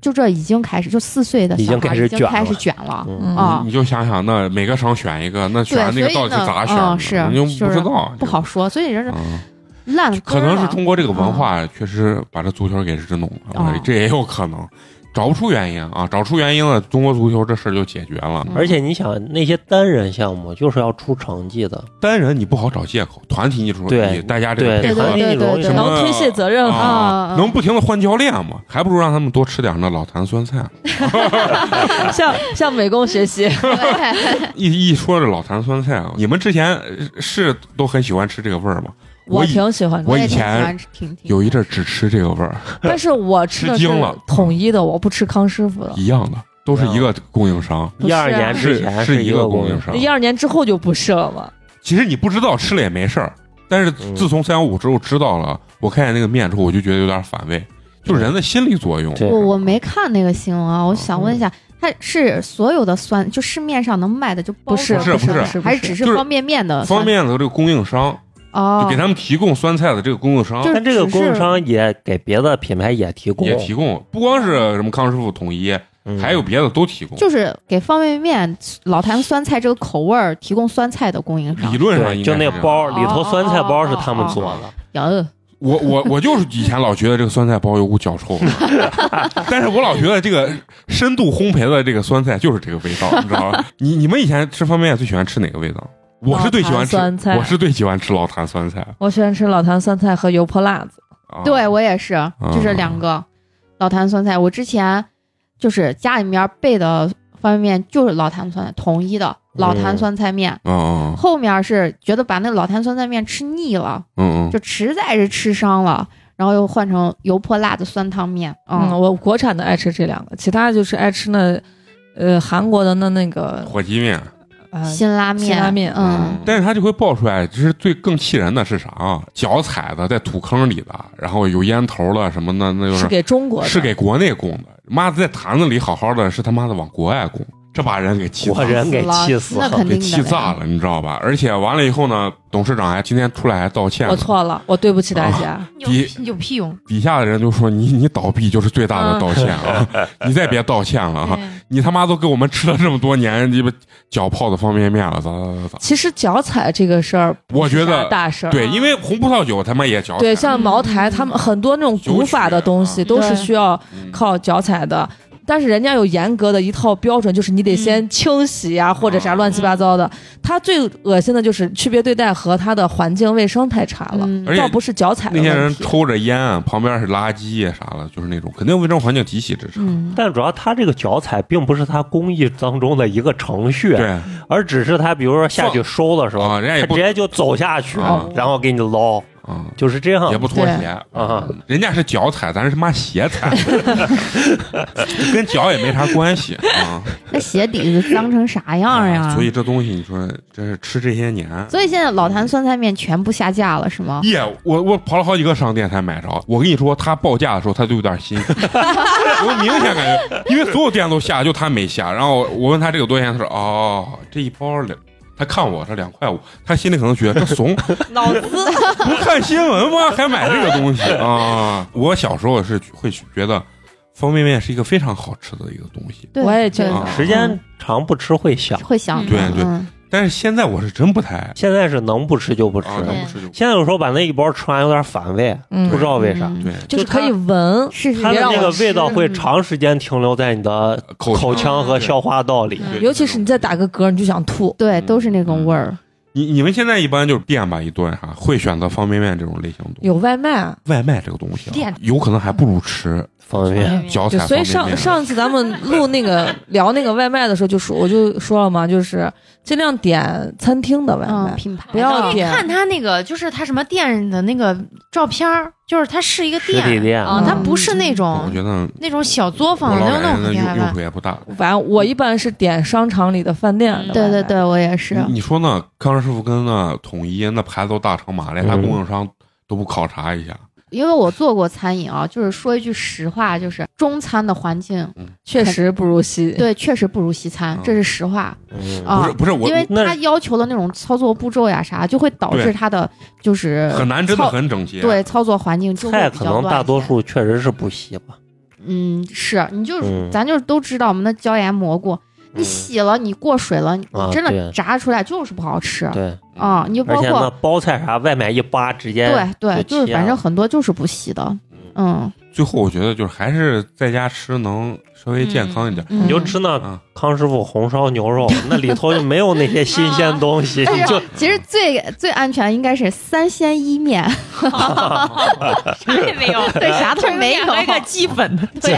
[SPEAKER 3] 就这已经开始，就四岁的
[SPEAKER 4] 已
[SPEAKER 3] 小
[SPEAKER 4] 经
[SPEAKER 3] 孩
[SPEAKER 4] 开始
[SPEAKER 3] 已经
[SPEAKER 4] 卷
[SPEAKER 3] 开始
[SPEAKER 4] 了
[SPEAKER 3] 卷了。
[SPEAKER 2] 嗯
[SPEAKER 3] 啊
[SPEAKER 1] 你就想想，那每个省选一个，那选那
[SPEAKER 3] 对
[SPEAKER 1] 个
[SPEAKER 3] 所
[SPEAKER 1] 到
[SPEAKER 3] 以
[SPEAKER 1] 底
[SPEAKER 3] 呢
[SPEAKER 1] 咋选
[SPEAKER 3] 嗯
[SPEAKER 1] 呢？
[SPEAKER 3] 是
[SPEAKER 1] 你就不
[SPEAKER 3] 就是
[SPEAKER 1] 知道，
[SPEAKER 3] 不好说，所以人
[SPEAKER 1] 啊就。
[SPEAKER 3] 家
[SPEAKER 1] 嗯
[SPEAKER 3] 烂
[SPEAKER 1] 可
[SPEAKER 3] 根儿
[SPEAKER 1] 能是
[SPEAKER 3] 了
[SPEAKER 1] 中国这个文化确实把这足球给支弄了，
[SPEAKER 3] 哦
[SPEAKER 1] 这也有可能，找不出原因啊，找出原因了，中国足球这事儿就解决了。
[SPEAKER 3] 嗯
[SPEAKER 4] 而且你想，那些单人项目就是要出成绩的，
[SPEAKER 1] 单人你不好找借口，团体你说
[SPEAKER 4] 对
[SPEAKER 1] 你大家这个
[SPEAKER 4] 对
[SPEAKER 1] 配
[SPEAKER 3] 对
[SPEAKER 1] 合
[SPEAKER 3] 对对对
[SPEAKER 1] 什
[SPEAKER 3] 对
[SPEAKER 1] 么
[SPEAKER 2] 能推卸责任
[SPEAKER 1] 啊
[SPEAKER 3] 啊
[SPEAKER 1] 能不停的换教练吗？还不如让他们多吃点那老坛酸菜。
[SPEAKER 3] 嗯
[SPEAKER 2] 向向美工学习。
[SPEAKER 3] 对
[SPEAKER 1] 一一说这老坛酸菜啊，你们之前呃是都很喜欢吃这个味儿吗？我
[SPEAKER 2] 我
[SPEAKER 1] 以
[SPEAKER 2] 挺喜欢
[SPEAKER 1] 我
[SPEAKER 2] 的，
[SPEAKER 3] 也
[SPEAKER 1] 以
[SPEAKER 3] 挺喜
[SPEAKER 1] 前
[SPEAKER 3] 欢挺挺
[SPEAKER 1] 有一阵儿只吃这个味儿，
[SPEAKER 2] 但是我吃的
[SPEAKER 1] 吃
[SPEAKER 2] 是
[SPEAKER 1] 惊了
[SPEAKER 2] 统一的，我不吃康师傅的。
[SPEAKER 1] 一样的，都是一个供应商，
[SPEAKER 2] 不
[SPEAKER 4] 一
[SPEAKER 2] 是啊
[SPEAKER 4] 二年之
[SPEAKER 1] 是
[SPEAKER 4] 前
[SPEAKER 1] 是
[SPEAKER 4] 嗯一
[SPEAKER 1] 一个供
[SPEAKER 4] 供
[SPEAKER 1] 应
[SPEAKER 4] 应
[SPEAKER 1] 商。
[SPEAKER 2] 一二年之后就不是了嘛，
[SPEAKER 1] 其实你不知道吃了也没事儿，但是
[SPEAKER 4] 嗯
[SPEAKER 1] 自从三幺五之后知道了，我看见那个面之后，我就觉得有点反胃，就是人的心理作用。
[SPEAKER 4] 嗯对
[SPEAKER 3] 我我没看那个新闻啊，我想问一
[SPEAKER 1] 嗯
[SPEAKER 3] 下，它是所有的酸，就市面上能卖的就包
[SPEAKER 2] 不是
[SPEAKER 3] 装
[SPEAKER 1] 是
[SPEAKER 3] 的
[SPEAKER 1] 不是
[SPEAKER 2] 不是
[SPEAKER 3] 还是只
[SPEAKER 1] 就是是
[SPEAKER 3] 方便面的
[SPEAKER 1] 方
[SPEAKER 3] 酸
[SPEAKER 1] 便面的这个供应商，
[SPEAKER 3] 哦
[SPEAKER 4] 啊
[SPEAKER 1] 就给他们提供酸菜的这个供应商
[SPEAKER 3] 就
[SPEAKER 4] 但这个
[SPEAKER 3] 只
[SPEAKER 4] 供应
[SPEAKER 3] 是
[SPEAKER 4] 商也给别的品牌也提供，
[SPEAKER 1] 也提供，不光是什么康师傅、统一，
[SPEAKER 4] 嗯
[SPEAKER 1] 还有别的都提供。
[SPEAKER 3] 就是给方便面老坛酸菜这个口味儿提供酸菜的供应商
[SPEAKER 1] 理。论上
[SPEAKER 4] 对，
[SPEAKER 1] 应
[SPEAKER 4] 就
[SPEAKER 1] 该
[SPEAKER 4] 那
[SPEAKER 1] 是这样
[SPEAKER 4] 包里头酸菜包是他们做
[SPEAKER 1] 哦
[SPEAKER 4] 的，
[SPEAKER 3] 有
[SPEAKER 1] 我我我就是以前老觉得这个酸菜包有股脚臭味儿，但是我老觉得这个深度烘焙的这个酸菜就是这个味道，你知道吗？你你们以前吃方便面最喜欢吃哪个味道？我是最喜欢吃
[SPEAKER 2] 老坛酸，菜
[SPEAKER 1] 我是最喜欢吃老坛酸菜。
[SPEAKER 2] 我喜欢吃老坛酸菜和油泼辣子。
[SPEAKER 1] 啊、
[SPEAKER 3] 对我也是，就这两个老坛酸菜。我之前就是家里面备的方便面就是老坛酸菜，统一的老
[SPEAKER 1] 哦
[SPEAKER 3] 坛酸菜面。
[SPEAKER 1] 嗯，嗯
[SPEAKER 3] 后面是觉得把那老坛酸菜面吃腻了，
[SPEAKER 1] 嗯嗯
[SPEAKER 3] 就实在是吃伤了，然后又换成油泼辣子酸汤面。
[SPEAKER 2] 嗯，我国产的爱吃这两个，其他就是爱吃那，呃，韩国的那那个
[SPEAKER 1] 嗯，火鸡面。
[SPEAKER 2] 呃，
[SPEAKER 1] 嗯
[SPEAKER 3] 辛拉面，
[SPEAKER 2] 辛拉面
[SPEAKER 3] 嗯，
[SPEAKER 1] 但是他这回爆出来，就是最更气人的是啥啊？脚踩的在土坑里的，然后有烟头了什么的，那就是
[SPEAKER 2] 给中国的，
[SPEAKER 1] 是给国内供的。妈的，在坛子里好好的，是他妈的往国外供。这把人给气
[SPEAKER 4] 我
[SPEAKER 1] 炸了，
[SPEAKER 4] 人给气死
[SPEAKER 3] 那
[SPEAKER 4] 了
[SPEAKER 3] 肯。
[SPEAKER 1] 给
[SPEAKER 3] 定
[SPEAKER 1] 气
[SPEAKER 3] 的
[SPEAKER 1] 炸
[SPEAKER 3] 呀。
[SPEAKER 1] 了，你知道吧？而且完了以后呢，董事长还今天出来还道歉
[SPEAKER 2] 我
[SPEAKER 1] 了，
[SPEAKER 2] 错了，我对不起大家。
[SPEAKER 5] 有
[SPEAKER 1] 第一
[SPEAKER 5] 屁有屁用？
[SPEAKER 1] 底下的人就说你你倒闭就是最大的
[SPEAKER 2] 嗯
[SPEAKER 1] 道歉啊，你再别道歉了哈，啊哎
[SPEAKER 5] 对
[SPEAKER 1] 你他妈都给我们吃了这么多年鸡巴搅泡子方便面了，咋咋咋咋？
[SPEAKER 2] 其实脚踩这个事儿，
[SPEAKER 1] 我觉得
[SPEAKER 2] 大事儿。
[SPEAKER 1] 对，因为红葡萄酒他妈也搅
[SPEAKER 2] 对，
[SPEAKER 1] 起来
[SPEAKER 2] 像茅台他们很多那种古法的东西
[SPEAKER 1] 酒
[SPEAKER 2] 都是
[SPEAKER 5] 对
[SPEAKER 2] 需要
[SPEAKER 1] 嗯
[SPEAKER 2] 靠脚踩的，但是人家有严格的一套标准，就是你得
[SPEAKER 1] 嗯
[SPEAKER 2] 先清洗呀、或者
[SPEAKER 1] 哦
[SPEAKER 2] 啥乱七八糟的。他最恶心的就是区别对待和他的环境卫生太差了，
[SPEAKER 3] 嗯
[SPEAKER 1] 而，且
[SPEAKER 2] 倒不是脚踩的
[SPEAKER 1] 那
[SPEAKER 2] 问
[SPEAKER 1] 些人
[SPEAKER 2] 题。
[SPEAKER 1] 抽着烟啊，旁边是垃圾啊啥的，就是那种肯定卫生环境极其之差。
[SPEAKER 3] 嗯，
[SPEAKER 4] 但主要它这个脚踩并不是它工艺当中的一个程序，
[SPEAKER 1] 对
[SPEAKER 4] 而只是它比如说下去收的时候，
[SPEAKER 1] 啊，人家也
[SPEAKER 4] 它
[SPEAKER 1] 不
[SPEAKER 4] 直接就走下去，
[SPEAKER 1] 啊
[SPEAKER 4] 然后给你捞，
[SPEAKER 1] 啊，
[SPEAKER 4] 就是这样
[SPEAKER 1] 也，不脱鞋
[SPEAKER 4] 对啊，
[SPEAKER 1] 人家是脚踩，咱是他妈鞋踩， 跟脚也没啥关系啊。
[SPEAKER 3] 那鞋底子脏成啥样呀？
[SPEAKER 1] 所以这东西你说真是吃这些年。
[SPEAKER 3] 所以现在老坛酸菜面全部下架了，是
[SPEAKER 2] 嗯
[SPEAKER 3] 吗？
[SPEAKER 1] 耶、我我跑了好几个商店才买着。我跟你说，他报价的时候，他就有点心 虚，我明显感觉，因为所有店都下，就他没下。然后我问他这个多少钱，他说哦，这一包两，他看我这两块五，他心里可能觉得这怂，
[SPEAKER 2] 脑 子
[SPEAKER 1] 不看新闻吗？还买这个东西啊？我小时候是会觉得方便面是一个非常好吃的一个东西，
[SPEAKER 3] 对
[SPEAKER 2] 我也觉得
[SPEAKER 3] 对
[SPEAKER 1] 啊
[SPEAKER 4] 时间长不吃会想。
[SPEAKER 3] 会想的。
[SPEAKER 1] 对对
[SPEAKER 3] 嗯
[SPEAKER 1] 但是现在我是真不太爱
[SPEAKER 4] 现在是能不吃就不吃，
[SPEAKER 1] 啊，能
[SPEAKER 5] 对
[SPEAKER 1] 不吃就不
[SPEAKER 4] 现在有时候把那一包吃完有点反胃，
[SPEAKER 2] 嗯
[SPEAKER 4] 不知道为啥。
[SPEAKER 3] 嗯
[SPEAKER 1] 对，
[SPEAKER 2] 就
[SPEAKER 4] 就
[SPEAKER 2] 是
[SPEAKER 4] 它
[SPEAKER 2] 可以闻，
[SPEAKER 3] 是是
[SPEAKER 4] 它的
[SPEAKER 2] 让
[SPEAKER 4] 那
[SPEAKER 2] 我
[SPEAKER 4] 个
[SPEAKER 2] 吃
[SPEAKER 4] 味道会长时间停留在你的
[SPEAKER 1] 口
[SPEAKER 4] 口
[SPEAKER 1] 腔。
[SPEAKER 4] 腔和消化道里。
[SPEAKER 5] 嗯
[SPEAKER 1] 对
[SPEAKER 2] 尤其是你再打个嗝，你就想吐。
[SPEAKER 1] 嗯
[SPEAKER 3] 对，都是那种味儿。
[SPEAKER 1] 你你们现在一般就是店吧，一顿啥会选择方便面这种类型的东西。
[SPEAKER 2] 有外卖，啊
[SPEAKER 1] 外卖这个东西、啊
[SPEAKER 5] 店，嗯
[SPEAKER 1] 有可能还不如吃
[SPEAKER 4] 方便
[SPEAKER 5] 哎
[SPEAKER 4] 面，
[SPEAKER 1] 脚踩
[SPEAKER 2] 对，
[SPEAKER 1] 方
[SPEAKER 2] 所以
[SPEAKER 1] 便
[SPEAKER 2] 上
[SPEAKER 1] 面。啊
[SPEAKER 2] 上次咱们录那 个聊那个外卖的时候，就说我就说了嘛，就是尽量点餐厅的外
[SPEAKER 3] 嗯，
[SPEAKER 2] 卖，
[SPEAKER 3] 品牌
[SPEAKER 2] 不要
[SPEAKER 5] 因为
[SPEAKER 2] 点
[SPEAKER 5] 看他那个，就是他什么店的那个照片儿，就是它是一个
[SPEAKER 4] 实体店
[SPEAKER 5] 啊，
[SPEAKER 3] 嗯
[SPEAKER 5] 它不是那
[SPEAKER 1] 我
[SPEAKER 5] 种
[SPEAKER 1] 觉得
[SPEAKER 5] 那种小作
[SPEAKER 1] 我
[SPEAKER 5] 坊，没
[SPEAKER 1] 老
[SPEAKER 5] 有
[SPEAKER 1] 感
[SPEAKER 5] 那
[SPEAKER 1] 觉
[SPEAKER 5] 种
[SPEAKER 1] 那
[SPEAKER 5] 厉害
[SPEAKER 1] 用用
[SPEAKER 5] 吧
[SPEAKER 1] 处？也不大。
[SPEAKER 2] 反正我一般是点商场里的饭店的
[SPEAKER 3] 对
[SPEAKER 2] 外
[SPEAKER 3] 对，
[SPEAKER 2] 卖
[SPEAKER 3] 对，我也是。啊
[SPEAKER 1] 你你说呢？康师傅跟那统一那牌子都大成麻了，他
[SPEAKER 4] 嗯
[SPEAKER 1] 供应商都不考察一下？
[SPEAKER 3] 因为我做过餐饮啊，就是说一句实话，就是中餐的环境，
[SPEAKER 2] 确实不如西。
[SPEAKER 3] 对，确实不如西餐
[SPEAKER 1] 嗯，
[SPEAKER 3] 这是实话
[SPEAKER 4] 嗯
[SPEAKER 1] 不
[SPEAKER 3] 啊
[SPEAKER 1] 是。不是，我
[SPEAKER 3] 因为
[SPEAKER 4] 那
[SPEAKER 3] 它要求的那种操作步骤呀啥，就会导
[SPEAKER 1] 对
[SPEAKER 3] 致它的就是
[SPEAKER 1] 很难，真的
[SPEAKER 3] 操
[SPEAKER 1] 很整啊洁。
[SPEAKER 3] 对操作环境就
[SPEAKER 4] 菜
[SPEAKER 3] 会
[SPEAKER 4] 可
[SPEAKER 3] 比较
[SPEAKER 4] 能
[SPEAKER 3] 乱
[SPEAKER 4] 大
[SPEAKER 3] 一
[SPEAKER 4] 多
[SPEAKER 3] 些
[SPEAKER 4] 数确实是不洗吧。
[SPEAKER 3] 嗯是，你就是、
[SPEAKER 4] 嗯
[SPEAKER 3] 咱就是都知道我们的椒盐蘑菇，你
[SPEAKER 4] 嗯
[SPEAKER 3] 洗了你过水了，你
[SPEAKER 4] 啊
[SPEAKER 3] 真的
[SPEAKER 4] 对
[SPEAKER 3] 炸出来就是不好吃
[SPEAKER 4] 对，
[SPEAKER 1] 嗯
[SPEAKER 3] 啊！你就
[SPEAKER 4] 而
[SPEAKER 3] 包
[SPEAKER 4] 且那
[SPEAKER 3] 括
[SPEAKER 4] 包菜啥外面一扒，直接
[SPEAKER 3] 对对，
[SPEAKER 4] 就
[SPEAKER 3] 就是
[SPEAKER 4] 切啊
[SPEAKER 3] 反
[SPEAKER 4] 了
[SPEAKER 3] 正很多就是不洗的，嗯
[SPEAKER 1] 最后我觉得就是还是在家吃能稍微健康一点。
[SPEAKER 3] 嗯，
[SPEAKER 4] 你就吃那
[SPEAKER 1] 啊
[SPEAKER 4] 康师傅红烧 牛肉，那里头就没有那些新鲜东西，
[SPEAKER 3] 但
[SPEAKER 4] 你
[SPEAKER 3] 是
[SPEAKER 4] 就
[SPEAKER 3] 其实最最安全应该是三鲜一面，
[SPEAKER 5] 啥也哎没有，
[SPEAKER 3] 对，啥都没 有，
[SPEAKER 5] 鸡粉的，
[SPEAKER 3] 对，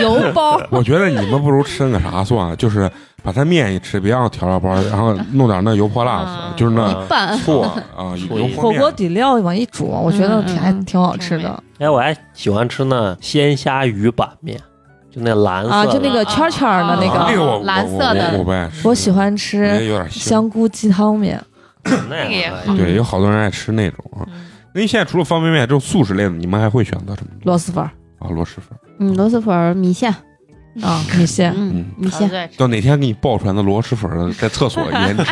[SPEAKER 3] 油包，
[SPEAKER 1] 我觉得你们不如吃那个啥算了，就是把它面一吃，别让调料包，然后弄点那油泼辣
[SPEAKER 5] 啊
[SPEAKER 1] 子，就是那
[SPEAKER 4] 嗯
[SPEAKER 3] 拌
[SPEAKER 4] 醋。
[SPEAKER 1] 啊
[SPEAKER 4] 醋
[SPEAKER 1] 油
[SPEAKER 4] 一
[SPEAKER 1] 泼
[SPEAKER 2] 火
[SPEAKER 1] 面
[SPEAKER 2] 锅底料往一煮，我觉得
[SPEAKER 3] 嗯
[SPEAKER 2] 挺还挺好吃
[SPEAKER 5] 挺
[SPEAKER 2] 的
[SPEAKER 4] 哎，我还喜欢吃那鲜虾鱼板面，就那蓝色
[SPEAKER 2] 啊，
[SPEAKER 4] 的
[SPEAKER 2] 就那个圈圈儿的
[SPEAKER 5] 啊
[SPEAKER 2] 那
[SPEAKER 1] 嗯啊哎那
[SPEAKER 2] 个，
[SPEAKER 1] 个我
[SPEAKER 5] 蓝色的
[SPEAKER 1] 我我我不爱吃，
[SPEAKER 2] 我喜欢
[SPEAKER 1] 那个
[SPEAKER 2] 吃
[SPEAKER 1] 有点腥。
[SPEAKER 2] 香菇鸡汤面。
[SPEAKER 4] 那哎
[SPEAKER 5] 那
[SPEAKER 3] 嗯
[SPEAKER 4] 可以
[SPEAKER 5] 个也好
[SPEAKER 1] 对，有好多人爱吃那种啊。因为现在除了方便面这种素食类的，你们还会选择什么
[SPEAKER 2] 螺蛳粉儿
[SPEAKER 1] 啊？螺蛳粉，
[SPEAKER 3] 嗯，螺蛳粉儿、米线，
[SPEAKER 2] 啊，米线，
[SPEAKER 3] 嗯，
[SPEAKER 1] 嗯，
[SPEAKER 3] 米线，
[SPEAKER 1] 到哪天给你爆出来那螺蛳粉儿在厕所腌 制，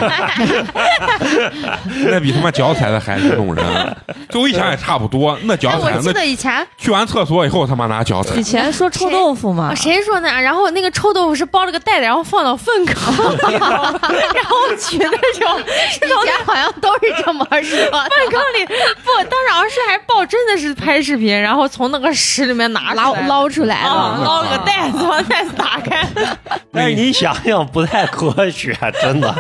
[SPEAKER 1] 那比他妈脚踩的还弄 人。就我一想也差不多，那脚
[SPEAKER 5] 哎，
[SPEAKER 1] 踩
[SPEAKER 5] 我记
[SPEAKER 1] 那
[SPEAKER 5] 得以前
[SPEAKER 1] 去完厕所以后他妈拿脚踩
[SPEAKER 2] 以，前说臭豆腐嘛
[SPEAKER 5] 啊，，谁说呢？然后那个臭豆腐是包了个袋子，然后放到粪坑 里，然后取那 种
[SPEAKER 3] 以前好像都是这么说的。
[SPEAKER 5] 粪坑里不，当时好像是还爆，真的是拍视频，然后从那个屎里面拿
[SPEAKER 3] 捞
[SPEAKER 5] 出来
[SPEAKER 3] 捞出来
[SPEAKER 5] 啊，
[SPEAKER 3] 了，
[SPEAKER 5] 捞了个袋子，把袋子打开，
[SPEAKER 4] 但是你想想不太科学， 真的。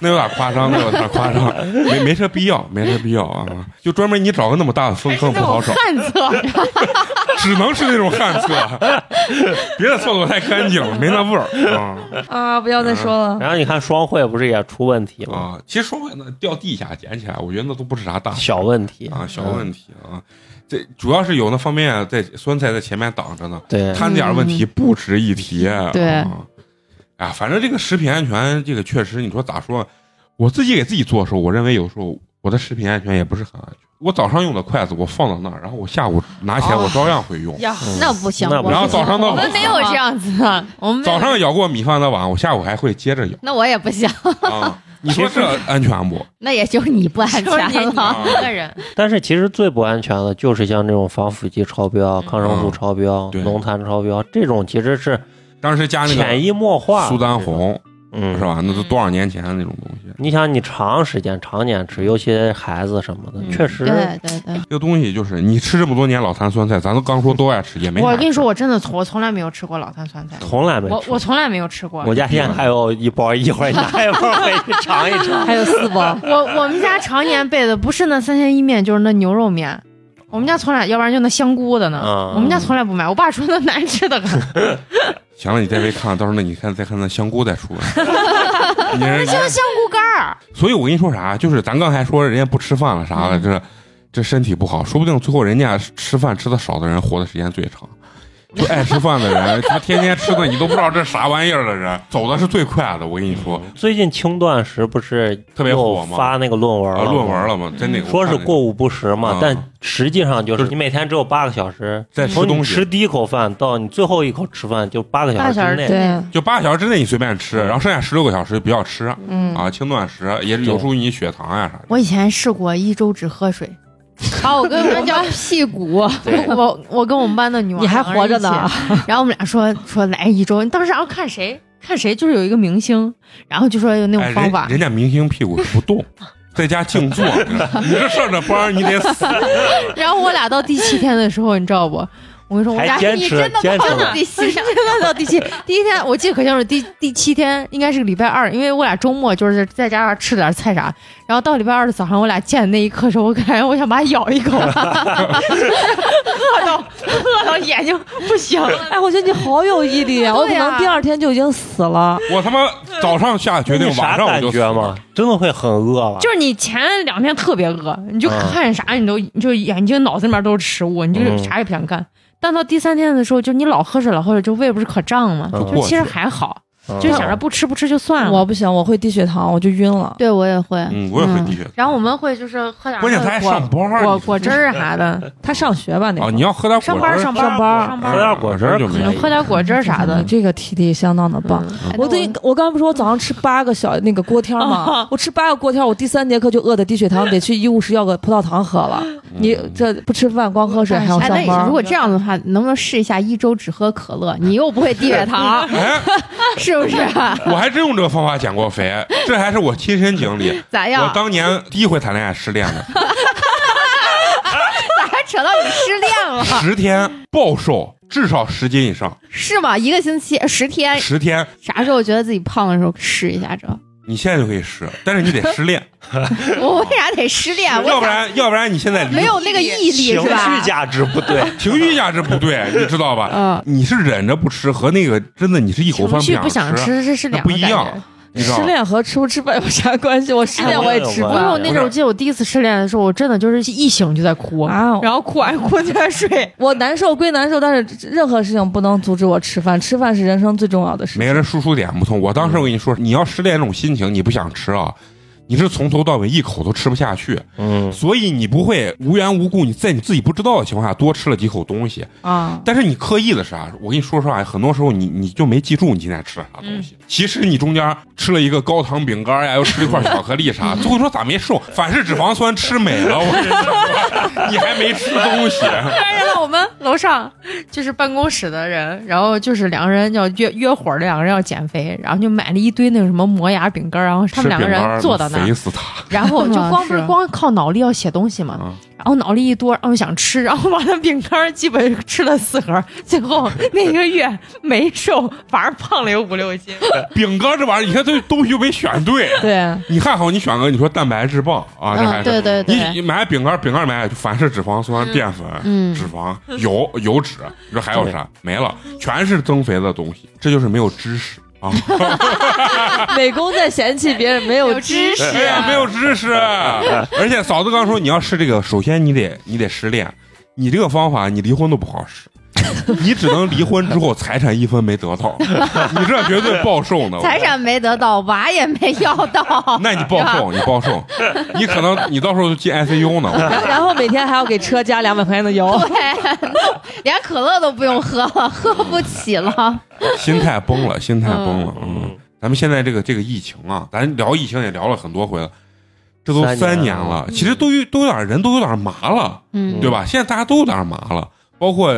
[SPEAKER 1] 那有点夸张，那有点夸张，没没这必要，没这必要啊！就专门你找哎个那么大 的粪坑不好找，
[SPEAKER 5] 旱
[SPEAKER 3] 哎
[SPEAKER 5] 厕，
[SPEAKER 1] 只能是那种旱厕，别的厕所太干净了，没那味儿啊。
[SPEAKER 2] 啊，不要再说了。
[SPEAKER 4] 然后你看双汇不是也出问题 吗？
[SPEAKER 1] 啊，其实说白了，掉地下捡起来，我觉得那都不是啥大事
[SPEAKER 4] 小问题
[SPEAKER 1] 啊，小问题啊。这主要是有那方面啊在酸菜在前面挡着呢，
[SPEAKER 4] 对，
[SPEAKER 1] 他那点儿问题不值一提。
[SPEAKER 3] 嗯对
[SPEAKER 1] 啊，啊，反正这个食品安全，这个确实，你说咋说？我自己给自己做的时候，我认为有时候我的食品安全也不是很安全。我早上用的筷子我放到那儿，然后我下午拿
[SPEAKER 3] 哦
[SPEAKER 1] 起来我照样会用。
[SPEAKER 2] 呀，
[SPEAKER 3] 那不行，
[SPEAKER 4] 那不
[SPEAKER 1] 然后早上的
[SPEAKER 3] 我们没有这样子的，我们没有。
[SPEAKER 1] 早上舀过米饭的碗，我下午还会接着舀
[SPEAKER 3] 那我也不行，
[SPEAKER 1] 啊，你说这安全不？
[SPEAKER 3] 那也就是你不安
[SPEAKER 2] 就是 你
[SPEAKER 3] 全了。
[SPEAKER 1] 啊，
[SPEAKER 3] 个 人
[SPEAKER 4] 但是其实最不安全的就是像这种防腐剂超标、啊抗生素超标、
[SPEAKER 1] 嗯啊对
[SPEAKER 4] 浓痰超标这种，其实是
[SPEAKER 1] 当时加那
[SPEAKER 4] 潜
[SPEAKER 1] 个
[SPEAKER 4] 移默化。
[SPEAKER 1] 苏丹，红
[SPEAKER 4] 嗯，
[SPEAKER 1] 是？吧？那都多少年前的那种东西，
[SPEAKER 4] 你想，你长时间常年吃，尤其孩子什么的，
[SPEAKER 1] 嗯
[SPEAKER 4] 确实
[SPEAKER 3] 对对对，
[SPEAKER 1] 这个东西就是你吃这么多年老坛酸菜，咱都刚说都爱吃，也没啥
[SPEAKER 5] 我跟你说，
[SPEAKER 1] 吃，
[SPEAKER 5] 我真的从我从来没有吃过老坛酸菜，
[SPEAKER 4] 从来没
[SPEAKER 5] 我
[SPEAKER 4] 吃
[SPEAKER 5] 我从来没有吃过。，
[SPEAKER 4] 我家现在还有一包，一会儿拿一包回去尝一尝。
[SPEAKER 2] 还有四包
[SPEAKER 1] 嗯
[SPEAKER 5] 我我们家常年备的不是那三鲜意面，就是那牛肉面。我们家从来，要不然就那香菇的呢。
[SPEAKER 4] 嗯
[SPEAKER 1] 啊
[SPEAKER 5] 我们家从来不买，我爸说那难吃的很。
[SPEAKER 1] 行了，你再别看了，到时候那你看再看那香菇再 出来。你人
[SPEAKER 5] 像香菇干儿，
[SPEAKER 1] 所以我跟你说啥，就是咱刚才说人家不吃饭了啥
[SPEAKER 5] 嗯
[SPEAKER 1] 了，这这身体不好，说不定最后人家吃饭吃的少的人活的时间最长。就爱吃饭的 人，他天天吃的你都不知道这啥玩意儿的人，走的是最快的。我跟你说，
[SPEAKER 4] 最近轻断食不是
[SPEAKER 1] 特别火
[SPEAKER 4] 又
[SPEAKER 1] 吗
[SPEAKER 4] 发那个论文
[SPEAKER 1] 啊
[SPEAKER 4] 了吗？
[SPEAKER 1] 论文了嘛，真那个
[SPEAKER 4] 说是过
[SPEAKER 1] 午
[SPEAKER 4] 午不食嘛
[SPEAKER 1] 嗯，
[SPEAKER 4] 但实际上就
[SPEAKER 1] 就是是
[SPEAKER 4] 你每天只有八个小时，
[SPEAKER 1] 在吃
[SPEAKER 4] 从你
[SPEAKER 1] 东西
[SPEAKER 4] 嗯吃第一口饭到你最后一口吃饭就八个小
[SPEAKER 5] 半
[SPEAKER 4] 时
[SPEAKER 5] 小
[SPEAKER 4] 之
[SPEAKER 5] 时
[SPEAKER 3] 嗯
[SPEAKER 4] 内。
[SPEAKER 2] 对，
[SPEAKER 1] 就八个小时之内你随便吃，然后剩下十六个小时不要吃
[SPEAKER 5] 嗯，
[SPEAKER 1] 啊，轻断食也有助于你血糖啊呀啥的。
[SPEAKER 5] 我以前试过一周只喝水。
[SPEAKER 3] 把我跟我们叫屁股，
[SPEAKER 5] 我我跟我们班的女娃
[SPEAKER 2] 你还活着呢，
[SPEAKER 5] 一起然后我们俩说说来一周，你当时然后看谁看谁就是有一个明星，然后就说有那
[SPEAKER 1] 哎，
[SPEAKER 5] 种方
[SPEAKER 1] 人
[SPEAKER 5] 法，
[SPEAKER 1] 人家明星屁股是不 动，在家静坐，你这上着班儿你得死。
[SPEAKER 5] 然后我俩到第七天的时候，你知道不？我跟你说，我
[SPEAKER 4] 还
[SPEAKER 5] 俩
[SPEAKER 4] 坚持坚持
[SPEAKER 5] 真的
[SPEAKER 4] 了，
[SPEAKER 5] 第七天，真的到第七第一天，我记得可清楚，第第七天应该是个礼拜二，因为我俩周末就是在家吃点菜啥，然后到礼拜二的早上，我俩见的那一刻时候，我感觉我想把它咬一口， 饿到饿到眼睛不 行 了。
[SPEAKER 2] 哎，我觉得你好有毅力啊！我可
[SPEAKER 5] 对呀
[SPEAKER 2] 能第二天就已经死了。
[SPEAKER 1] 我他妈早上下决定
[SPEAKER 4] 你，
[SPEAKER 1] 晚
[SPEAKER 4] 啥
[SPEAKER 1] 上我
[SPEAKER 4] 感
[SPEAKER 1] 就死
[SPEAKER 4] 觉
[SPEAKER 1] 了
[SPEAKER 4] 嘛。，真的会很饿吧？
[SPEAKER 5] 就是你前两天特别饿，你就
[SPEAKER 4] 嗯
[SPEAKER 5] 看啥你都你就眼睛脑子里面都是食物，你就
[SPEAKER 4] 嗯
[SPEAKER 5] 啥也不想干。但到第三天的时候，就你老喝水老喝水，就胃不是可胀吗？
[SPEAKER 4] 嗯
[SPEAKER 5] 就其实还好，就想着
[SPEAKER 4] 嗯
[SPEAKER 5] 不吃不吃就算了。
[SPEAKER 2] 我不行，我会低血糖，我就晕了。
[SPEAKER 3] 对我也会。
[SPEAKER 1] 嗯，我也会低血糖。
[SPEAKER 5] 然后我们会就是喝点儿
[SPEAKER 1] 关键他
[SPEAKER 5] 那
[SPEAKER 1] 还
[SPEAKER 5] 果
[SPEAKER 1] 上班儿
[SPEAKER 5] 果
[SPEAKER 1] 你
[SPEAKER 5] 果汁儿啊啥的，
[SPEAKER 2] 他上学吧那会
[SPEAKER 1] 啊，
[SPEAKER 2] 儿
[SPEAKER 1] 你要喝点果
[SPEAKER 5] 上
[SPEAKER 1] 汁
[SPEAKER 5] 班
[SPEAKER 1] 儿
[SPEAKER 5] 儿
[SPEAKER 2] 上
[SPEAKER 5] 上
[SPEAKER 2] 班
[SPEAKER 5] 班
[SPEAKER 2] 儿
[SPEAKER 5] 儿上
[SPEAKER 4] 喝
[SPEAKER 5] 班儿
[SPEAKER 4] 点果汁儿
[SPEAKER 1] 就没
[SPEAKER 4] 可以
[SPEAKER 5] 喝点果汁儿啥的
[SPEAKER 2] 你。这个体力相当的棒。
[SPEAKER 3] 哎
[SPEAKER 2] 我对
[SPEAKER 3] 那，
[SPEAKER 2] 我刚才不是我早上吃八个小那个锅贴儿吗？我吃八个锅贴儿，我第三节课就饿的低血糖，得去医务室要个葡萄糖喝了。你这不吃饭光喝水还要
[SPEAKER 3] 哎，
[SPEAKER 2] 上
[SPEAKER 3] 那
[SPEAKER 2] 班
[SPEAKER 3] 如
[SPEAKER 2] 儿，
[SPEAKER 3] 果这样的话，能不能试一下一周只喝可 乐？你又不会低血 糖，
[SPEAKER 1] 哎，
[SPEAKER 3] 是 不是？
[SPEAKER 1] 我还真用这个方法减过肥，这还是我亲身经 历。
[SPEAKER 5] 哎
[SPEAKER 3] 咋
[SPEAKER 1] 我
[SPEAKER 3] 样？
[SPEAKER 1] 当年第一回谈恋爱失恋的，
[SPEAKER 3] 咋还 扯到你失恋了？
[SPEAKER 1] 十天暴瘦，至少十斤以上，
[SPEAKER 3] 是吗？一个星期呃十
[SPEAKER 5] 哎
[SPEAKER 3] 天，
[SPEAKER 1] 十天。
[SPEAKER 3] 啥时候觉得自己胖的时候试一 下这？
[SPEAKER 1] 你现在就可以试，但是你 得失恋，
[SPEAKER 3] 我为啥得失
[SPEAKER 5] 哎
[SPEAKER 3] 恋？我
[SPEAKER 1] 要不然要不然你现在离
[SPEAKER 3] 没有那个毅力
[SPEAKER 4] 情
[SPEAKER 3] 是吧
[SPEAKER 4] 绪？价值不 对，
[SPEAKER 1] 情绪价值不对，你知道吧？
[SPEAKER 3] 嗯
[SPEAKER 1] 你是忍着不吃和那个真的你是一口
[SPEAKER 5] 情
[SPEAKER 1] 饭
[SPEAKER 5] 绪不
[SPEAKER 1] 想
[SPEAKER 5] 想，吃，这是
[SPEAKER 1] 那
[SPEAKER 5] 两
[SPEAKER 1] 不
[SPEAKER 5] 个
[SPEAKER 1] 一
[SPEAKER 5] 感
[SPEAKER 1] 样
[SPEAKER 5] 觉。，
[SPEAKER 1] 你知道
[SPEAKER 2] 失
[SPEAKER 1] 吧？
[SPEAKER 2] 恋和吃不吃饭有啥关系？我失恋我也吃
[SPEAKER 4] 哎
[SPEAKER 5] 因为
[SPEAKER 2] 过
[SPEAKER 5] 我那阵儿，我记得我第一次失恋的时候，我真的就是一醒就在哭，
[SPEAKER 2] 啊。
[SPEAKER 5] 然后哭完哭就在睡。
[SPEAKER 2] 我难受归难受，但是任何事情不能阻止我吃饭，吃饭是人生最重要的事
[SPEAKER 1] 每个
[SPEAKER 2] 情。
[SPEAKER 1] 人输出点不同。我当时我跟你
[SPEAKER 5] 嗯
[SPEAKER 1] 说，你要失恋这种心情，你不想吃啊，你是从头到尾一口都吃不下去，
[SPEAKER 4] 嗯，
[SPEAKER 1] 所以你不会无缘无故你在你自己不知道的情况下多吃了几口东西啊。但是你刻意的是啊，我跟你说实话，很多时候你你就没记住你今天吃了啥东西。
[SPEAKER 5] 嗯
[SPEAKER 1] 其实你中间吃了一个高糖饼干呀，又吃了一块巧克力 啥，最后说咋没瘦？反式脂肪酸吃美了，我跟你说，你还没吃东西。
[SPEAKER 5] 然后我们楼上就是办公室的人，然后就是两个人要约约伙儿的两个人要减肥，然后就买了一堆那个什么磨牙饼干儿，然 后他
[SPEAKER 1] 吃
[SPEAKER 5] 们
[SPEAKER 1] 饼
[SPEAKER 5] 两个
[SPEAKER 1] 干
[SPEAKER 5] 人坐到那
[SPEAKER 1] 肥
[SPEAKER 5] 儿，
[SPEAKER 1] 死他
[SPEAKER 5] 然后就光 不是嗯
[SPEAKER 3] 是
[SPEAKER 5] 光靠脑力要写东西嘛，
[SPEAKER 1] 啊！
[SPEAKER 5] 然后脑力一多，然后想吃，然后把那饼干儿基本吃了四盒，最 后那一个月没瘦，反而胖了有五六斤。
[SPEAKER 1] 饼干这玩意儿，你看这东西又没选 对。
[SPEAKER 2] 对，
[SPEAKER 1] 你看好，你选个你说蛋白质棒啊，这还
[SPEAKER 3] 嗯，
[SPEAKER 1] 是、
[SPEAKER 3] 对对对，
[SPEAKER 1] 你买饼干，饼干买就反式脂肪酸、淀粉、
[SPEAKER 3] 嗯
[SPEAKER 1] 脂肪、油、油脂，你说还有啥？没了，全是增肥的东西，这就是没有知识啊！
[SPEAKER 2] 美工在嫌弃别人没有知识，
[SPEAKER 1] 哎呀，没有知识，而且嫂子刚说你要试这个，首先你得你得失恋，你这个方法你离婚都不好使。你只能离婚之后财产一分没得到，你这绝对暴瘦呢。我，
[SPEAKER 6] 财产没得到，娃也没要 到
[SPEAKER 1] 那你暴瘦，你暴瘦，你可能你到时候就进 ICU 呢。
[SPEAKER 2] 然然后每天还要给车加两百块钱的油，
[SPEAKER 6] 对，连可乐都不用喝了，喝不起了。
[SPEAKER 1] 心态崩了，心态崩了。嗯
[SPEAKER 4] 嗯，
[SPEAKER 1] 咱们现在这个这个疫情啊，咱聊疫情也聊了很多回了，这都
[SPEAKER 4] 三
[SPEAKER 1] 三年
[SPEAKER 4] 年嗯
[SPEAKER 1] 了，其实都有都有点人都有点麻了，
[SPEAKER 6] 嗯
[SPEAKER 1] 对吧？现在大家都有点麻了，包括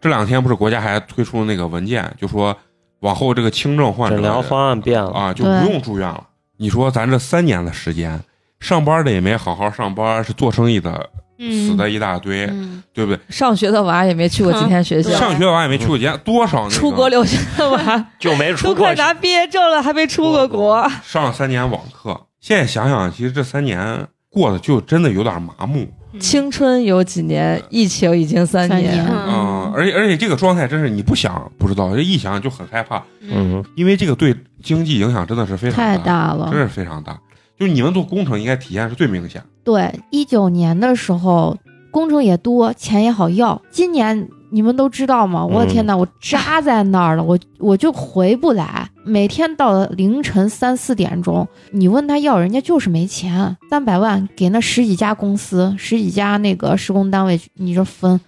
[SPEAKER 1] 这两天不是国家还推出那个文件，就说往后这个轻症患者
[SPEAKER 4] 嗯诊疗方案变了，
[SPEAKER 1] 啊就不用住院了。你说咱这三年的时间，上班的也没好好上班，是做生意的死的一大堆，
[SPEAKER 6] 嗯，
[SPEAKER 1] 对不对？
[SPEAKER 2] 上学的娃也没去过今天学校
[SPEAKER 6] 对，
[SPEAKER 1] 上学完也没去过家，多少那个
[SPEAKER 2] 出国留学的娃
[SPEAKER 4] 就没
[SPEAKER 2] 都
[SPEAKER 4] 出过
[SPEAKER 2] 快拿毕业证了，还没出过国。
[SPEAKER 1] 上了三年网课，现在想想，其实这三年过得就真的有点麻木，
[SPEAKER 2] 青春有几年，疫情已经三
[SPEAKER 3] 三
[SPEAKER 2] 年
[SPEAKER 3] 年。
[SPEAKER 1] 嗯、而且而且这个状态真是你不想不知道，这一想就很害怕，
[SPEAKER 4] 嗯，
[SPEAKER 1] 因为这个对经济影响真的是非常
[SPEAKER 3] 太
[SPEAKER 1] 大，
[SPEAKER 3] 大了
[SPEAKER 1] 真。是非常大。就你们做工程应该体验是最明显，
[SPEAKER 3] 对，一九年的时候工程也多，钱也好要。今年你们都知道吗？我
[SPEAKER 1] 嗯
[SPEAKER 3] 的天呐，我扎在那儿了，我我就回不来。每天到了凌晨三四点钟，你问他要，人家就是没钱。三百万给那十几家公司、十几家那个施工单位，你这分，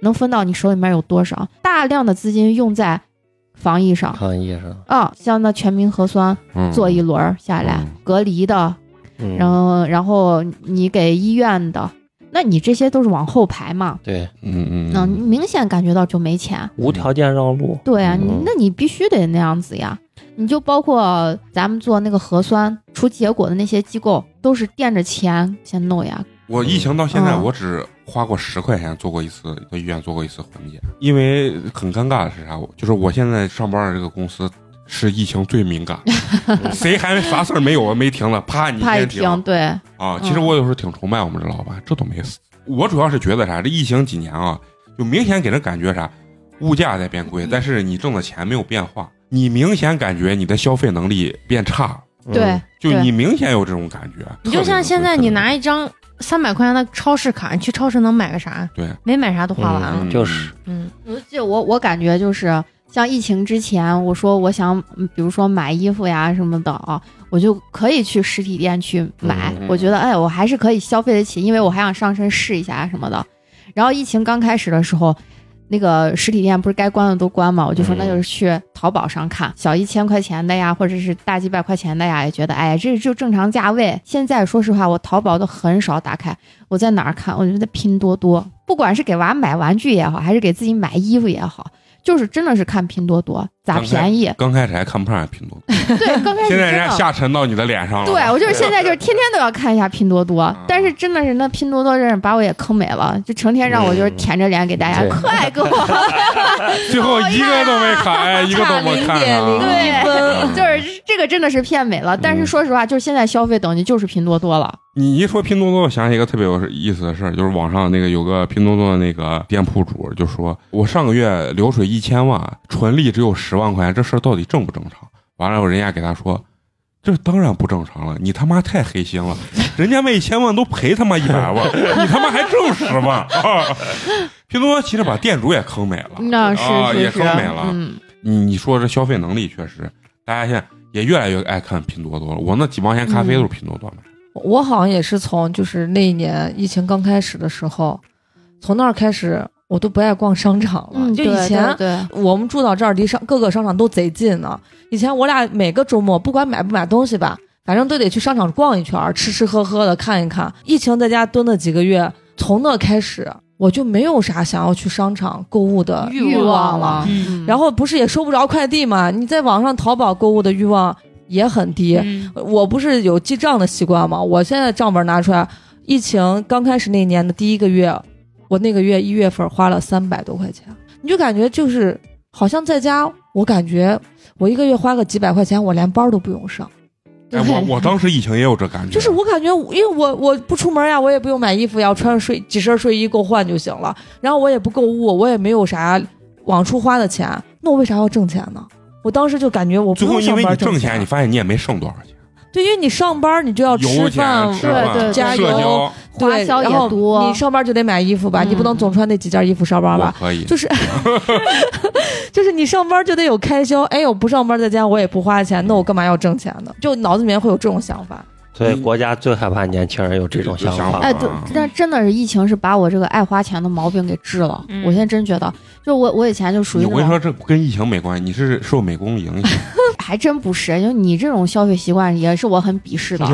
[SPEAKER 3] 能分到你手里面有多少？大量的资金用在防疫上。
[SPEAKER 4] 抗议上，
[SPEAKER 3] 啊，像那全民核酸
[SPEAKER 1] 嗯
[SPEAKER 3] 做一轮儿下来，
[SPEAKER 1] 嗯
[SPEAKER 3] 隔离的，
[SPEAKER 4] 嗯
[SPEAKER 3] 然后然后你给医院的，那你这些都是往后排嘛，
[SPEAKER 4] 对
[SPEAKER 1] 嗯嗯
[SPEAKER 3] 嗯，你明显感觉到就没钱。
[SPEAKER 4] 无条件让路，
[SPEAKER 3] 对啊，你
[SPEAKER 4] 嗯
[SPEAKER 3] 那你必须得那样子呀。你就包括咱们做那个核酸出结果的那些机构，都是垫着钱先弄呀。
[SPEAKER 1] 我疫情到现在，
[SPEAKER 3] 嗯
[SPEAKER 1] 我只花过十块钱做过一次，到医院做过一次环检，因为很尴尬的是啥？我就是我现在上班的这个公司是疫情最敏感， 谁还啥事儿没有啊？没停了，啪，你
[SPEAKER 3] 怕一
[SPEAKER 1] 先
[SPEAKER 3] 停，对，
[SPEAKER 1] 啊！其实我有时候挺崇拜我们这老板，这都没死。我主要是觉得啥？这疫情几年啊，就明显给人感觉啥，物价在变贵，但是你挣的钱没有变化，你明显感觉你的消费能力变差，
[SPEAKER 4] 嗯
[SPEAKER 3] 对，
[SPEAKER 1] 就
[SPEAKER 3] 对
[SPEAKER 1] 你明显有这种感觉。
[SPEAKER 5] 你就像现在你拿一张三百块钱的超市卡，你去超市能买个啥？
[SPEAKER 1] 对，
[SPEAKER 5] 没买啥都花完了。
[SPEAKER 1] 嗯
[SPEAKER 4] 就是
[SPEAKER 5] 嗯，
[SPEAKER 3] 我就我我感觉就是像疫情之前，我说我想，嗯比如说买衣服呀什么的啊，我就可以去实体店去买。
[SPEAKER 1] 嗯嗯嗯
[SPEAKER 3] 我觉得，哎，我还是可以消费得起，因为我还想上身试一下什么的。然后疫情刚开始的时候，那个实体店不是该关的都关嘛，我就说
[SPEAKER 4] 嗯
[SPEAKER 3] 那就是去淘宝上看小一千块钱的呀，或者是大几百块钱的呀，也觉得哎这就正常价位。现在说实话，我淘宝都很少打开，我在哪儿看？我就在拼多多，不管是给娃买玩具也好，还是给自己买衣服也好。就是真的是看拼多多咋
[SPEAKER 1] 刚开
[SPEAKER 3] 便宜，
[SPEAKER 1] 刚开始还看不上拼多多。
[SPEAKER 3] 对，刚开 始
[SPEAKER 1] 现
[SPEAKER 3] 真
[SPEAKER 1] 在人家
[SPEAKER 3] 的，
[SPEAKER 1] 下沉到你的脸上了。
[SPEAKER 3] 对我就是现在就是天天都要看一下拼多多
[SPEAKER 1] 嗯，
[SPEAKER 3] 但是真的是那拼多多真是把我也坑没了，就成天让我就是
[SPEAKER 4] 嗯
[SPEAKER 3] 舔着脸给大家，
[SPEAKER 4] 对
[SPEAKER 3] 快 给我
[SPEAKER 1] 最后一个都没砍，一个
[SPEAKER 2] 差
[SPEAKER 1] 都没
[SPEAKER 2] 零
[SPEAKER 1] 看啊
[SPEAKER 2] 点零
[SPEAKER 1] 上。
[SPEAKER 2] 一 分，
[SPEAKER 3] 就是这个真的是骗美
[SPEAKER 1] 嗯
[SPEAKER 3] 了，但是说实话，就是现在消费等级就是拼多多了。
[SPEAKER 1] 你一说拼多多，我想起一个特别有意思的事儿，就是网上那个有个拼多多的那个店铺主就说，我上个月流水一千万，纯利只有十万块钱，这事儿到底正不正常？完了，人家给他说。这当然不正常了，你他妈太黑心了！人家卖一千万都赔他妈一百万，你他妈还挣十万、啊！拼多多其实把店主也坑美了，
[SPEAKER 3] 那是
[SPEAKER 1] 啊也
[SPEAKER 3] 是是
[SPEAKER 1] 坑美了，
[SPEAKER 3] 嗯，
[SPEAKER 1] 你你说这消费能力确实，大家现在也越来越爱看拼多多了。我那几毛钱咖啡都是拼多多买的。
[SPEAKER 2] 我好像也是从就是那一年疫情刚开始的时候，从那儿开始我都不爱逛商场了。
[SPEAKER 3] 嗯
[SPEAKER 2] 就
[SPEAKER 3] 对
[SPEAKER 2] 以前
[SPEAKER 3] 对对
[SPEAKER 2] 我们住到这儿，离商各个商场都贼近呢。以前我俩每个周末不管买不买东西吧，反正都得去商场逛一圈儿，吃吃喝喝的看一看。疫情在家蹲了几个月，从那开始我就没有啥想要去商场购物的
[SPEAKER 3] 欲望
[SPEAKER 2] 望
[SPEAKER 3] 了。嗯
[SPEAKER 2] 然后不是也收不着快递嘛？你在网上淘宝购物的欲望也很低。
[SPEAKER 5] 嗯
[SPEAKER 2] 我不是有记账的习惯吗？我现在账本拿出来，疫情刚开始那年的第一个月，我那个月一月份花了三百多块钱，你就感觉就是好像在家，我感觉我一个月花个几百块钱，我连班都不用上，
[SPEAKER 1] 哎，我我当时疫情也有这感觉，
[SPEAKER 2] 就是我感觉，因为我我不出门呀，我也不用买衣服呀，我穿着睡几身睡衣够换就行了，然后我也不购物，我也没有啥往出花的钱，那我为啥要挣钱呢？我当时就感觉我不
[SPEAKER 1] 最后
[SPEAKER 2] 用
[SPEAKER 1] 因
[SPEAKER 2] 上
[SPEAKER 1] 为你
[SPEAKER 2] 班
[SPEAKER 1] 挣
[SPEAKER 2] 钱
[SPEAKER 1] 你，发现你也没剩多少钱，
[SPEAKER 2] 对，因为你上班你就要
[SPEAKER 1] 油
[SPEAKER 2] 吃
[SPEAKER 1] 钱、
[SPEAKER 2] 饭、
[SPEAKER 1] 吃饭、
[SPEAKER 3] 对对
[SPEAKER 2] 加
[SPEAKER 1] 社
[SPEAKER 2] 油
[SPEAKER 1] 交，
[SPEAKER 3] 花
[SPEAKER 2] 对
[SPEAKER 3] 销也
[SPEAKER 2] 然后
[SPEAKER 3] 多
[SPEAKER 2] 你上班就得买衣服吧，你不能
[SPEAKER 3] 嗯
[SPEAKER 2] 总穿那几件衣服上班
[SPEAKER 1] 我
[SPEAKER 2] 吧？
[SPEAKER 1] 可以。
[SPEAKER 2] 就是就是你上班就得有开销，哎，我不上班在家我也不花钱，那我干嘛要挣钱呢？就脑子里面会有这种想法。
[SPEAKER 4] 所
[SPEAKER 1] 嗯
[SPEAKER 4] 以国家最害怕年轻人有这种想
[SPEAKER 1] 有想
[SPEAKER 4] 法
[SPEAKER 1] 法。
[SPEAKER 3] 哎，对
[SPEAKER 1] 啊，
[SPEAKER 3] 但真的是疫情是把我这个爱花钱的毛病给治了。
[SPEAKER 5] 嗯
[SPEAKER 3] 我现在真觉得，就我我以前就属于
[SPEAKER 1] 你
[SPEAKER 3] 那
[SPEAKER 1] 我跟你
[SPEAKER 3] 种，
[SPEAKER 1] 说，这跟疫情没关系，你是受美工影响。
[SPEAKER 3] 还真不是，就你这种消费习惯也是我很鄙视的。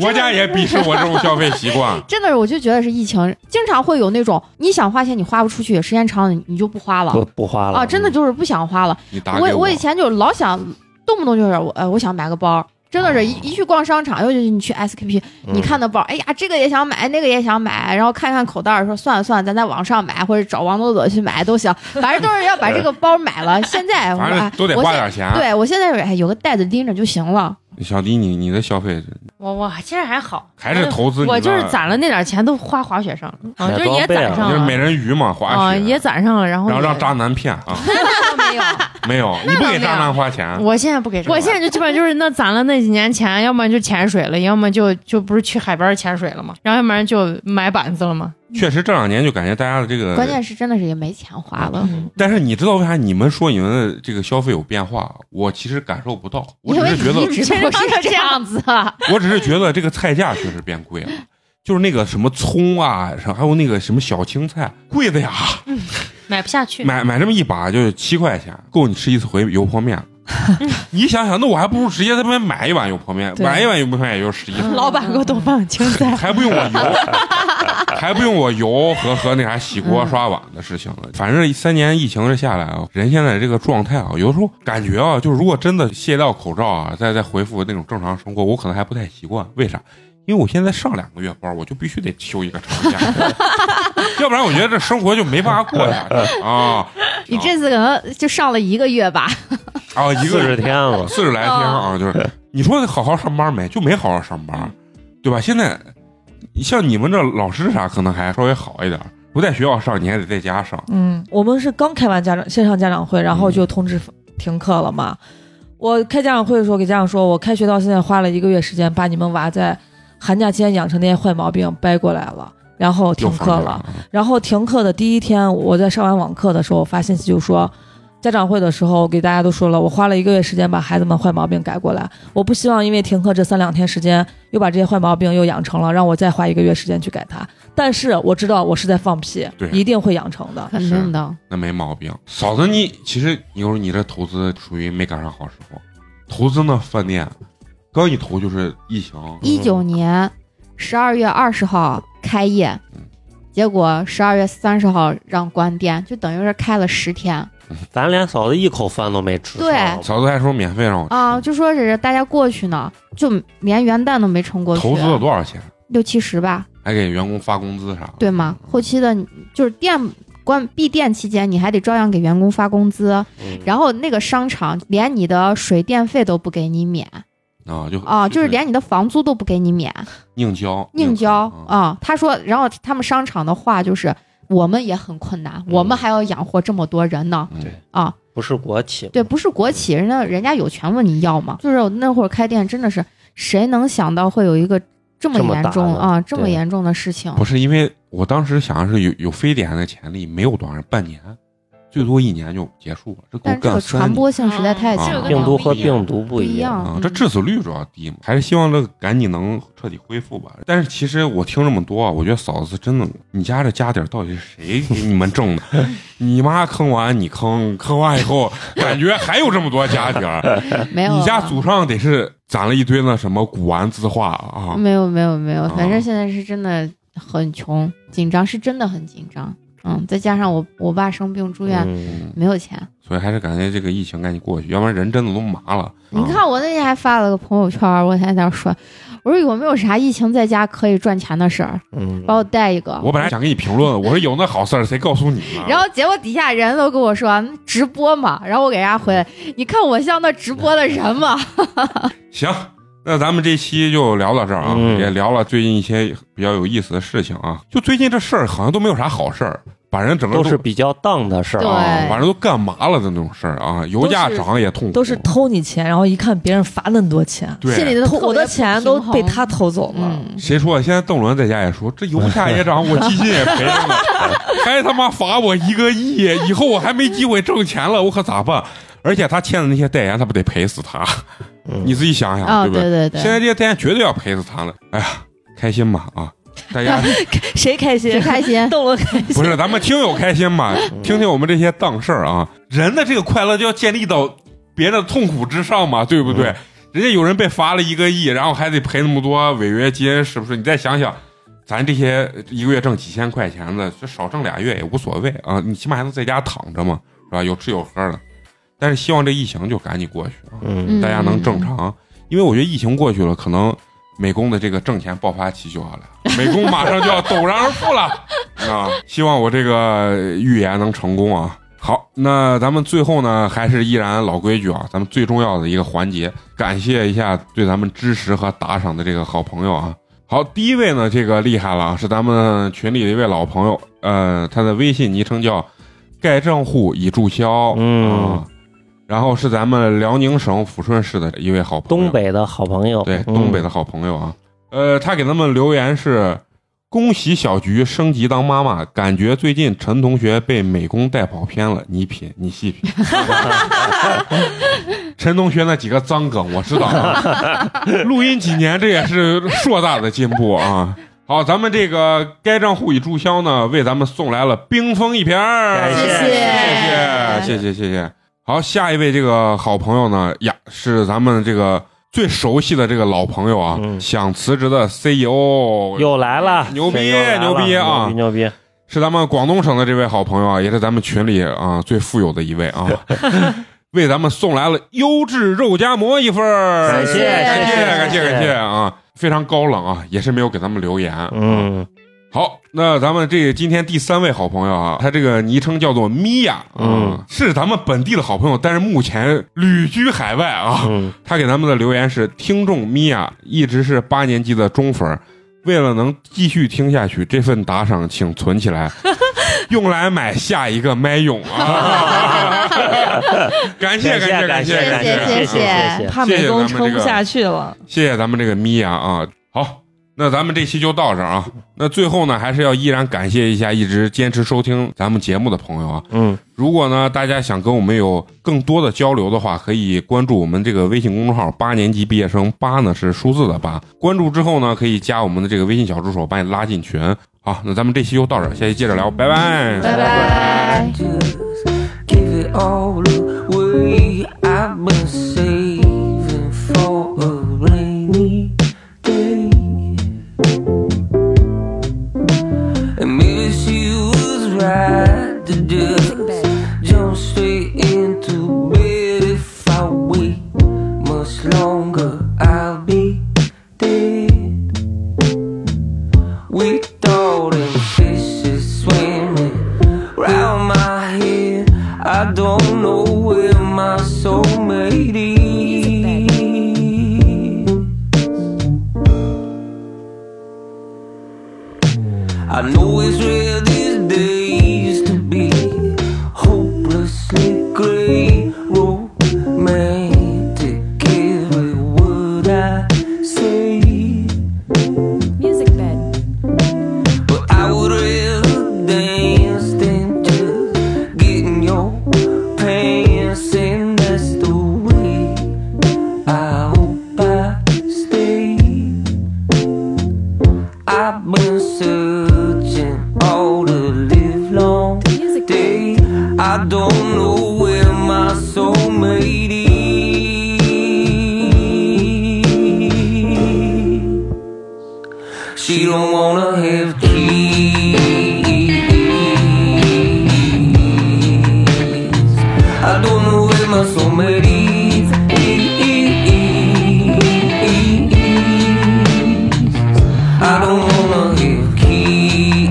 [SPEAKER 1] 国家也鄙视我这种消费习惯
[SPEAKER 3] 。真的是，我就觉得是疫情，经常会有那种你想花钱你花不出去，时间长了你你就不花
[SPEAKER 4] 不
[SPEAKER 3] 了
[SPEAKER 4] 不花了
[SPEAKER 3] 啊，真的就是不想花了。
[SPEAKER 1] 你打给
[SPEAKER 3] 我
[SPEAKER 1] 我
[SPEAKER 3] 我以前就老想动不动就是我呃我想买个包，真的是一一去逛商场，尤其是你去 SKP，
[SPEAKER 1] 嗯
[SPEAKER 3] 你看那包，哎呀这个也想买，那个也想买，然后看看口袋儿，说算了算了，咱在网上买或者找王朵朵去买都行，反正都是要把这个包买 了。现在我
[SPEAKER 1] 反正
[SPEAKER 3] 哎
[SPEAKER 1] 都得
[SPEAKER 3] 我
[SPEAKER 1] 花
[SPEAKER 3] 现
[SPEAKER 1] 点钱。啊
[SPEAKER 3] 对我现在哎有个袋子拎着就行了。
[SPEAKER 1] 小迪，你你的消费
[SPEAKER 5] 我我其实还好，哎
[SPEAKER 1] 还是投资？你
[SPEAKER 5] 我
[SPEAKER 1] 啊
[SPEAKER 5] 就
[SPEAKER 1] 那
[SPEAKER 5] 是攒了那点钱都花滑雪上了，啊，
[SPEAKER 4] 买
[SPEAKER 5] 就是也
[SPEAKER 4] 装备啊
[SPEAKER 5] 攒上
[SPEAKER 1] 就是
[SPEAKER 5] 了
[SPEAKER 1] 美人鱼嘛，滑
[SPEAKER 5] 啊，
[SPEAKER 1] 雪，
[SPEAKER 5] 也攒上了，然后
[SPEAKER 1] 然后
[SPEAKER 5] 也
[SPEAKER 1] 让渣男骗啊，
[SPEAKER 3] 那倒
[SPEAKER 1] 没
[SPEAKER 3] 没有，
[SPEAKER 1] 有，你不给渣男花钱，
[SPEAKER 5] 我现在不给这个
[SPEAKER 1] 我
[SPEAKER 5] 玩儿，
[SPEAKER 1] 现
[SPEAKER 5] 在就基本就是那攒了那几年钱，要不然就潜水了，要么就就不是去海边潜水了嘛，然后要不然就买板子了嘛。
[SPEAKER 1] 确实这两年就感觉大家的这
[SPEAKER 3] 关
[SPEAKER 1] 个，
[SPEAKER 3] 键是真的是也没钱花了。
[SPEAKER 1] 但是你知道为啥你们说你们的这个消费有变化？我其实感受不到，我只
[SPEAKER 3] 因为
[SPEAKER 1] 是觉
[SPEAKER 3] 你
[SPEAKER 1] 得哦
[SPEAKER 3] 一，直都是这样子，啊
[SPEAKER 1] 我只是觉得这个菜价确实变贵了，就是那个什么葱啊，还有那个什么小青菜，贵的呀，
[SPEAKER 5] 买不下去，
[SPEAKER 1] 买买这么一把就是七块钱，够你吃一次回油泼 面了。你想想，那我还不如直接在那边买一碗油泼面，
[SPEAKER 2] 对
[SPEAKER 1] 买一碗油泼面也就十一，
[SPEAKER 5] 老板给我多放青 菜。
[SPEAKER 1] 还不用我 油，还不用我油和和那啥洗
[SPEAKER 3] 嗯
[SPEAKER 1] 锅刷碗的事情了。反正三年疫情这下来啊，人现在这个状态啊，有时候感觉啊，就是如果真的卸掉口罩啊，再再恢复那种正常生活，我可能还不太习惯。为啥？因为我现在上两个月班，我就必须得休一个长 假，要不然我觉得这生活就没法过 下去啊。
[SPEAKER 3] 你这次可能就上了一个月吧。
[SPEAKER 1] 啊，一
[SPEAKER 4] 四
[SPEAKER 1] 个
[SPEAKER 4] 十天了，
[SPEAKER 1] 四十来天
[SPEAKER 3] 嗯
[SPEAKER 1] 啊，就是你说好好上班没？就没好好上班，对吧？现在像你们这老师啥，可能还稍微好一点，不在学校上，你还得在家上。
[SPEAKER 2] 嗯，我们是刚开完家长线上家长会，然后就通知停课了嘛。我开家长会的时候给家长说，我开学到现在花了一个月时间，把你们娃在寒假期间养成那些坏毛病掰过来了，然后停
[SPEAKER 1] 又放
[SPEAKER 2] 课
[SPEAKER 1] 假
[SPEAKER 2] 了。，然后停课的第一天，我在上完网课的时候发信息就说，家长会的时候我给大家都说了，我花了一个月时间把孩子们坏毛病改过来，我不希望因为停课这三两天时间又把这些坏毛病又养成了，让我再花一个月时间去改它。但是我知道我是在放屁
[SPEAKER 1] 对，
[SPEAKER 2] 一定会养成的。
[SPEAKER 3] 肯定的，
[SPEAKER 1] 那没毛病。嫂子你，其实你说你这投资属于没赶上好时候，投资那饭店刚一投就是疫情，
[SPEAKER 3] 一九年十二月二十号开业
[SPEAKER 1] 嗯，
[SPEAKER 3] 结果十二月三十号让关店，就等于是开了十天
[SPEAKER 4] 咱连嫂子一口饭都没吃。
[SPEAKER 3] 对
[SPEAKER 4] 是吧
[SPEAKER 1] 嫂子还说免费让我吃
[SPEAKER 3] 啊！就说是大家过去呢，就连元旦都没撑过去，
[SPEAKER 1] 投资了多少钱，
[SPEAKER 3] 六七十吧，
[SPEAKER 1] 还给员工发工资啥的，
[SPEAKER 3] 对吗？后期的你就是店关闭店期间，你还得照样给员工发工资，
[SPEAKER 4] 嗯
[SPEAKER 3] 然后那个商场连你的水电费都不给你免
[SPEAKER 1] 啊就
[SPEAKER 3] 啊，就是连你的房租都不给你免。
[SPEAKER 1] 硬交
[SPEAKER 3] 宁交
[SPEAKER 1] 啊。
[SPEAKER 3] 啊、他说，然后他们商场的话就是，我们也很困难，我们还要养活这么多人呢
[SPEAKER 1] 嗯
[SPEAKER 3] 啊、
[SPEAKER 4] 不是国企，
[SPEAKER 3] 对，不是国企，人家人家有权问你要吗？就是我那会儿开店，真的是谁能想到会有一个这么
[SPEAKER 4] 这么
[SPEAKER 3] 严
[SPEAKER 4] 大
[SPEAKER 3] 重
[SPEAKER 4] 的
[SPEAKER 3] 啊、这么
[SPEAKER 4] 对
[SPEAKER 3] 严重的事情？
[SPEAKER 1] 不是因为我当时想的是有有非典的潜力，没有多长时间，半年，最多一年就结束了。这给我
[SPEAKER 3] 但这
[SPEAKER 1] 干
[SPEAKER 3] 个
[SPEAKER 1] 三
[SPEAKER 3] 传
[SPEAKER 1] 年
[SPEAKER 3] 播性实在太
[SPEAKER 1] 啊
[SPEAKER 3] 强
[SPEAKER 1] 这
[SPEAKER 3] 了，
[SPEAKER 1] 个
[SPEAKER 4] 病毒和
[SPEAKER 1] 不一样
[SPEAKER 4] 病毒不一样。
[SPEAKER 1] 啊
[SPEAKER 3] 嗯，
[SPEAKER 1] 这致死率主要低嘛，还是希望这个赶紧能彻底恢复吧。但是其实我听这么多啊，我觉得嫂子真的，你家这家底儿到底是谁给你们挣的？ 你妈坑完你坑，坑完以后感觉还有这么多家底儿，
[SPEAKER 3] 嗯没有
[SPEAKER 1] 你家
[SPEAKER 3] 了
[SPEAKER 1] 祖上得是攒了一堆那什么古玩字画啊。
[SPEAKER 3] 没有没有没有，反
[SPEAKER 1] 啊
[SPEAKER 3] 正现在是真的很穷，紧张是真的很紧张。嗯，再加上我我爸生病住院，
[SPEAKER 4] 嗯，
[SPEAKER 3] 没有钱。
[SPEAKER 1] 所以还是感觉这个疫情赶紧过去，要不然人真的都麻了。
[SPEAKER 3] 你
[SPEAKER 1] 啊
[SPEAKER 3] 看我那天还发了个朋友圈，我还在那儿说，我说有没有啥疫情在家可以赚钱的事儿，
[SPEAKER 4] 嗯
[SPEAKER 3] 把我带一个。
[SPEAKER 1] 我本来想给你评论，我说有那好事儿，谁告诉你呢？
[SPEAKER 3] 然后结果底下人都跟我说嗯直播嘛，然后我给人家回，
[SPEAKER 1] 嗯
[SPEAKER 3] 你看我像那直播的人吗？
[SPEAKER 1] 行，那咱们这期就聊到这儿啊，
[SPEAKER 4] 嗯
[SPEAKER 1] 也聊了最近一些比较有意思的事情啊。就最近这事儿好像都没有啥好事儿，把人整个
[SPEAKER 4] 都是比较当的事儿
[SPEAKER 5] 对
[SPEAKER 4] 啊。
[SPEAKER 1] 啊，把人都干麻了的那种事儿啊，油价涨也痛苦，
[SPEAKER 2] 都是偷你钱，然后一看别人罚那么多钱，
[SPEAKER 1] 对，
[SPEAKER 5] 心里都
[SPEAKER 2] 偷
[SPEAKER 5] 特
[SPEAKER 2] 我
[SPEAKER 5] 别
[SPEAKER 2] 的钱都被他偷走
[SPEAKER 5] 平衡
[SPEAKER 2] 了。
[SPEAKER 5] 嗯，
[SPEAKER 1] 谁说的？现在邓伦在家也说，这油价也涨，我基金也赔了，还他妈罚我一个亿，以后我还没机会挣钱了，我可咋办？而且他欠的那些代言，他不得赔死他？
[SPEAKER 4] 嗯
[SPEAKER 1] 你自己想想，
[SPEAKER 3] 哦
[SPEAKER 5] 啊，
[SPEAKER 1] 对不
[SPEAKER 5] 对对对，
[SPEAKER 1] 现在这些代言绝对要赔死他了。哎呀，开心吧啊！大家
[SPEAKER 2] 谁开心？
[SPEAKER 5] 谁开心？
[SPEAKER 2] 邓伦开心
[SPEAKER 1] 不。是咱们听友开心吧？听听我们这些档事儿啊，人的这个快乐就要建立到别人的痛苦之上嘛，对不对？人家有人被罚了一个亿，然后还得赔那么多违约金，是不是？你再想想，咱这些一个月挣几千块钱的，这少挣俩月也无所谓啊，你起码还能在家躺着嘛，是吧？有吃有喝的。但是希望这疫情就赶紧过去啊，
[SPEAKER 4] 嗯，
[SPEAKER 1] 大家能正常，因为我觉得疫情过去了，可能美工的这个挣钱爆发期就要来了，美工马上就要陡然而富了 啊！希望我这个预言能成功啊！好，那咱们最后呢，还是依然老规矩啊，咱们最重要的一个环节，感谢一下对咱们支持和打赏的这个好朋友啊。好，第一位呢，这个厉害了啊，是咱们群里的一位老朋友，呃，他的微信昵称叫“盖账户已注销”，
[SPEAKER 4] 嗯
[SPEAKER 1] 啊然后是咱们辽宁省抚顺市的一位好朋友，
[SPEAKER 4] 东北的好朋友，
[SPEAKER 1] 对，
[SPEAKER 4] 嗯
[SPEAKER 1] 东北的好朋友啊。呃，他给咱们留言是：恭喜小菊升级当妈妈，感觉最近陈同学被美工带跑偏了。你品，你细品。 陈同学那几个脏梗我知道啊， 录音几年这也是硕大的进步啊。好，咱们这个该账户已注销呢，为咱们送来了冰封一瓶儿，
[SPEAKER 4] 感谢
[SPEAKER 1] 谢谢谢谢谢谢谢谢。好，下一位这个好朋友呢，呀，是咱们这个最熟悉的这个老朋友啊，
[SPEAKER 4] 嗯
[SPEAKER 1] 想辞职的 E CEO，
[SPEAKER 4] 又来了，
[SPEAKER 1] 哎牛逼
[SPEAKER 4] 谁又来了
[SPEAKER 1] 牛逼啊
[SPEAKER 4] 牛逼牛逼！
[SPEAKER 1] 是咱们广东省的这位好朋友啊，也是咱们群里啊最富有的一位 啊，为咱们送来了优质肉夹馍一份儿，
[SPEAKER 4] 感谢
[SPEAKER 1] 感谢
[SPEAKER 4] 谢谢
[SPEAKER 1] 感谢
[SPEAKER 4] 谢谢
[SPEAKER 1] 感谢啊，非常高冷啊，也是没有给咱们留言，
[SPEAKER 4] 嗯
[SPEAKER 1] 好，那咱们这今天第三位好朋友啊，他这个昵称叫做米娅，啊
[SPEAKER 4] 嗯，
[SPEAKER 1] 是咱们本地的好朋友，但是目前旅居海外啊。
[SPEAKER 4] 嗯，
[SPEAKER 1] 他给咱们的留言是：听众米娅一直是八年级的忠粉儿，为了能继续听下去，这份打赏请存起来，用来买下一个麦勇啊！感 谢
[SPEAKER 4] 感
[SPEAKER 1] 谢
[SPEAKER 4] 谢
[SPEAKER 1] 感
[SPEAKER 4] 谢
[SPEAKER 1] 感谢
[SPEAKER 5] 谢
[SPEAKER 4] 谢
[SPEAKER 5] 谢
[SPEAKER 4] 谢谢，
[SPEAKER 2] 怕美工撑不下去了，
[SPEAKER 1] 谢谢咱们这个米娅啊。好，那咱们这期就到这儿啊。那最后呢，还是要依然感谢一下一直坚持收听咱们节目的朋友啊。
[SPEAKER 4] 嗯，
[SPEAKER 1] 如果呢大家想跟我们有更多的交流的话，可以关注我们这个微信公众号“八年级毕业生”，八呢是数字的八。关注之后呢，可以加我们的这个微信小助手，把你拉进群。好，那咱们这期就到这儿，下期接着聊，拜拜。
[SPEAKER 5] 拜拜。
[SPEAKER 7] Just give it all away. I've been saving for a rainy day. And maybe she was right to just jump straight into bed. If I wait much longer, I'll be dead. We thought in fishes swimming round my head. I don't know where my soulmate is. I know it's rare these days to be hopelessly gray, romantic. Every word I say.
[SPEAKER 8] Music bed.
[SPEAKER 7] But I would rather dance than just get in your pants, and that's the way I hope I stay. I've been searching all the live long
[SPEAKER 8] Music
[SPEAKER 7] day. I don't know where my soulmate is. She don't wanna have kids. I don't know where my soulmate is. I don't wanna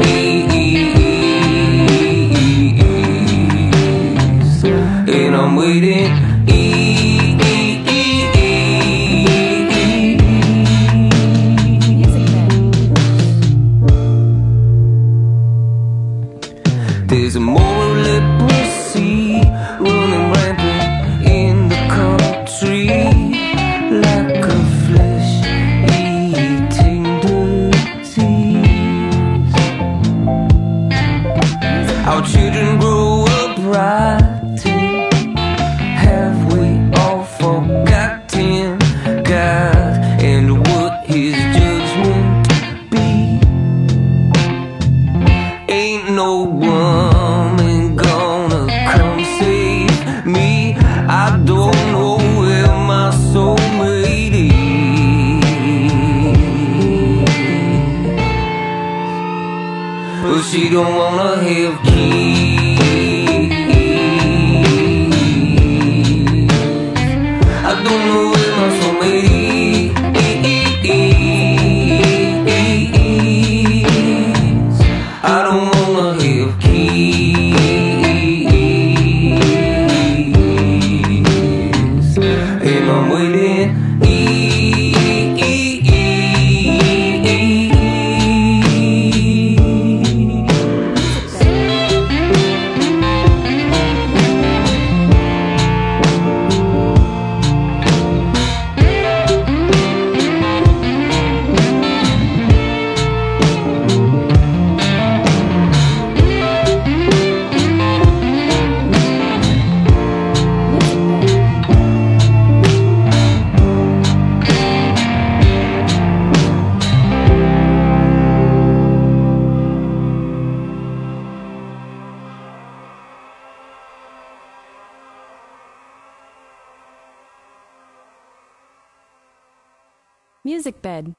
[SPEAKER 7] have kids. And I'm waiting.
[SPEAKER 8] Music bed.
[SPEAKER 7] This forgotten? Have we all forgotten God and what His judgment be? Ain't no woman gonna come save me. I don't know where my soulmate is. But she don't wanna have kids. I don't know where my soulmate is. I don't wanna have kids. And I'm E, E, waiting.
[SPEAKER 8] Music bed.